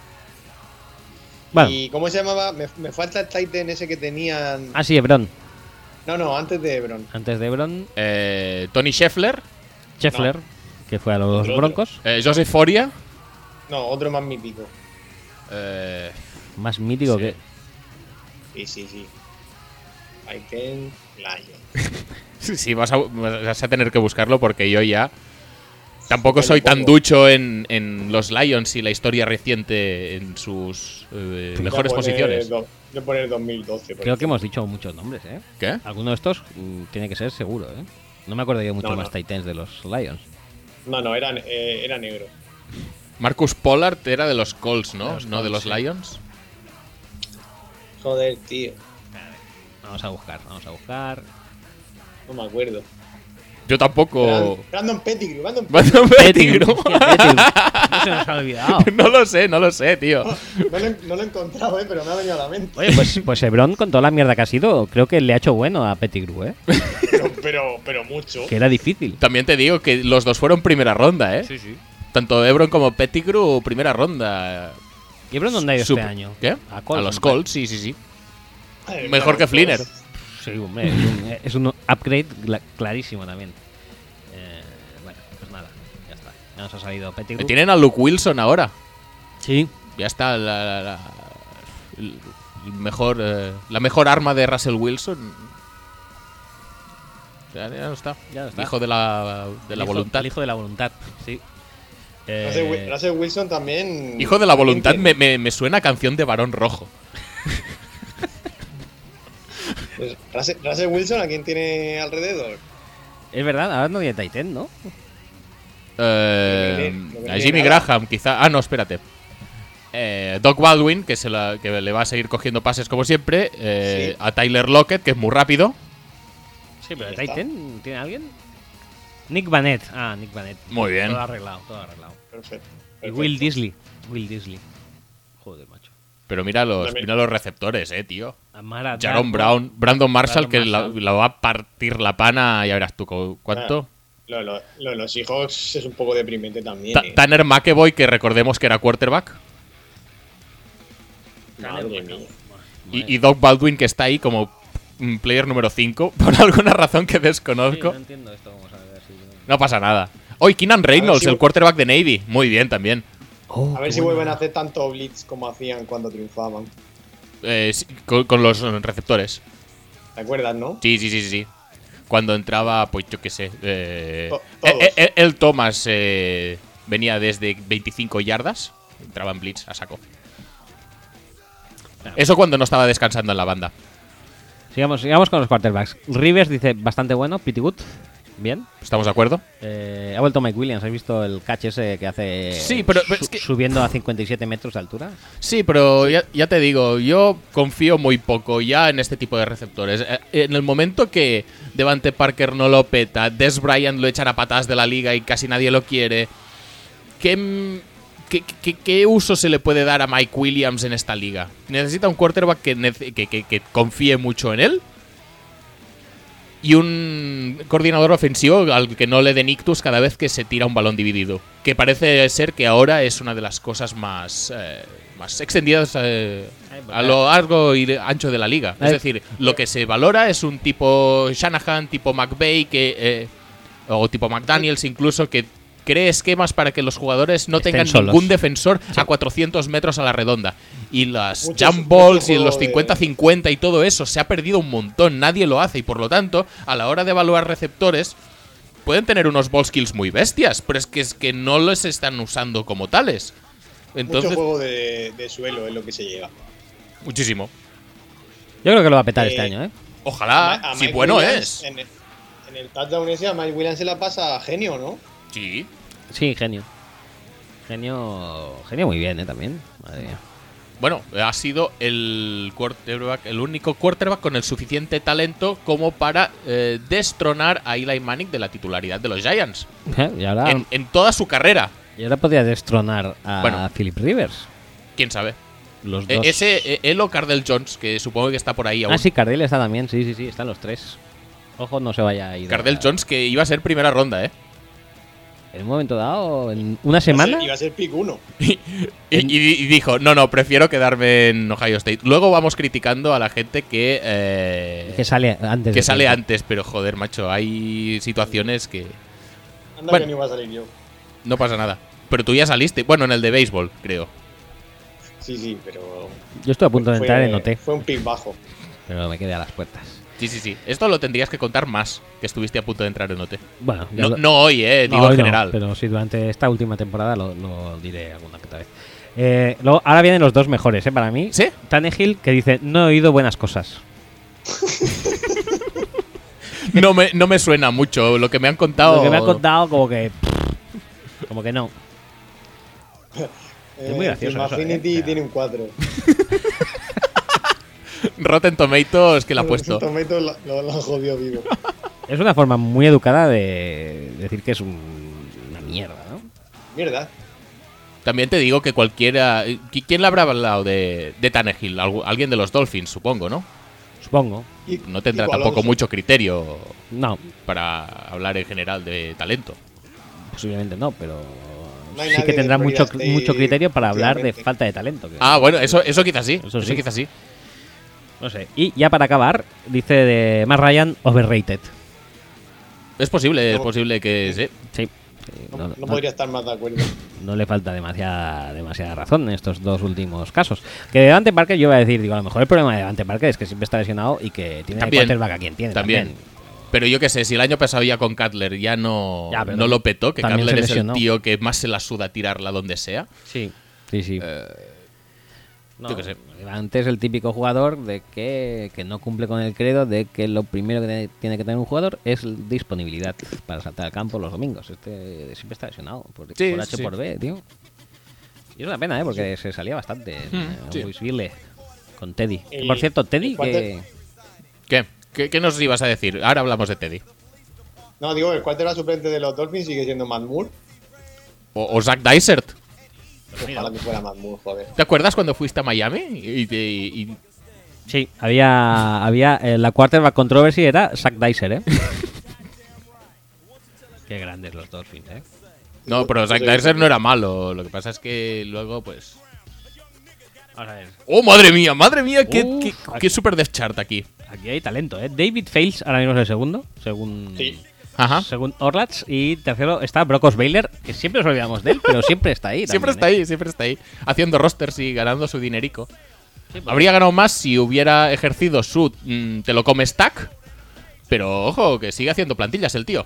Speaker 1: Bueno,
Speaker 3: ¿Y cómo se llamaba? Me, me falta el Titan ese que tenían.
Speaker 1: ah sí, Ebron.
Speaker 3: No, no, antes de Ebron.
Speaker 1: Antes de Ebron,
Speaker 2: Eh, Tony Scheffler,
Speaker 1: Scheffler, que fue a los
Speaker 3: Otro, otro.
Speaker 1: Broncos,
Speaker 2: eh, Joseph Foria.
Speaker 3: No, otro más mítico.
Speaker 2: eh, [LAUGHS]
Speaker 1: más mítico
Speaker 2: Sí.
Speaker 1: que
Speaker 3: Sí, sí, sí. I can Lion.
Speaker 2: Sí, vas a, vas a tener que buscarlo porque yo ya tampoco
Speaker 3: Vale,
Speaker 2: soy tan
Speaker 3: poco.
Speaker 2: ducho en, en los Lions y la historia reciente en sus eh, mejores
Speaker 3: Voy a poner
Speaker 2: posiciones.
Speaker 3: do- Voy a poner 2012. por
Speaker 1: creo que
Speaker 3: ejemplo.
Speaker 1: hemos dicho muchos nombres, ¿eh?
Speaker 2: ¿Qué?
Speaker 1: Alguno de estos mm, tiene que ser seguro, ¿eh? No me acuerdo yo mucho
Speaker 3: No, no.
Speaker 1: más Titans de los Lions.
Speaker 3: No, no, era, eh, era negro.
Speaker 2: Marcus Pollard era de los Colts, ¿no?
Speaker 1: De los
Speaker 2: no de los
Speaker 1: Colts, sí.
Speaker 2: Lions.
Speaker 3: Joder, tío.
Speaker 1: Vamos a buscar, vamos a buscar.
Speaker 3: No me acuerdo.
Speaker 2: Yo [LAUGHS] tampoco.
Speaker 3: Brand- Brandon Pettigrew. Brandon
Speaker 2: Brandon
Speaker 1: Pettigrew,
Speaker 2: Pettigrew.
Speaker 1: [LAUGHS] hostia, Pettigrew. No se nos ha olvidado.
Speaker 2: [LAUGHS] no lo sé, no lo sé, tío.
Speaker 3: No lo, no lo he encontrado, eh, pero me ha venido a la mente.
Speaker 1: Oye, pues, pues Hebron, con toda la mierda que ha sido, creo que le ha hecho bueno a Pettigrew, ¿eh?
Speaker 3: Pero, pero, pero mucho.
Speaker 1: Que era difícil.
Speaker 2: También te digo que los dos fueron primera ronda, ¿eh?
Speaker 1: Sí, sí.
Speaker 2: Tanto Ebron como Pettigrew, primera ronda.
Speaker 1: ¿Y Hebron dónde ha ido
Speaker 2: Sup-
Speaker 1: este año?
Speaker 2: ¿Qué?
Speaker 1: A, Colts,
Speaker 2: los
Speaker 1: ¿no?
Speaker 2: Colts, sí, sí, sí.
Speaker 3: Madre
Speaker 2: Mejor
Speaker 3: mía,
Speaker 2: que
Speaker 3: los
Speaker 2: Flinner.
Speaker 3: dos.
Speaker 1: Sí, hombre, es un, eh, es un upgrade cla- clarísimo también. Eh, bueno, pues nada, ya está. Ya nos ha salido Pettigrew.
Speaker 2: Tienen a Luke Wilson ahora.
Speaker 1: Sí.
Speaker 2: Ya está la, la- la- el- el mejor eh, la mejor arma de Russell Wilson. Ya, ya no está.
Speaker 1: Ya no está.
Speaker 2: Hijo de la, de la
Speaker 1: El hijo-
Speaker 2: voluntad.
Speaker 1: El
Speaker 2: Hijo,
Speaker 1: hijo de la voluntad, sí. Eh,
Speaker 3: Russell Wi- Russell Wilson también.
Speaker 2: de la voluntad me,
Speaker 3: también
Speaker 2: me, me suena a canción de Barón Rojo.
Speaker 3: tiene- Pues, Russell, Russell Wilson, ¿a quién tiene alrededor?
Speaker 1: es verdad, ahora no tiene Titan, ¿no?
Speaker 2: Eh,
Speaker 3: No me- no me
Speaker 2: a
Speaker 3: viene
Speaker 2: Jimmy
Speaker 3: nada.
Speaker 2: Graham, quizá. Ah, no, espérate. Eh, Doc Baldwin, que, se la- que le va a seguir cogiendo pases como siempre. Eh,
Speaker 3: Sí.
Speaker 2: A Tyler Lockett, que es muy rápido.
Speaker 1: Sí, pero
Speaker 3: Ya está.
Speaker 1: Titan, ¿tiene alguien? Nick Vanette. Ah, Nick Vanette.
Speaker 2: Muy bien.
Speaker 1: Todo arreglado, todo arreglado.
Speaker 3: Perfecto.
Speaker 1: Y
Speaker 3: perfecto.
Speaker 1: Will Disley. Will Disley. Joder, macho.
Speaker 2: Pero mira los,
Speaker 3: También.
Speaker 2: mira los receptores, eh, tío.
Speaker 1: Amara Darko.
Speaker 2: Jaron Brown, Brandon Marshall,
Speaker 1: pues, Brandon
Speaker 2: que la,
Speaker 1: Marshall.
Speaker 2: la va a partir la pana, ya verás tú cu- cuánto.
Speaker 1: Ah,
Speaker 3: Lo, lo- lo de los Seahawks es un poco deprimente también.
Speaker 2: Ta-
Speaker 3: eh.
Speaker 2: Tanner McEvoy, que recordemos que era quarterback.
Speaker 3: Madre mía.
Speaker 2: Y, y Doc Baldwin, que está ahí como mm, player número 5, [LAUGHS] por alguna razón que
Speaker 1: Sí,
Speaker 2: desconozco.
Speaker 1: no entiendo esto cómo sale así.
Speaker 2: No pasa nada. Hoy Keenan Reynolds,
Speaker 3: si-
Speaker 2: el quarterback de Navy. Muy bien también.
Speaker 3: A ver si vuelven a hacer tanto blitz como hacían cuando triunfaban.
Speaker 2: Eh, sí, con, con los receptores.
Speaker 3: ¿Te acuerdas, no?
Speaker 2: Sí, sí, sí, sí, sí. Cuando entraba, pues yo qué sé. eh,
Speaker 3: To-
Speaker 2: eh,
Speaker 3: todos.
Speaker 2: eh, eh, el Thomas eh, venía desde 25 yardas. Entraba en Blitz a saco. Eso cuando no estaba descansando en la banda.
Speaker 1: Sigamos, sigamos con los quarterbacks. Rivers dice bastante bueno, pretty good. Bien.
Speaker 2: ¿Estamos de acuerdo?
Speaker 1: Eh, ha vuelto Mike Williams. ¿Has visto el catch ese que hace
Speaker 2: Sí, pero- pero
Speaker 1: su-
Speaker 2: es que-
Speaker 1: subiendo a 57 metros de altura?
Speaker 2: Sí, pero ya, ya te digo, yo confío muy poco ya en este tipo de receptores. Eh, En el momento que Devante Parker no lo peta, Des Bryant lo echan a patadas de la liga y casi nadie lo quiere, ¿qué, mm, qué, qué- qué uso se le puede dar a Mike Williams en esta liga? Necesita un quarterback que, nece- que- que- que confíe mucho en él y un coordinador ofensivo al que no le den ictus cada vez que se tira un balón dividido. Que parece ser que ahora es una de las cosas más, eh, más extendidas eh,
Speaker 1: Ay, pues
Speaker 2: a lo largo y de- ancho de la liga.
Speaker 1: Ay.
Speaker 2: Es decir, lo que se valora es un tipo Shanahan, tipo McVay, que, eh, o tipo McDaniels
Speaker 3: Eh,
Speaker 2: incluso, que cree esquemas para que los jugadores no
Speaker 1: Estén
Speaker 2: tengan
Speaker 1: solos.
Speaker 2: ningún defensor a 400 metros a la redonda. Y las
Speaker 3: Mucho-
Speaker 2: jump
Speaker 3: mucho
Speaker 2: balls y
Speaker 3: juego
Speaker 2: los
Speaker 3: de-
Speaker 2: 50-50 y todo eso se ha perdido un montón, nadie lo hace y por lo tanto, a la hora de evaluar receptores, pueden tener unos ball skills muy bestias, pero es que, es que no los están usando como tales. Entonces,
Speaker 3: Mucho juego de, de suelo es lo que se lleva.
Speaker 2: muchísimo.
Speaker 1: Yo creo que lo va a petar
Speaker 3: Eh,
Speaker 1: este año, ¿eh?
Speaker 2: Ojalá,
Speaker 3: Ma- a
Speaker 2: si
Speaker 3: Mike
Speaker 2: Ah, bueno
Speaker 3: Williams
Speaker 2: es.
Speaker 3: En el, en el touchdown ese a Mike Williams se la pasa a genio, ¿no?
Speaker 2: Sí.
Speaker 1: Sí, genio. Genio, genio muy bien, ¿eh? También. Madre mía. [LAUGHS]
Speaker 2: Bueno, ha sido el quarterback, el único quarterback con el suficiente talento como para eh, destronar a Eli Manning de la titularidad de los Giants.
Speaker 1: Y ahora,
Speaker 2: En, en toda su carrera,
Speaker 1: y ahora podría destronar a
Speaker 2: Bueno.
Speaker 1: Philip Rivers.
Speaker 2: quién sabe.
Speaker 1: Los
Speaker 2: E-
Speaker 1: dos.
Speaker 2: ese, eh, él o Cardell Jones, que supongo que está por ahí aún.
Speaker 1: Ah, sí, Cardell está también. Sí, sí, sí, están los tres. Ojo, no se vaya a ir.
Speaker 2: Cardell Jones, que iba a ser primera ronda, ¿eh?
Speaker 1: En un momento dado, en una
Speaker 3: Iba a
Speaker 1: semana.
Speaker 3: ser- Iba a ser pick 1.
Speaker 2: Y, y- y dijo, no, no, prefiero quedarme en Ohio State. Luego vamos criticando a la gente que, eh,
Speaker 1: Que sale antes.
Speaker 2: que
Speaker 1: de
Speaker 2: sale
Speaker 1: tiempo.
Speaker 2: antes, pero joder, macho, hay situaciones que
Speaker 3: Anda
Speaker 2: Bueno.
Speaker 3: que no iba a salir yo.
Speaker 2: no pasa nada. Pero tú ya saliste, bueno, en el de béisbol, creo.
Speaker 3: Sí, sí, pero.
Speaker 1: Yo estoy a punto de entrar en OT,
Speaker 3: fue un pick bajo.
Speaker 1: pero me quedé a las puertas.
Speaker 2: Sí, sí, sí. Esto lo tendrías que contar más, que estuviste a punto de entrar en OT.
Speaker 1: Bueno, ya
Speaker 2: No,
Speaker 1: lo-
Speaker 2: no hoy, eh,
Speaker 1: no,
Speaker 2: digo
Speaker 1: hoy
Speaker 2: en
Speaker 1: no,
Speaker 2: general.
Speaker 1: pero sí, durante esta última temporada lo, lo diré alguna que otra vez. Eh, luego- ahora vienen los dos mejores, ¿eh? Para mí.
Speaker 2: ¿Sí?
Speaker 1: Tannehill, que dice: No he oído buenas cosas.
Speaker 2: No me, no me suena mucho lo que me han contado.
Speaker 1: Lo que me ha contado, como que. Como que no. Es muy gracioso eso,
Speaker 3: Affinity
Speaker 1: eh.
Speaker 3: tiene un
Speaker 2: [LAUGHS]
Speaker 3: 4.
Speaker 2: Rotten Tomatoes, que la ha
Speaker 3: [LAUGHS]
Speaker 2: puesto.
Speaker 3: Tomato lo, lo, lo jodió vivo.
Speaker 1: Es una forma muy educada de decir que es un- una mierda, ¿no?
Speaker 3: Mierda.
Speaker 2: También te digo que cualquiera. ¿qui- ¿Quién le habrá hablado de, de Tannehill? Algu- Alguien de los Dolphins, supongo, ¿no?
Speaker 1: Supongo.
Speaker 3: Y-
Speaker 2: No tendrá
Speaker 3: Kiko
Speaker 2: tampoco
Speaker 3: Alonso.
Speaker 2: mucho criterio
Speaker 1: No,
Speaker 2: para hablar en general de talento.
Speaker 1: posiblemente no, pero.
Speaker 3: No hay
Speaker 1: sí que
Speaker 3: nadie de
Speaker 1: tendrá mucho,
Speaker 3: Florida State,
Speaker 1: mucho criterio para hablar de
Speaker 3: efectivamente.
Speaker 1: falta de talento. creo.
Speaker 2: Ah, bueno, eso, eso quizás sí.
Speaker 1: Eso
Speaker 2: Eso,
Speaker 1: sí.
Speaker 2: quizás sí.
Speaker 1: No sé. Y ya para acabar, dice de Matt Ryan, overrated.
Speaker 2: Es posible, es
Speaker 3: No.
Speaker 2: posible que sí.
Speaker 1: Sí. Eh,
Speaker 3: No,
Speaker 1: No,
Speaker 3: no
Speaker 1: no-
Speaker 3: podría estar más de acuerdo.
Speaker 1: no le falta demasiada, demasiada razón en estos dos últimos casos. Que de Devante Parker, yo voy a decir, digo, a lo mejor el problema de Devante Parker es que siempre está lesionado y que tiene
Speaker 2: También.
Speaker 1: el quarterback a quien tiene.
Speaker 2: También. Pero yo qué sé, si el año pasado ya con Cutler ya no,
Speaker 1: Ya, pero
Speaker 2: no lo petó, que
Speaker 1: también
Speaker 2: Cutler
Speaker 1: se
Speaker 2: es el
Speaker 1: lesionó.
Speaker 2: tío que más se la suda tirarla donde sea.
Speaker 1: Sí. Eh, Sí, sí. No,
Speaker 2: yo qué sé.
Speaker 1: Devante es el típico jugador de que, que no cumple con el credo de que lo primero que tiene- tiene que tener un jugador es disponibilidad para saltar al campo los domingos. Este siempre está lesionado por,
Speaker 2: Sí,
Speaker 1: por H
Speaker 2: sí.
Speaker 1: por B, tío. Y es una pena, ¿eh? Porque se salía bastante en
Speaker 2: Mm, sí.
Speaker 1: Louisville con Teddy. Que,
Speaker 3: El-
Speaker 1: por cierto, Teddy
Speaker 3: el
Speaker 1: que...
Speaker 3: quarter-
Speaker 2: ¿Qué? ¿Qué, qué nos ibas a decir? Ahora hablamos de Teddy.
Speaker 3: No, digo, el cuarto era suplente de los Dolphins sigue siendo Matt Moore.
Speaker 2: O, o Zach Dysert.
Speaker 3: Ojalá que fuera Matt Moore, joder.
Speaker 2: ¿Te acuerdas cuando fuiste a Miami? Y, te- y-
Speaker 1: Sí, había, había eh, la quarterback controversy era Zach Dyser, ¿eh? [LAUGHS] Qué grandes los Dolphins, ¿eh?
Speaker 2: no, pero Zach
Speaker 3: Sí.
Speaker 2: Dysert no era malo. Lo que pasa es que luego, pues.
Speaker 1: Ahora ver,
Speaker 2: ¡Oh, madre mía! ¡Madre mía! ¡Qué,
Speaker 1: Uf,
Speaker 2: qué,
Speaker 1: aquí-
Speaker 2: qué super death chart aquí!
Speaker 1: aquí hay talento, ¿eh? David Fails ahora mismo es el segundo, según,
Speaker 3: Sí.
Speaker 2: Ajá.
Speaker 1: según Orlats. Y tercero está Brock Osweiler, que siempre nos olvidamos de él, pero siempre está ahí.
Speaker 2: Siempre está
Speaker 1: también, ¿eh?
Speaker 2: ahí, siempre está ahí. Haciendo rosters y ganando su dinerico.
Speaker 1: Sí, pues porque-
Speaker 2: Habría ganado más si hubiera ejercido su mm, te lo come stack. Pero ojo, que sigue haciendo plantillas el tío.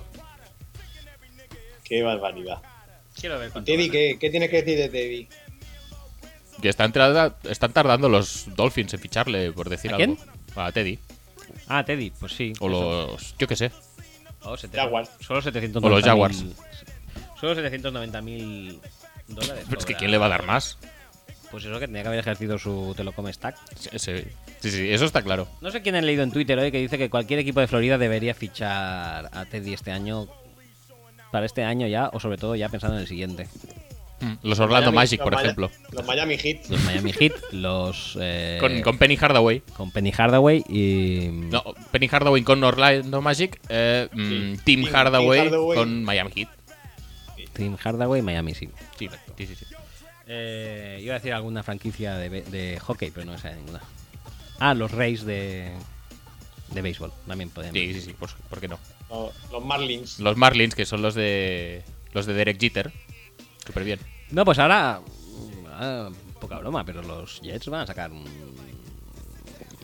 Speaker 3: Qué barbaridad.
Speaker 1: ¿eh? Quiero ver cuánto
Speaker 3: Teddy,
Speaker 1: gana.
Speaker 3: ¿qué, ¿qué tienes que decir de Teddy?
Speaker 2: Que están, tra- están tardando los Dolphins en ficharle, por decir
Speaker 1: ¿A
Speaker 2: algo. A Teddy.
Speaker 1: Ah, Teddy, pues sí.
Speaker 2: O
Speaker 1: eso.
Speaker 2: los. Yo qué sé.
Speaker 1: Oh, sete-
Speaker 3: Jaguars.
Speaker 1: Solo 790
Speaker 2: O los Jaguars.
Speaker 1: Solo 790 mil dólares.
Speaker 2: Pero es que
Speaker 1: cobra.
Speaker 2: ¿quién le va a dar más?
Speaker 1: Pues eso que tenía que haber ejercido su Telecom Stack.
Speaker 2: Sí, sí, sí, sí, eso está claro.
Speaker 1: No sé quién han leído en Twitter hoy que dice que cualquier equipo de Florida debería fichar a Teddy este año. Para este año ya, o sobre todo ya pensando en el siguiente.
Speaker 2: Mm, Los Orlando
Speaker 3: Miami-
Speaker 2: Magic,
Speaker 3: los
Speaker 2: por
Speaker 3: Maya-
Speaker 2: ejemplo.
Speaker 3: Los Miami Heat.
Speaker 1: Los Miami Heat, los. eh, mm.
Speaker 2: Con, con Penny Hardaway.
Speaker 1: con Penny Hardaway y.
Speaker 2: No, Penny Hardaway con Orlando Magic. eh, mm,
Speaker 3: Sí.
Speaker 2: Team,
Speaker 3: Team-
Speaker 2: Hardaway
Speaker 3: Team Hardaway.
Speaker 2: con Miami Heat.
Speaker 1: Team Hardaway, Miami, sí.
Speaker 2: Sí, sí, sí, sí.
Speaker 1: Eh, iba a decir alguna franquicia de, be- de hockey, pero no me sale ninguna. Ah, los Rays de, de béisbol, también podemos.
Speaker 2: Sí, sí, sí, por, ¿por qué no?
Speaker 3: Los, los Marlins.
Speaker 2: Los Marlins, que son los de los de Derek Jeter. Súper bien.
Speaker 1: No, pues ahora, mm, ah, poca broma, pero los Jets van a sacar un...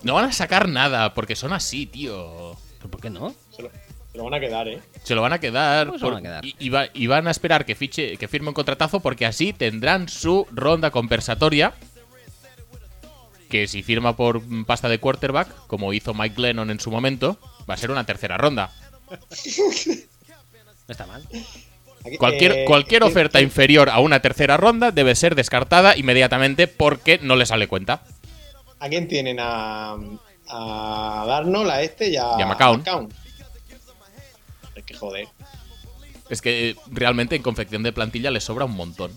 Speaker 2: No van a sacar nada porque son así, tío.
Speaker 1: ¿Pero ¿Por qué no?
Speaker 3: Se lo, se lo van a quedar, ¿eh?
Speaker 2: Se lo van a quedar.
Speaker 1: Pues se lo van a quedar.
Speaker 2: Y, y va- y van a esperar que fiche, que firme un contratazo porque así tendrán su ronda conversatoria. Que si firma por mm, pasta de quarterback, como hizo Mike Lennon en su momento, va a ser una tercera ronda.
Speaker 1: No está mal.
Speaker 3: Aquí-
Speaker 2: Cualquier,
Speaker 3: eh,
Speaker 2: cualquier
Speaker 3: eh,
Speaker 2: oferta inferior a una tercera ronda debe ser descartada inmediatamente porque no le sale cuenta.
Speaker 3: ¿A quién tienen? A, a Darnold, a este y a,
Speaker 2: Y a McCown.
Speaker 3: Es que joder.
Speaker 2: Es que eh, realmente en confección de plantilla les sobra un montón.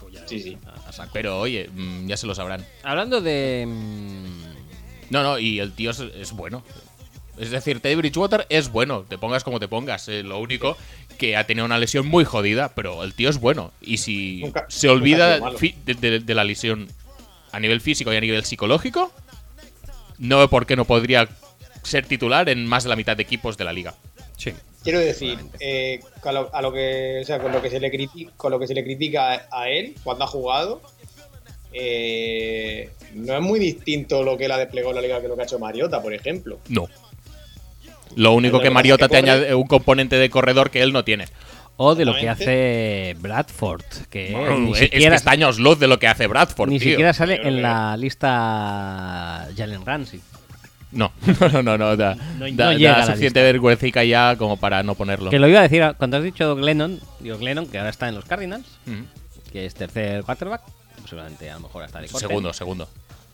Speaker 1: Pues
Speaker 3: Sí, sí.
Speaker 1: A- a saco.
Speaker 2: Pero oye, mm, ya se lo sabrán.
Speaker 1: Hablando de... mm,
Speaker 2: No, no, y el tío es, es bueno. Es decir, Teddy Bridgewater es bueno, te pongas como te pongas. eh, lo único que ha tenido una lesión muy jodida, pero el tío es bueno. Y si
Speaker 3: Nunca-
Speaker 2: se
Speaker 3: nunca ha
Speaker 2: olvida
Speaker 3: sido malo.
Speaker 2: fi- de, de- de la lesión a nivel físico y a nivel psicológico, no veo por qué no podría ser titular en más de la mitad de equipos de la liga.
Speaker 1: Sí.
Speaker 3: Quiero decir, eh, con lo- a lo que, o sea, con lo que se le critica, con lo que se le critica a, a él cuando ha jugado, eh, no es muy distinto lo que él ha desplegado en la liga que lo que ha hecho Mariota, por ejemplo.
Speaker 2: No. Lo único
Speaker 3: Lo que
Speaker 2: que
Speaker 3: pasa
Speaker 2: Mariota
Speaker 3: es que
Speaker 2: te
Speaker 3: corre-
Speaker 2: añade un componente de corredor que él no tiene.
Speaker 1: O de lo que
Speaker 3: Exactamente.
Speaker 1: hace Bradford, que
Speaker 2: Bueno,
Speaker 1: ni
Speaker 2: es- es
Speaker 1: siquiera,
Speaker 2: que está años luz de lo que hace Bradford,
Speaker 1: ni
Speaker 2: tío.
Speaker 1: siquiera sale
Speaker 3: Creo
Speaker 1: en
Speaker 3: que-
Speaker 1: la lista Jalen Ramsey.
Speaker 2: No, [LAUGHS] no, no, no, da,
Speaker 1: No- no
Speaker 2: da-
Speaker 1: llega
Speaker 2: da
Speaker 1: a la
Speaker 2: suficiente vergüenza ya como para no ponerlo.
Speaker 1: Que lo iba a decir cuando has dicho Glennon, digo Glennon, que ahora está en los Cardinals,
Speaker 2: Mm.
Speaker 1: que es tercer quarterback, seguramente a lo mejor hasta de corte.
Speaker 2: Segundo, segundo.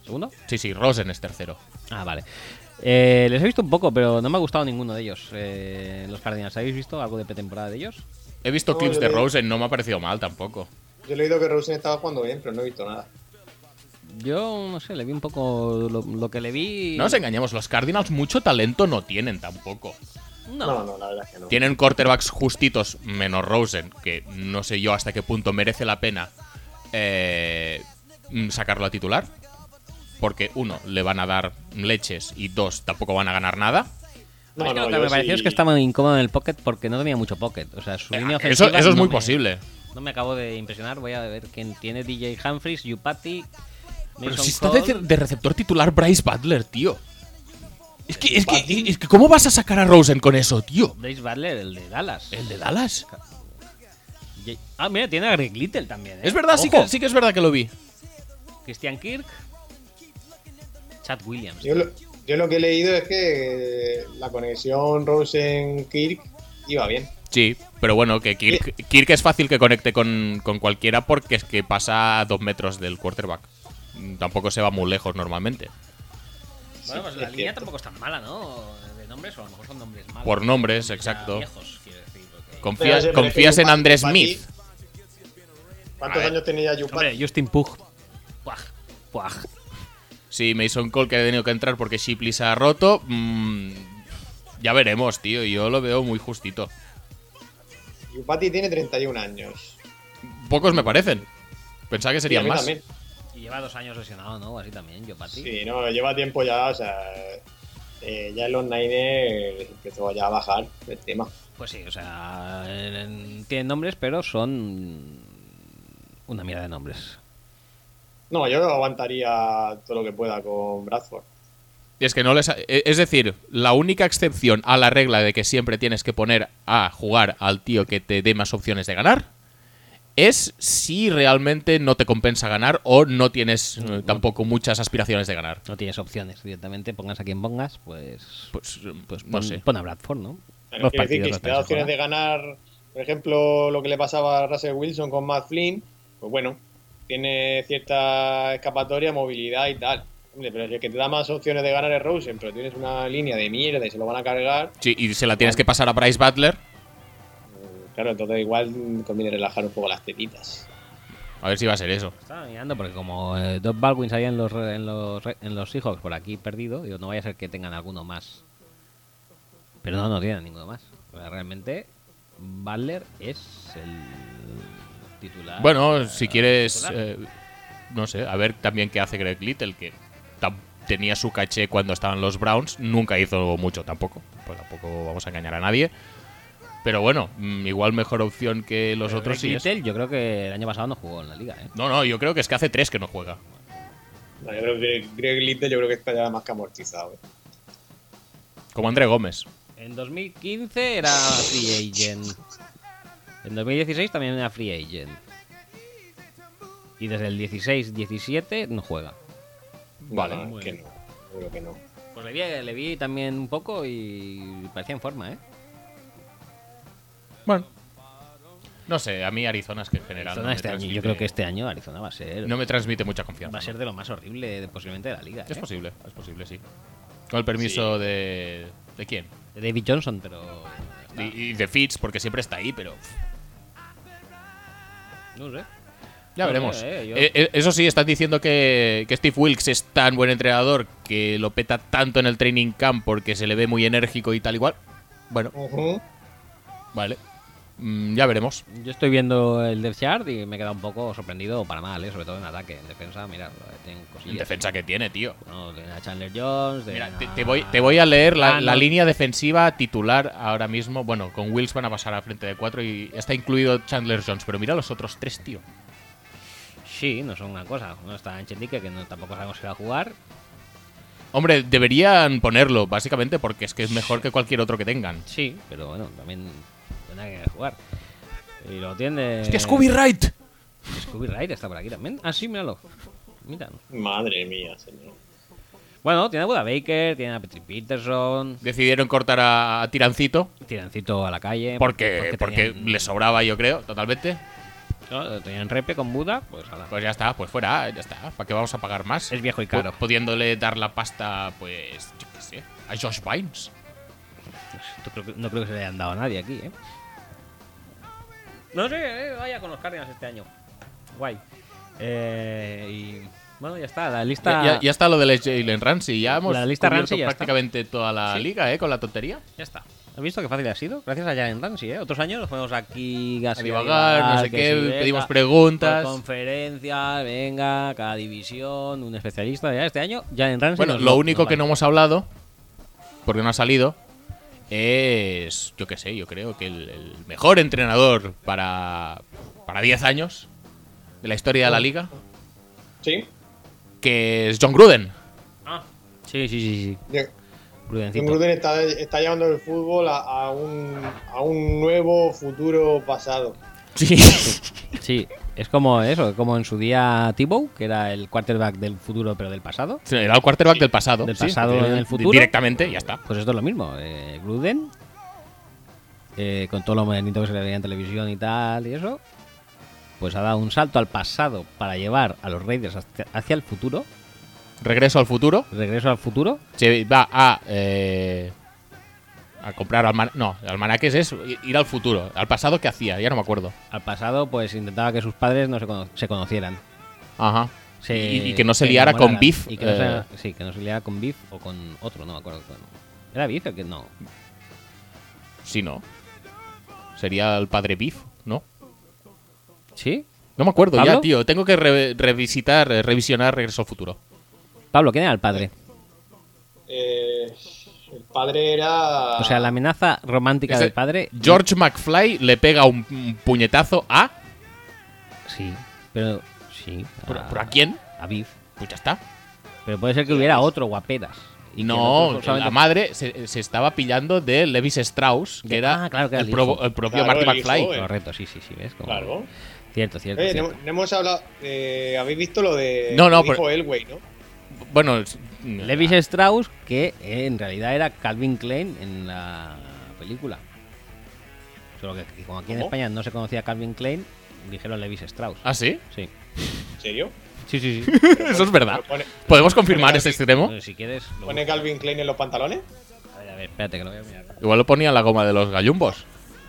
Speaker 1: ¿Segundo?
Speaker 2: Sí, sí, Rosen es tercero.
Speaker 1: Ah, vale. Eh, les he visto un poco, pero no me ha gustado ninguno de ellos. Eh, los Cardinals, ¿habéis visto algo de pretemporada de ellos?
Speaker 2: He visto
Speaker 3: No,
Speaker 2: clips
Speaker 3: yo
Speaker 2: de
Speaker 3: le-
Speaker 2: Rosen, no me ha parecido mal tampoco.
Speaker 3: Yo he leído que Rosen estaba jugando bien, pero no he visto nada.
Speaker 1: Yo, no sé, le vi un poco lo, lo que le vi.
Speaker 2: No nos engañemos, los Cardinals mucho talento no tienen tampoco.
Speaker 1: No.
Speaker 3: No, no, la verdad es que no.
Speaker 2: Tienen quarterbacks justitos, menos Rosen, que no sé yo hasta qué punto merece la pena eh, mm, sacarlo a titular. Porque uno, le van a dar leches y dos, tampoco van a ganar nada.
Speaker 1: A mí es que lo que
Speaker 3: yo
Speaker 1: me pareció
Speaker 3: sí-
Speaker 1: es que estaba incómodo en el pocket porque no tenía mucho pocket. O sea, su línea
Speaker 2: Ah, Eso,
Speaker 1: ofensiva
Speaker 2: eso es
Speaker 1: no
Speaker 2: muy
Speaker 1: me-
Speaker 2: posible.
Speaker 1: No me acabo de impresionar. Voy a ver quién tiene DJ Humphries, Yupati.
Speaker 2: Pero
Speaker 1: Mason
Speaker 2: si está de,
Speaker 1: Cole.
Speaker 2: de receptor titular Bryce Butler, tío. Es que, es que, es que ¿cómo vas a sacar a Rosen con eso, tío?
Speaker 1: Blaze Butler, el de Dallas.
Speaker 2: ¿El de Dallas?
Speaker 1: Y- Ah, mira, tiene a Greg Little también. ¿eh?
Speaker 2: Es verdad, sí
Speaker 1: Ojo.
Speaker 2: que, sí que es verdad que lo vi.
Speaker 1: Christian Kirk. Chad Williams.
Speaker 3: Yo lo, yo lo que he leído es que eh, la conexión Rosen-Kirk iba bien.
Speaker 2: Sí, pero bueno, que Kirk, Kirk es fácil que conecte con, con cualquiera porque es que pasa a dos metros del quarterback. Mm, Tampoco se va muy lejos normalmente.
Speaker 1: Bueno, pues
Speaker 3: Sí,
Speaker 1: la
Speaker 3: es
Speaker 1: línea
Speaker 3: cierto.
Speaker 1: tampoco es tan mala, ¿no? De nombres o a lo mejor son nombres malos.
Speaker 2: Por nombres,
Speaker 1: O sea,
Speaker 2: exacto.
Speaker 1: Viejos, quiero decir. porque-
Speaker 2: Confía-
Speaker 3: Pero,
Speaker 2: confías
Speaker 3: pero,
Speaker 2: en Andrés
Speaker 3: para ti-
Speaker 2: Smith.
Speaker 3: ¿Cuántos
Speaker 2: A ver.
Speaker 3: años tenía Yupat?
Speaker 1: Hombre, Justin Pug. Puaj. Puaj.
Speaker 2: Sí, Mason Cole que ha tenido que entrar porque Shipley se ha roto. mm, ya veremos, tío. Yo lo veo muy justito.
Speaker 3: Yupati tiene 31 años.
Speaker 2: Pocos me parecen. Pensaba que
Speaker 3: Sí, a
Speaker 2: serían
Speaker 3: mí
Speaker 2: más.
Speaker 3: también.
Speaker 1: Y lleva dos años lesionado, ¿no? Así también, yo para ti.
Speaker 3: Sí, no, lleva tiempo ya, o sea, eh, ya en los Niners empezó ya a bajar el tema.
Speaker 1: Pues sí, o sea, eh, tienen nombres, pero son una mierda de nombres.
Speaker 3: No, yo aguantaría todo lo que pueda con Bradford.
Speaker 2: Y es que no les ha- e- Es decir, la única excepción a la regla de que siempre tienes que poner a jugar al tío que te dé más opciones de ganar es si realmente no te compensa ganar o no tienes eh, tampoco muchas aspiraciones de ganar.
Speaker 1: No tienes opciones directamente, pongas a quien pongas, pues.
Speaker 2: Pues, eh, pues no
Speaker 3: Mm.
Speaker 1: pon,
Speaker 2: sé.
Speaker 1: pon a Bradford, ¿no?
Speaker 3: Bueno, quiero decir que si
Speaker 1: hasta
Speaker 3: te da
Speaker 1: que se
Speaker 3: opciones de
Speaker 1: joda.
Speaker 3: ganar, por ejemplo, lo que le pasaba a Russell Wilson con Matt Flynn, pues bueno, tiene cierta escapatoria, movilidad y tal. Hombre, pero si el que te da más opciones de ganar es Rosen, pero tienes una línea de mierda y se lo van a cargar,
Speaker 2: Sí, y se la tienes que pasar a Bryce Butler.
Speaker 3: mm, claro, entonces igual mm, conviene relajar un poco las tetitas.
Speaker 2: A ver si va a ser eso.
Speaker 1: Estaba mirando porque como eh, Doc Baldwin salía en los, re- en, los, re- en los Seahawks por aquí perdido, digo, no vaya a ser que tengan alguno más. Pero no, no tienen ninguno más. O sea, realmente, Butler es el titular.
Speaker 2: Bueno,
Speaker 1: eh,
Speaker 2: si quieres,
Speaker 1: titular.
Speaker 2: eh, no sé, a ver también qué hace Greg Little, que tam- tenía su caché cuando estaban los Browns, nunca hizo mucho tampoco, pues tampoco vamos a engañar a nadie. Pero bueno, mm, igual mejor opción que los
Speaker 1: Pero
Speaker 2: otros.
Speaker 1: Greg
Speaker 2: sí es-
Speaker 1: Little, yo creo que el año pasado no jugó en la liga, ¿eh?
Speaker 2: No, no, yo creo que es que hace tres que no juega.
Speaker 3: No, yo creo que Greg Little yo creo que está ya más que amortizado. ¿eh?
Speaker 2: Como André Gómez.
Speaker 1: En 2015 era free agent. En 2016 también era free agent. Y desde el 16-17 no juega.
Speaker 2: Vale.
Speaker 3: No, es que
Speaker 1: Bueno.
Speaker 3: no, yo creo que no.
Speaker 1: Pues le vi, le vi también un poco y parecía en forma, ¿eh?
Speaker 2: Bueno. No sé, a mí Arizona es que en general.
Speaker 1: Arizona
Speaker 2: no me
Speaker 1: este año, yo
Speaker 2: transmite-
Speaker 1: creo que este año Arizona va a ser
Speaker 2: No me transmite mucha confianza.
Speaker 1: va a ser de lo más horrible de- posiblemente de la liga.
Speaker 2: Es
Speaker 1: ¿eh?
Speaker 2: posible, es posible, sí. Con el permiso de. ¿De quién?
Speaker 1: De David Johnson, pero
Speaker 2: Y, y de Fitz, porque siempre está ahí, pero. pff,
Speaker 1: no sé.
Speaker 2: Ya
Speaker 1: No
Speaker 2: veremos.
Speaker 1: sé, eh, yo-
Speaker 2: Eh, eh, eso sí, están diciendo que, que Steve Wilkes es tan buen entrenador que lo peta tanto en el training camp porque se le ve muy enérgico y tal igual. Bueno,
Speaker 3: Ujú.
Speaker 2: vale. Mm, ya veremos.
Speaker 1: Yo estoy viendo el depth chart y me he quedado un poco sorprendido para mal, ¿eh? sobre todo en ataque, en defensa, mira, eh, tienen
Speaker 2: El
Speaker 1: cosillas.
Speaker 2: defensa que tiene, tío.
Speaker 1: No, tienen a Chandler Jones,
Speaker 2: Mira,
Speaker 1: tienen
Speaker 2: te, te voy, te voy a leer la,
Speaker 1: Ah,
Speaker 2: la
Speaker 1: no.
Speaker 2: línea defensiva titular ahora mismo. Bueno, con Wilkes van a pasar a frente de cuatro y está incluido Chandler Jones, pero mira los otros tres, tío.
Speaker 1: Sí, no son una cosa. Uno está en Chendique, que no, tampoco sabemos si va a jugar.
Speaker 2: Hombre, deberían ponerlo, básicamente, porque es que es mejor que cualquier otro que tengan.
Speaker 1: Sí, pero bueno, también tendrá que jugar. Y lo tiene.
Speaker 2: ¡Hostia, Scooby Wright!
Speaker 1: Scooby Wright está por aquí también. Ah, sí, míralo. Míralo.
Speaker 3: Madre mía, señor.
Speaker 1: Bueno, tiene a Buda Baker, tiene a Patrick Peterson.
Speaker 2: Decidieron cortar a, a Tirancito
Speaker 1: Tirancito a la calle.
Speaker 2: Eh, porque, porque
Speaker 1: tenían,
Speaker 2: le sobraba, yo creo, totalmente.
Speaker 1: ¿no? tenían repe con Buda, pues ala.
Speaker 2: Pues ya está, pues fuera, ya está. ¿Para qué vamos a pagar más?
Speaker 1: Es viejo y caro.
Speaker 2: Pu- Pudiéndole dar la pasta, pues, yo qué sé, a Josh Vines.
Speaker 1: Yo creo que- no creo que se le hayan dado a nadie aquí, ¿eh? No sé, eh, vaya con los Cardinals este año. Guay. Eh, y bueno, ya está, la lista.
Speaker 2: Ya, ya- ya está lo del Jalen Ramsey. Ya hemos
Speaker 1: La lista
Speaker 2: cubierto
Speaker 1: Ramsey ya está.
Speaker 2: prácticamente toda la
Speaker 1: Sí.
Speaker 2: liga, ¿eh? Con la tontería.
Speaker 1: Ya está. ¿Has visto qué fácil ha sido? Gracias a Jalen Ramsey, ¿eh? Otros años nos fuimos aquí casi
Speaker 2: A divagar, no sé
Speaker 1: que
Speaker 2: qué,
Speaker 1: si venga,
Speaker 2: pedimos preguntas.
Speaker 1: por Conferencias, venga, cada división, un especialista. Ya este año, Jalen Ramsey.
Speaker 2: Bueno,
Speaker 1: nos
Speaker 2: lo
Speaker 1: nos
Speaker 2: único que
Speaker 1: vale.
Speaker 2: no hemos hablado, porque no ha salido, es, yo qué sé, yo creo que el, el mejor entrenador para, para 10 años de la historia de la liga,
Speaker 3: Sí,
Speaker 2: que es John Gruden.
Speaker 1: Ah, sí, sí, sí. sí.
Speaker 3: yo- Tim
Speaker 1: Prudencito.
Speaker 3: Gruden está, está llevando el fútbol a, a un, a un nuevo futuro pasado.
Speaker 2: [LAUGHS] Sí.
Speaker 1: Sí, es como eso, como en su día Tebow, que era el quarterback del futuro, pero del pasado.
Speaker 2: Era el quarterback del pasado.
Speaker 1: Del
Speaker 2: sí,
Speaker 1: pasado
Speaker 2: porque
Speaker 1: en el futuro.
Speaker 2: Directamente, ya está.
Speaker 1: Pues esto es lo mismo. Eh, Gruden, eh, con todo lo modernito que se le veía en televisión y tal, y eso, pues ha dado un salto al pasado para llevar a los Raiders hacia, hacia el futuro,
Speaker 2: Regreso al futuro.
Speaker 1: regreso al futuro,
Speaker 2: Se va a eh, A comprar almanaques. No, almanaques es ir al futuro. Al pasado, ¿qué hacía? Ya no me acuerdo.
Speaker 1: Al pasado, pues intentaba que sus padres no se, cono- se conocieran.
Speaker 2: Ajá.
Speaker 1: Se-
Speaker 2: y, y que no se
Speaker 1: se
Speaker 2: liara con
Speaker 1: enamoraran.
Speaker 2: Beef.
Speaker 1: Y que no se-
Speaker 2: eh,
Speaker 1: sí, que no se liara con Biff o con otro, no me acuerdo. cuál. ¿Era Biff o que no?
Speaker 2: Sí, no. Sería el padre Beef, ¿no?
Speaker 1: ¿Sí?
Speaker 2: No me acuerdo ya,
Speaker 1: ¿Pablo?
Speaker 2: tío. Tengo que re- revisitar, eh, revisionar Regreso al Futuro.
Speaker 1: Pablo, ¿quién era el padre?
Speaker 3: Eh, el padre era.
Speaker 1: O sea, la amenaza romántica
Speaker 2: ah, Ese-
Speaker 1: del padre.
Speaker 2: George McFly le pega un, un puñetazo a.
Speaker 1: Sí, pero. Sí.
Speaker 2: ¿Pero, pero a
Speaker 1: Ah.
Speaker 2: quién?
Speaker 1: A Biff.
Speaker 2: Pues ya está.
Speaker 1: Pero puede ser que hubiera otro guaperas. y que el
Speaker 2: no,
Speaker 1: otro solamente-
Speaker 2: la madre se, se estaba pillando de Levis Strauss, que
Speaker 1: De-
Speaker 2: era,
Speaker 1: ah, claro, que era
Speaker 2: el,
Speaker 1: el
Speaker 2: provo-
Speaker 1: hijo.
Speaker 2: el propio
Speaker 3: Claro,
Speaker 2: Marty
Speaker 3: el hijo,
Speaker 2: McFly.
Speaker 3: eh.
Speaker 1: Correcto, sí, sí, sí, ¿ves? Como-
Speaker 3: Claro.
Speaker 1: Cierto, cierto.
Speaker 3: Oye, no,
Speaker 1: cierto.
Speaker 3: hemos- no hemos hablado. eh, Habéis visto lo de.
Speaker 2: No, no,
Speaker 3: lo que
Speaker 2: pero-
Speaker 3: dijo Elway, ¿no?
Speaker 2: Bueno, es-
Speaker 1: Levis Strauss, que eh, en realidad era Calvin Klein en la película. Solo que, que como aquí en
Speaker 3: ¿Cómo?
Speaker 1: España no se conocía Calvin Klein, dijeron Levis Strauss.
Speaker 2: ¿Ah, sí?
Speaker 1: Sí.
Speaker 3: ¿En serio?
Speaker 1: Sí, sí, [LAUGHS] sí.
Speaker 2: Eso es verdad.
Speaker 3: Pero Pone,
Speaker 2: ¿Podemos confirmar
Speaker 3: Pone
Speaker 2: ese extremo?
Speaker 1: Bueno, si quieres. lo
Speaker 3: pone Calvin Klein en los pantalones.
Speaker 1: busco. A ver, a ver, espérate que lo voy a mirar.
Speaker 2: Igual lo ponía en la goma de los gallumbos.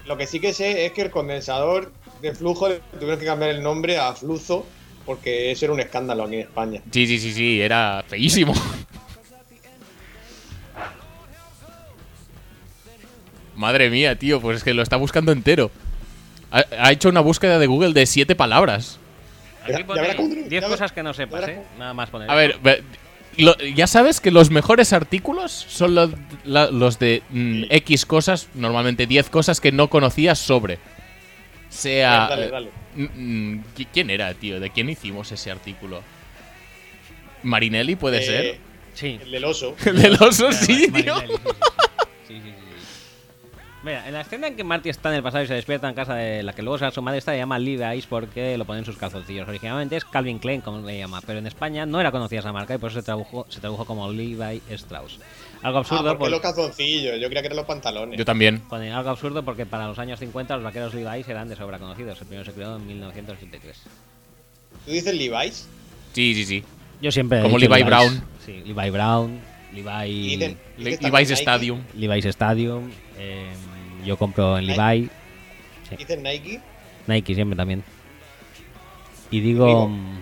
Speaker 3: Lo que sí que sé es que el condensador de flujo le tuvieron que cambiar el nombre a fluzo porque eso era un escándalo aquí en España.
Speaker 2: Sí, sí, sí, sí, era feísimo. [LAUGHS] Madre mía, tío, pues es que lo está buscando entero. Ha, ha hecho una búsqueda de Google de siete palabras.
Speaker 3: Ya-
Speaker 1: Aquí
Speaker 3: ya
Speaker 1: pone
Speaker 3: verás cómo te-
Speaker 1: 10
Speaker 3: ya ver-
Speaker 1: cosas que no sepas,
Speaker 3: verás
Speaker 1: ¿eh? Nada más poner.
Speaker 2: A ver, ve- lo- ya sabes que los mejores artículos son los, la- los de mm, X cosas, normalmente 10 cosas que no conocías sobre. Sea...
Speaker 3: Dale, dale.
Speaker 2: Mm, mm, ¿qui- ¿Quién era, tío? ¿De quién hicimos ese artículo? ¿Marinelli puede
Speaker 3: Eh,
Speaker 2: ser?
Speaker 1: [LAUGHS] Sí.
Speaker 3: El
Speaker 2: [LAUGHS]
Speaker 3: del oso.
Speaker 2: El del
Speaker 1: [LAUGHS]
Speaker 2: oso, sí,
Speaker 1: Mar-
Speaker 2: tío.
Speaker 1: Marinelli, sí, sí, sí. Sí, sí, sí, sí. Mira, en la escena en que Marty está en el pasado y se despierta en casa de la que luego será su madre, esta le llama Live Ice porque lo ponen en sus calzoncillos. Originalmente es Calvin Klein, como le llama, pero en España no era conocida esa marca y por eso se tradujo, se tradujo como Levi Strauss. Algo
Speaker 3: Ah,
Speaker 1: absurdo,
Speaker 3: porque
Speaker 1: por-
Speaker 3: los calzoncillos. Yo creía que eran los pantalones.
Speaker 2: Yo también.
Speaker 1: joder, algo absurdo porque para los años 50 los vaqueros Levi's eran de sobra conocidos. El primero se creó en 1983.
Speaker 3: ¿Tú dices Levi's?
Speaker 2: Sí, sí, sí.
Speaker 1: Yo siempre. he
Speaker 2: Como
Speaker 1: dicho
Speaker 2: Levi
Speaker 1: Levi's.
Speaker 2: Brown.
Speaker 1: Sí, Levi Brown,
Speaker 3: Y
Speaker 1: Levi.
Speaker 2: Le-
Speaker 3: dicen- dicen también
Speaker 2: Levi's
Speaker 3: Nike.
Speaker 2: Stadium.
Speaker 1: Levi's Stadium. eh, yo compro en
Speaker 3: Ay.
Speaker 1: Levi.
Speaker 3: Dicen Nike.
Speaker 1: Nike siempre también. Y digo.
Speaker 3: Digo.
Speaker 1: mm,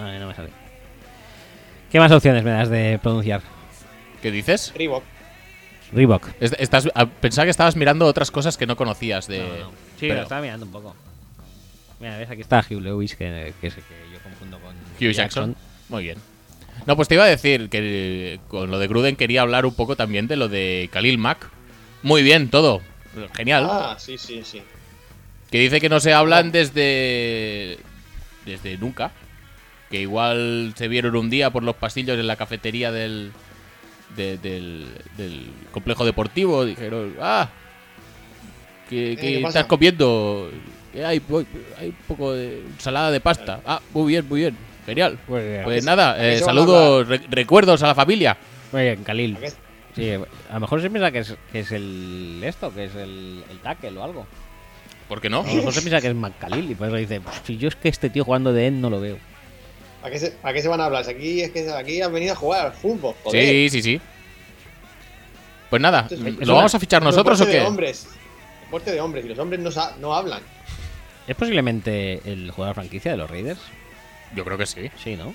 Speaker 1: ay, no me sale. ¿Qué más opciones me das de pronunciar?
Speaker 2: ¿Qué dices?
Speaker 3: Reebok.
Speaker 1: Reebok.
Speaker 2: Es- Estás, ah, pensaba que estabas mirando otras cosas que no conocías de...
Speaker 1: No, no. Eh, Sí,
Speaker 2: pero-
Speaker 1: lo estaba mirando un poco. Mira, ves, aquí está Hugh Lewis, que, que es el que yo confundo con.
Speaker 2: Hugh Jackson. Muy bien. No, pues te iba a decir que eh, con lo de Gruden quería hablar un poco también de lo de Khalil Mack. Muy bien, todo. Genial.
Speaker 3: Ah, sí, sí, sí.
Speaker 2: Que dice que no se hablan desde. desde nunca. Que igual se vieron un día por los pasillos en la cafetería del. de- del, del complejo deportivo. Dijeron, ah, ¿qué, qué
Speaker 3: Eh, ¿qué
Speaker 2: estás
Speaker 3: pasa?
Speaker 2: comiendo? Que hay, voy- hay un poco de ensalada de pasta. Ah, muy bien, muy bien. Genial.
Speaker 1: Muy bien.
Speaker 2: Pues nada,
Speaker 3: ¿a qué
Speaker 2: eh,
Speaker 3: se van a
Speaker 2: saludos, re- recuerdos a la familia.
Speaker 1: Muy bien, Khalil.
Speaker 3: ¿A qué-
Speaker 1: Sí, a lo mejor se piensa que es, que es el. Esto, que es el, el tackle o algo.
Speaker 2: ¿Por qué no?
Speaker 1: A lo mejor se piensa que es McKhalil y por eso dice: "Pues, Si yo es que este tío jugando de él no lo veo.
Speaker 3: ¿A qué, se, ¿A qué se van a hablar? Si Aquí es que aquí has venido a jugar al fútbol. Joder.
Speaker 2: Sí, sí, sí. Pues nada,
Speaker 3: Esto es-
Speaker 1: es
Speaker 2: ¿lo vamos
Speaker 1: una-
Speaker 2: a fichar
Speaker 3: Un
Speaker 2: nosotros o
Speaker 3: deporte
Speaker 2: qué?
Speaker 3: De hombres. Deporte de hombres. Y los hombres no, sa- no hablan.
Speaker 1: ¿Es posiblemente el jugador franquicia de los Raiders?
Speaker 2: Yo creo que sí.
Speaker 1: Sí, ¿no?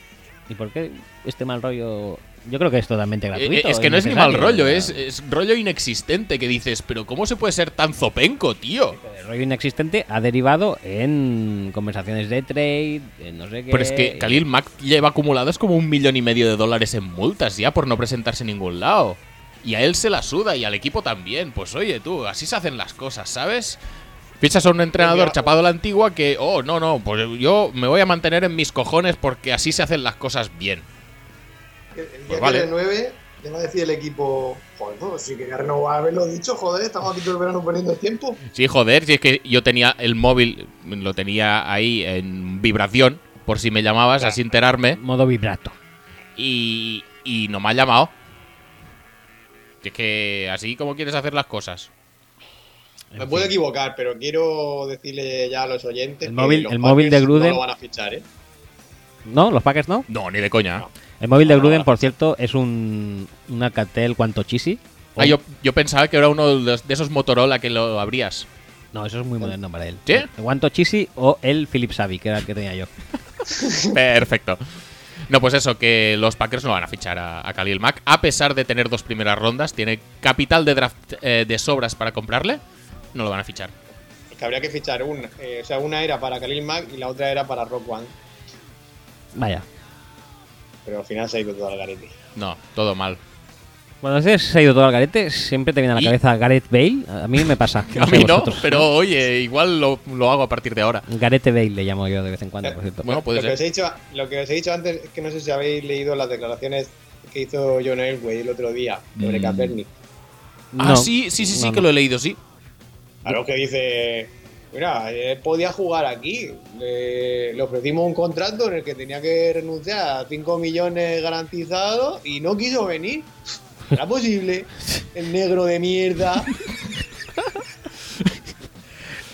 Speaker 1: ¿Y por qué este mal rollo? Yo creo que es totalmente
Speaker 2: Eh,
Speaker 1: gratuito.
Speaker 2: Es que no es ni mal
Speaker 1: innecesario,
Speaker 2: rollo,
Speaker 1: o sea,
Speaker 2: es, eh. es rollo inexistente que dices, pero ¿cómo se puede ser tan zopenco, tío?
Speaker 1: El rollo inexistente ha derivado en conversaciones de trade, en no sé qué.
Speaker 2: Pero es que Khalil Mack lleva acumulados como un millón y medio de dólares en multas ya por no presentarse en ningún lado. Y a él se la suda y al equipo también. Pues oye, tú, así se hacen las cosas, ¿sabes? Fichas a un entrenador chapado a la antigua que, oh, no, no, pues yo me voy a mantener en mis cojones porque así se hacen las cosas bien.
Speaker 3: El día
Speaker 2: Pues vale.
Speaker 3: que renueve, le va a decir el equipo, joder, pues si quería renovar, haberlo dicho, joder, estamos aquí todo el verano perdiendo el tiempo.
Speaker 2: Sí, joder, si es que yo tenía el móvil, lo tenía ahí en vibración, por si me llamabas, así enterarme,
Speaker 1: Modo vibrato.
Speaker 2: y, y no me has llamado. Si es que así como quieres hacer las cosas.
Speaker 3: Me
Speaker 1: En
Speaker 3: puedo
Speaker 1: fin.
Speaker 3: equivocar, pero quiero decirle ya a los oyentes
Speaker 1: El
Speaker 3: que
Speaker 1: móvil-
Speaker 3: los
Speaker 1: el móvil de
Speaker 3: Packers
Speaker 1: Gruden-
Speaker 3: no lo van a fichar, ¿eh?
Speaker 1: No, los Packers no.
Speaker 2: No, ni de coña.
Speaker 3: No.
Speaker 1: El móvil de
Speaker 3: No, no,
Speaker 1: Gruden,
Speaker 3: no.
Speaker 1: por cierto, es un, un Alcatel cuanto chisi. Oh,
Speaker 2: Ah, yo, yo pensaba que era uno de, los- de esos Motorola que lo
Speaker 3: [LAUGHS]
Speaker 2: abrías.
Speaker 1: No, eso es muy moderno para él.
Speaker 2: ¿Sí?
Speaker 1: El Guanto Chisi o el Philip Savi, que era el que tenía
Speaker 2: [LAUGHS]
Speaker 1: yo.
Speaker 2: Perfecto. No, pues eso, que los Packers no van a fichar a, a Khalil Mack, a pesar de tener dos primeras rondas, tiene capital de draft eh, de sobras para comprarle, no lo van a fichar.
Speaker 3: Que habría que fichar una. eh, o sea, una era para Khalil Mack y la otra era para Rock One.
Speaker 1: Vaya.
Speaker 3: Pero al final se ha ido todo al garete.
Speaker 2: No, todo mal.
Speaker 1: Cuando se se ha ido todo al garete, siempre te viene a la
Speaker 2: Y-
Speaker 1: cabeza Gareth Bale. A mí me pasa.
Speaker 2: [LAUGHS] A
Speaker 1: sé
Speaker 2: mí no,
Speaker 1: vosotros.
Speaker 2: pero oye, igual lo, lo hago a partir de ahora.
Speaker 1: Gareth Bale le llamo yo de vez en cuando, por cierto.
Speaker 2: Bueno,
Speaker 3: Lo
Speaker 2: puede
Speaker 3: que, os
Speaker 2: ser.
Speaker 3: he dicho, lo que os he dicho antes es que no sé si habéis leído las declaraciones que hizo John Elway el otro día sobre
Speaker 2: Mm.
Speaker 3: Kaepernick.
Speaker 2: Ah,
Speaker 1: No.
Speaker 2: sí, sí, sí, sí,
Speaker 1: No,
Speaker 2: que
Speaker 1: no.
Speaker 2: lo he leído, sí.
Speaker 3: A lo que dice, mira, él podía jugar aquí. Le, le ofrecimos un contrato en el que tenía que renunciar a 5 millones garantizados y no quiso venir. ¿Era posible? El negro de
Speaker 1: [LAUGHS]
Speaker 3: mierda.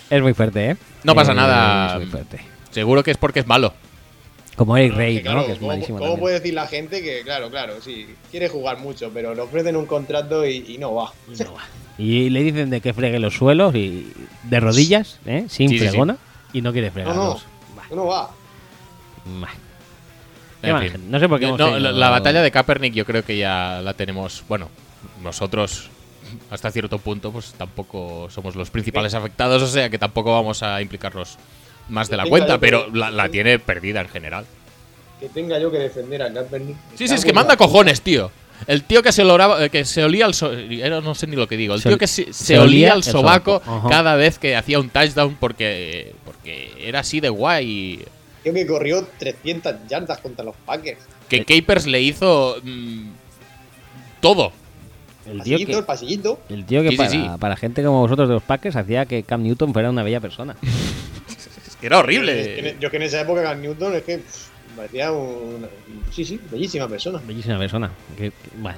Speaker 1: Es muy fuerte, ¿eh?
Speaker 2: No pasa
Speaker 1: Eh,
Speaker 2: nada.
Speaker 1: Es muy fuerte.
Speaker 2: Seguro que es porque es malo.
Speaker 1: Como Eric
Speaker 3: Claro,
Speaker 1: Rey,
Speaker 3: que claro,
Speaker 1: ¿no? Que es
Speaker 3: ¿cómo-
Speaker 1: malísimo.
Speaker 3: ¿Cómo
Speaker 1: también.
Speaker 3: puede decir la gente que, claro, claro, sí, quiere jugar mucho, pero le ofrecen un contrato y, y no va?
Speaker 1: Y le dicen de que fregue los suelos y de rodillas, ¿eh? Sin
Speaker 2: Sí, sí, sí.
Speaker 1: fregona. Y no quiere
Speaker 3: No,
Speaker 1: fregarlos.
Speaker 3: no, no va.
Speaker 1: Bah.
Speaker 2: En
Speaker 1: Qué mal,
Speaker 2: fin.
Speaker 1: gente. No sé por qué.
Speaker 2: No,
Speaker 1: hemos
Speaker 2: la,
Speaker 1: tenido-
Speaker 2: la batalla de Kaepernick yo creo que ya la tenemos, bueno, nosotros hasta cierto punto pues tampoco somos los principales afectados, o sea que tampoco vamos a implicarnos más de la
Speaker 3: Sí,
Speaker 2: cuenta,
Speaker 3: claro,
Speaker 2: pero
Speaker 3: pero-
Speaker 2: la, la tiene perdida en general.
Speaker 3: Que tenga yo que defender a Kaepernick.
Speaker 2: Sí, sí,
Speaker 3: Está
Speaker 2: es que
Speaker 3: muy
Speaker 2: manda
Speaker 3: mal.
Speaker 2: cojones, tío. El tío que se, oloraba- eh, que se olía al so- era- no sé ni lo que digo. El
Speaker 1: Se
Speaker 2: tío
Speaker 1: ol-
Speaker 2: que se,
Speaker 1: se
Speaker 2: se olía
Speaker 1: olía
Speaker 2: al
Speaker 1: el
Speaker 2: sobaco
Speaker 1: sobaco, ajá.
Speaker 2: cada vez que hacía un touchdown porque, porque era así de guay.
Speaker 3: Creo que corrió 300 yardas contra los Packers.
Speaker 1: Eh,
Speaker 2: Que Capers le hizo mm, todo.
Speaker 1: El tío
Speaker 3: Pasillito,
Speaker 1: que,
Speaker 3: el pasillito.
Speaker 1: el tío que
Speaker 2: Sí, sí,
Speaker 1: para,
Speaker 2: sí.
Speaker 1: para gente como vosotros de los Packers hacía que Cam Newton fuera una bella persona.
Speaker 2: Es que era
Speaker 3: Eh, Es que
Speaker 2: horrible.
Speaker 3: en- e- Yo es que en esa época Cam Newton es que pff, me parecía una, sí, sí, bellísima persona.
Speaker 1: Bellísima persona. Que- que- bueno.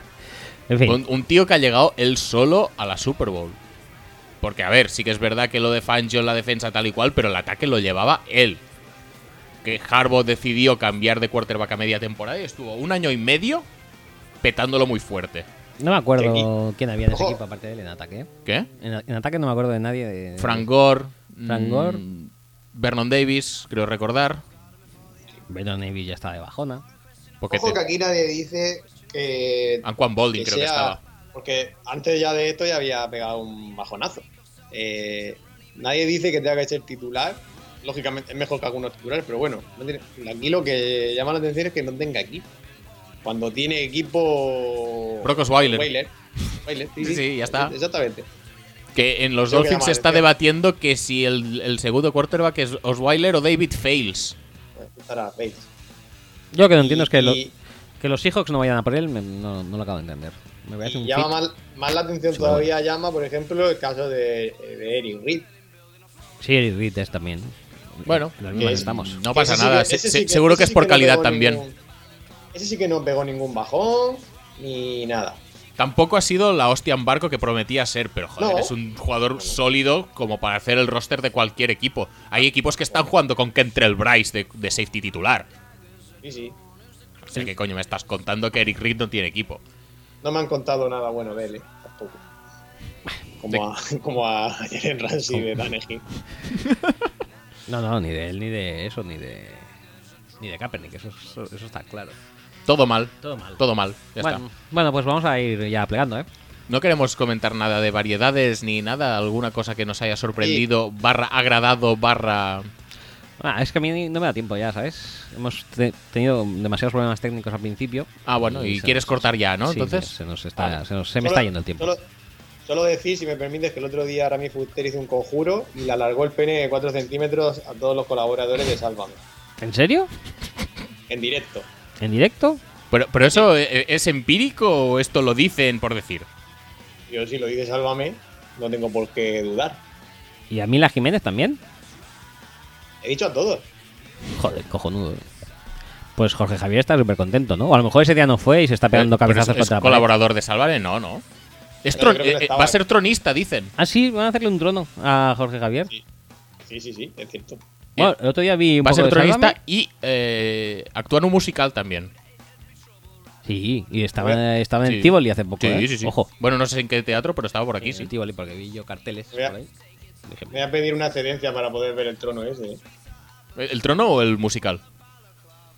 Speaker 1: En fin.
Speaker 2: Un, un tío que ha llegado él solo a la Super Bowl. Porque, a ver, sí que es verdad que lo de Fangio en la defensa tal y cual, pero el ataque lo llevaba él. Que Harbaugh decidió cambiar de quarterback a media temporada y estuvo un año y medio petándolo muy fuerte.
Speaker 1: No me acuerdo
Speaker 3: Chequi.
Speaker 1: quién había en ese
Speaker 3: Ojo.
Speaker 1: equipo aparte de él en ataque. ¿eh?
Speaker 2: ¿Qué?
Speaker 1: En, en ataque no me acuerdo de nadie. De,
Speaker 2: Frank Gore.
Speaker 1: Frank
Speaker 2: mm,
Speaker 1: Gore.
Speaker 2: Vernon Davis, creo recordar.
Speaker 1: Brandon Navy ya estaba de bajona.
Speaker 2: Porque
Speaker 3: Ojo que aquí nadie dice que,
Speaker 2: Anquan Bolding
Speaker 3: que
Speaker 2: Ah, creo que
Speaker 3: sea-
Speaker 2: estaba.
Speaker 3: Porque antes ya de esto ya había pegado un bajonazo. Eh, nadie dice que tenga que ser titular. Lógicamente es mejor que algunos titulares, pero bueno. no tiene- aquí lo que llama la atención es que no tenga equipo. Cuando tiene equipo.
Speaker 2: Brock Osweiler.
Speaker 3: Weiler. Weiler,
Speaker 2: Sí, sí, ya está.
Speaker 3: Exactamente.
Speaker 2: Que en los
Speaker 3: Creo que
Speaker 2: Dolphins
Speaker 3: llama
Speaker 2: se
Speaker 3: la
Speaker 2: está
Speaker 3: atención.
Speaker 2: debatiendo que si el, el segundo quarterback es Osweiler o David Fails.
Speaker 3: Estará Bates.
Speaker 1: Yo lo que no entiendo es que,
Speaker 3: Y-
Speaker 1: lo-
Speaker 3: y-
Speaker 1: que los Seahawks no vayan a por él, me- no, no lo acabo de entender. Me parece
Speaker 3: Y
Speaker 1: un
Speaker 3: llama
Speaker 1: pick.
Speaker 3: mal- más la atención
Speaker 1: Seguro.
Speaker 3: todavía llama, por ejemplo, el caso de, de Eric Reed.
Speaker 1: Sí, Eric Reed es también.
Speaker 2: Bueno,
Speaker 1: En las mismas
Speaker 3: es-
Speaker 1: estamos.
Speaker 2: No
Speaker 3: Que
Speaker 2: pasa
Speaker 3: ese sí
Speaker 2: nada,
Speaker 3: que-
Speaker 2: se-
Speaker 3: ese
Speaker 2: se-
Speaker 3: sí
Speaker 2: seguro que
Speaker 3: ese
Speaker 2: es
Speaker 3: sí
Speaker 2: por
Speaker 3: no
Speaker 2: calidad
Speaker 3: pegó
Speaker 2: también.
Speaker 3: ningún- ese sí que no pegó ningún bajón ni nada.
Speaker 2: Tampoco ha sido la hostia en barco que prometía ser, pero joder,
Speaker 3: No.
Speaker 2: es un jugador sólido como para hacer el roster de cualquier equipo. Hay equipos que están jugando con Kentrell Bryce de, de safety titular.
Speaker 3: Sí, sí.
Speaker 2: O sea, ¿qué coño me estás contando que Eric Reed no tiene equipo?
Speaker 3: No me han contado nada bueno de él, eh, tampoco. Como a, [LAUGHS] como a Jalen Ramsey de Tannehill.
Speaker 1: No, no, ni de él, ni de eso, ni de. Ni de Kaepernick, eso, eso, eso está claro.
Speaker 2: Todo mal,
Speaker 1: Todo mal.
Speaker 2: todo mal. Ya
Speaker 1: bueno,
Speaker 2: está.
Speaker 1: bueno, pues vamos a ir ya plegando, ¿eh?
Speaker 2: No queremos comentar nada de variedades ni nada, alguna cosa que nos haya sorprendido, barra agradado, barra...
Speaker 1: Ah, es que a mí no me da tiempo ya, ¿sabes? Hemos te- tenido demasiados problemas técnicos al principio.
Speaker 2: Ah, bueno, y
Speaker 1: se
Speaker 2: quieres
Speaker 1: nos-
Speaker 2: cortar ya, ¿no?
Speaker 1: Sí,
Speaker 2: Entonces...
Speaker 1: se nos está,
Speaker 2: Vale.
Speaker 1: se, nos- se me está yendo el tiempo.
Speaker 3: Solo, solo decir, si me permites, que el otro día Rami Fuster hizo un conjuro y le alargó el pene de 4 centímetros a todos los colaboradores de Sálvame.
Speaker 1: ¿En serio?
Speaker 3: En directo.
Speaker 1: ¿En directo?
Speaker 2: Pero, pero eso eh, es empírico o esto lo dicen por decir.
Speaker 3: Yo, si lo dice Sálvame, no tengo por qué dudar.
Speaker 1: ¿Y a Mila Jiménez también?
Speaker 3: He dicho a todos.
Speaker 1: Joder, cojonudo. Pues Jorge Javier está súper contento, ¿no? O a lo mejor ese día no fue y se está pegando
Speaker 2: Pero
Speaker 1: cabezazos
Speaker 2: Eh, es- es
Speaker 1: contra la pared.
Speaker 2: colaborador de Salvare, no, no. Es
Speaker 3: Pero
Speaker 2: tron-
Speaker 3: creo que
Speaker 2: eh, eh,
Speaker 3: estaba-
Speaker 2: va a ser tronista, dicen.
Speaker 1: Ah, sí, van a hacerle un trono a Jorge Javier.
Speaker 3: Sí, sí, sí, es cierto.
Speaker 1: Bueno, el otro día vi un
Speaker 2: Va a
Speaker 1: poco
Speaker 2: ser
Speaker 1: de Sálvame.
Speaker 2: tronista y eh, actúa en un musical también.
Speaker 1: Sí, Sí, y estaba,
Speaker 3: Bueno,
Speaker 1: estaba en
Speaker 2: Sí.
Speaker 1: el Tivoli hace poco.
Speaker 2: Sí,
Speaker 1: ¿eh?
Speaker 2: sí, sí.
Speaker 1: Ojo,
Speaker 2: Bueno, no sé en qué teatro, pero estaba por aquí,
Speaker 1: en
Speaker 2: sí.
Speaker 1: el Tivoli, porque vi yo carteles por
Speaker 3: Vea.
Speaker 1: ahí. Dije,
Speaker 3: Me voy a pedir una cedencia para poder ver el trono ese. ¿eh?
Speaker 2: ¿El trono o el musical?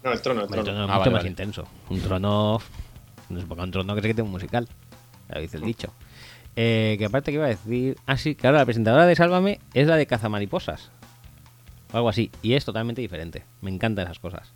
Speaker 3: No, el trono, el
Speaker 1: Un
Speaker 3: trono.
Speaker 1: trono
Speaker 2: Ah,
Speaker 1: mucho
Speaker 2: vale,
Speaker 1: más
Speaker 2: vale.
Speaker 1: intenso. Un trono. No sé por qué un trono que se quite un musical. Lo dice
Speaker 2: Mm.
Speaker 1: el dicho. Eh, que aparte que iba a decir. Ah, sí, claro, la presentadora de Sálvame es la de Cazamariposas. O algo así. Y es totalmente diferente. Me encantan esas cosas.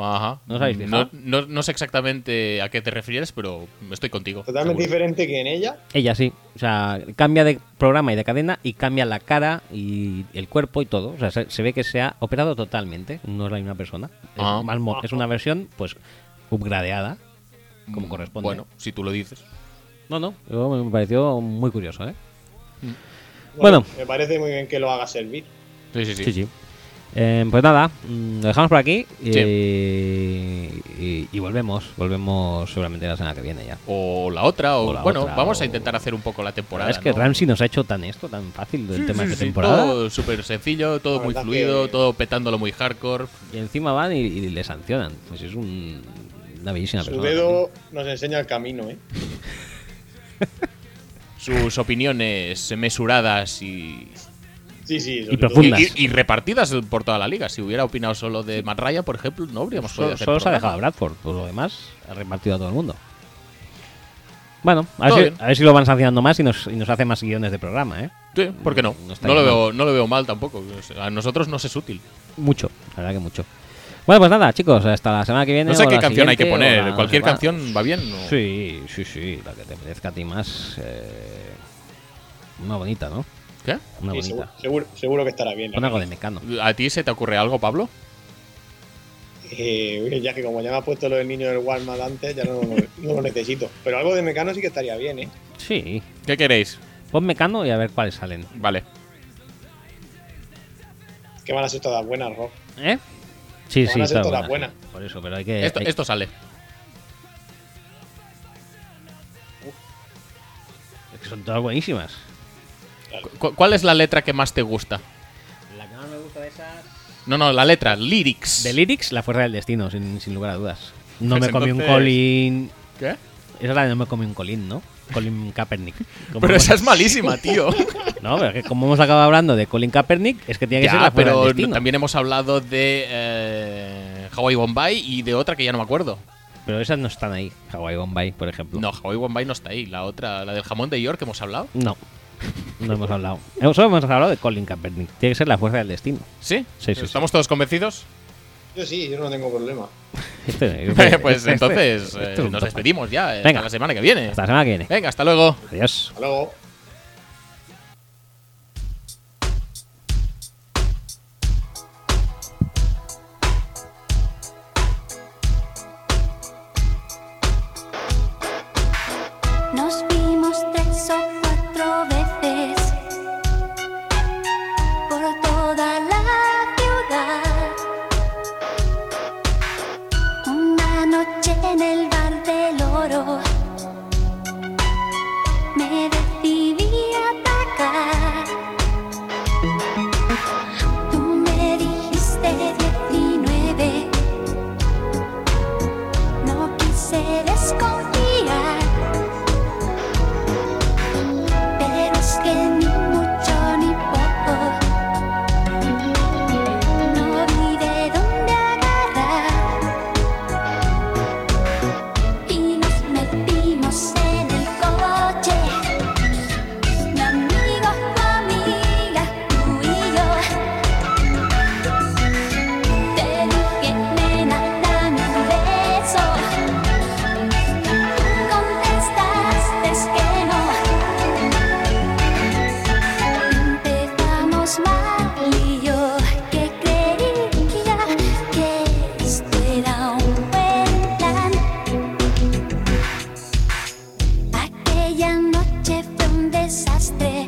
Speaker 2: Ajá.
Speaker 1: ¿No os habéis fijado?
Speaker 2: no- no sé exactamente a qué te refieres, pero estoy contigo.
Speaker 3: Totalmente
Speaker 2: seguro.
Speaker 3: diferente que en ella.
Speaker 1: Ella sí. O sea, cambia de programa y de cadena y cambia la cara y el cuerpo y todo. O sea, se, se ve que se ha operado totalmente. No es la misma persona. Es,
Speaker 2: Ah.
Speaker 1: más mo- es una versión, pues, upgradeada. como
Speaker 2: Mm,
Speaker 1: corresponde.
Speaker 2: Bueno, si tú lo dices.
Speaker 1: No, no. Yo- Me pareció muy curioso, ¿eh?
Speaker 2: Mm.
Speaker 1: Bueno.
Speaker 3: Me parece muy bien que lo haga servir.
Speaker 2: Sí, sí, sí.
Speaker 1: Sí, sí. Eh, pues nada, mm, lo dejamos por aquí y,
Speaker 2: Sí.
Speaker 1: y- y volvemos. Volvemos seguramente la semana que viene ya.
Speaker 2: O la otra, o,
Speaker 1: O la
Speaker 2: bueno,
Speaker 1: otra,
Speaker 2: vamos
Speaker 1: o-
Speaker 2: a intentar hacer un poco la temporada.
Speaker 1: es que
Speaker 2: ¿no?
Speaker 1: Ramsey nos ha hecho tan esto, tan fácil del
Speaker 2: Sí,
Speaker 1: tema
Speaker 2: sí,
Speaker 1: de esta
Speaker 2: sí,
Speaker 1: temporada.
Speaker 2: Todo súper sencillo, todo
Speaker 3: La
Speaker 2: muy
Speaker 3: verdad
Speaker 2: fluido,
Speaker 3: que-
Speaker 2: todo petándolo muy hardcore.
Speaker 1: Y encima van y, y le sancionan. Pues es un- una bellísima
Speaker 3: Su
Speaker 1: persona.
Speaker 3: dedo nos enseña el camino, ¿eh?
Speaker 2: Sus opiniones mesuradas y,
Speaker 3: Sí, sí. sobre
Speaker 1: Y
Speaker 3: todo.
Speaker 1: profundas.
Speaker 2: y- y repartidas por toda la liga. Si hubiera opinado solo de Matt Ryan, por ejemplo, no habríamos podido
Speaker 1: Solo,
Speaker 2: hacer
Speaker 1: solo se ha
Speaker 2: programa.
Speaker 1: dejado a Bradford, por lo demás ha repartido a todo el mundo. Bueno, a
Speaker 2: Todo
Speaker 1: ver,
Speaker 2: bien.
Speaker 1: si, a ver si lo van sancionando más y nos, y nos hace más guiones de programa, ¿eh?
Speaker 2: Sí, ¿por qué no?
Speaker 1: No está
Speaker 2: No, lo
Speaker 1: bien.
Speaker 2: veo, no lo veo mal tampoco. A nosotros nos es útil.
Speaker 1: Mucho, la verdad que mucho. Bueno, pues nada, chicos, hasta la semana que viene.
Speaker 2: No sé
Speaker 1: o
Speaker 2: qué
Speaker 1: la
Speaker 2: canción hay que
Speaker 1: siguiente, o
Speaker 2: poner.
Speaker 1: la no
Speaker 2: Cualquier
Speaker 1: sé cuál.
Speaker 2: canción va bien. ¿no?
Speaker 1: Sí, sí, sí, la que te merezca a ti más. eh, Una bonita, ¿no?
Speaker 2: ¿Qué?
Speaker 1: Una
Speaker 3: Sí, seguro,
Speaker 1: bonita.
Speaker 3: seguro, seguro que estará bien. la
Speaker 1: Pon algo de Mecano.
Speaker 2: ¿A ti se te ocurre algo, Pablo?
Speaker 3: Eh, oye, ya que como ya me ha puesto lo del niño del Walmart antes, ya no, no lo necesito. Pero algo de Mecano sí que estaría bien, ¿eh?
Speaker 1: Sí.
Speaker 2: ¿Qué queréis?
Speaker 1: Pon Mecano y a ver cuáles salen.
Speaker 2: Vale.
Speaker 3: Que van a ser todas buenas, Rob.
Speaker 1: ¿Eh? Sí,
Speaker 3: Van
Speaker 1: sí,
Speaker 3: a ser
Speaker 1: está
Speaker 3: todas
Speaker 1: buena.
Speaker 3: buenas.
Speaker 1: Por eso, pero hay que.
Speaker 2: Esto,
Speaker 1: Eh, hay-
Speaker 2: esto sale.
Speaker 1: es que son todas buenísimas.
Speaker 2: ¿Cu- ¿Cuál es la letra que más te gusta?
Speaker 1: La que más me gusta de esas.
Speaker 2: No, no, la letra, lyrics.
Speaker 1: De Lyrics, La Fuerza del Destino, sin, sin lugar a dudas. No
Speaker 2: Pues
Speaker 1: me comí un
Speaker 2: entonces-
Speaker 1: colín.
Speaker 2: ¿Qué?
Speaker 1: Esa es la de No me comí un colín, ¿no? Colin Kaepernick.
Speaker 2: [LAUGHS]
Speaker 1: Como
Speaker 2: Pero
Speaker 1: hemos-
Speaker 2: esa es
Speaker 1: [LAUGHS]
Speaker 2: malísima, tío.
Speaker 1: No, pero que como hemos acabado hablando de Colin Kaepernick, es que tiene que ser
Speaker 2: ya,
Speaker 1: la Fuerza
Speaker 2: pero
Speaker 1: del Destino.
Speaker 2: también hemos hablado de eh, Hawaii Bombay y de otra que ya no me acuerdo.
Speaker 1: Pero esas no están ahí. Hawaii Bombay, por ejemplo.
Speaker 2: No, Hawaii Bombay no está ahí. La otra, la del jamón de York que hemos hablado.
Speaker 1: No. No hemos hablado. Hemos- Solo hemos hablado de Colin Kaepernick. Tiene que ser la fuerza del destino.
Speaker 2: ¿Sí?
Speaker 1: Sí, sí,
Speaker 2: ¿Estamos todos convencidos?
Speaker 3: Yo sí, yo no tengo problema.
Speaker 1: Este-
Speaker 2: [LAUGHS] pues
Speaker 1: este-
Speaker 2: entonces
Speaker 1: este
Speaker 2: eh,
Speaker 1: es un
Speaker 2: nos
Speaker 1: topazo.
Speaker 2: despedimos ya. eh, Hasta
Speaker 1: Venga.
Speaker 2: la semana que viene.
Speaker 1: Hasta la semana que viene.
Speaker 2: Venga, hasta luego.
Speaker 1: Adiós.
Speaker 3: Hasta luego.
Speaker 4: Nos vimos tres o cuatro veces por toda la ciudad. Una noche en el bar del oro me decidí a atacar. Tú me dijiste 19, no quise desconfiar. Pero es que ni mucho ni poco No vi de dónde agarrar Y nos metimos en el coche Mi amigo, tu amiga, tú y yo Te dije, nena, dame un beso Tú contestaste es que no Empezamos mal y yo que creía que esto era un buen plan. Aquella noche fue un desastre.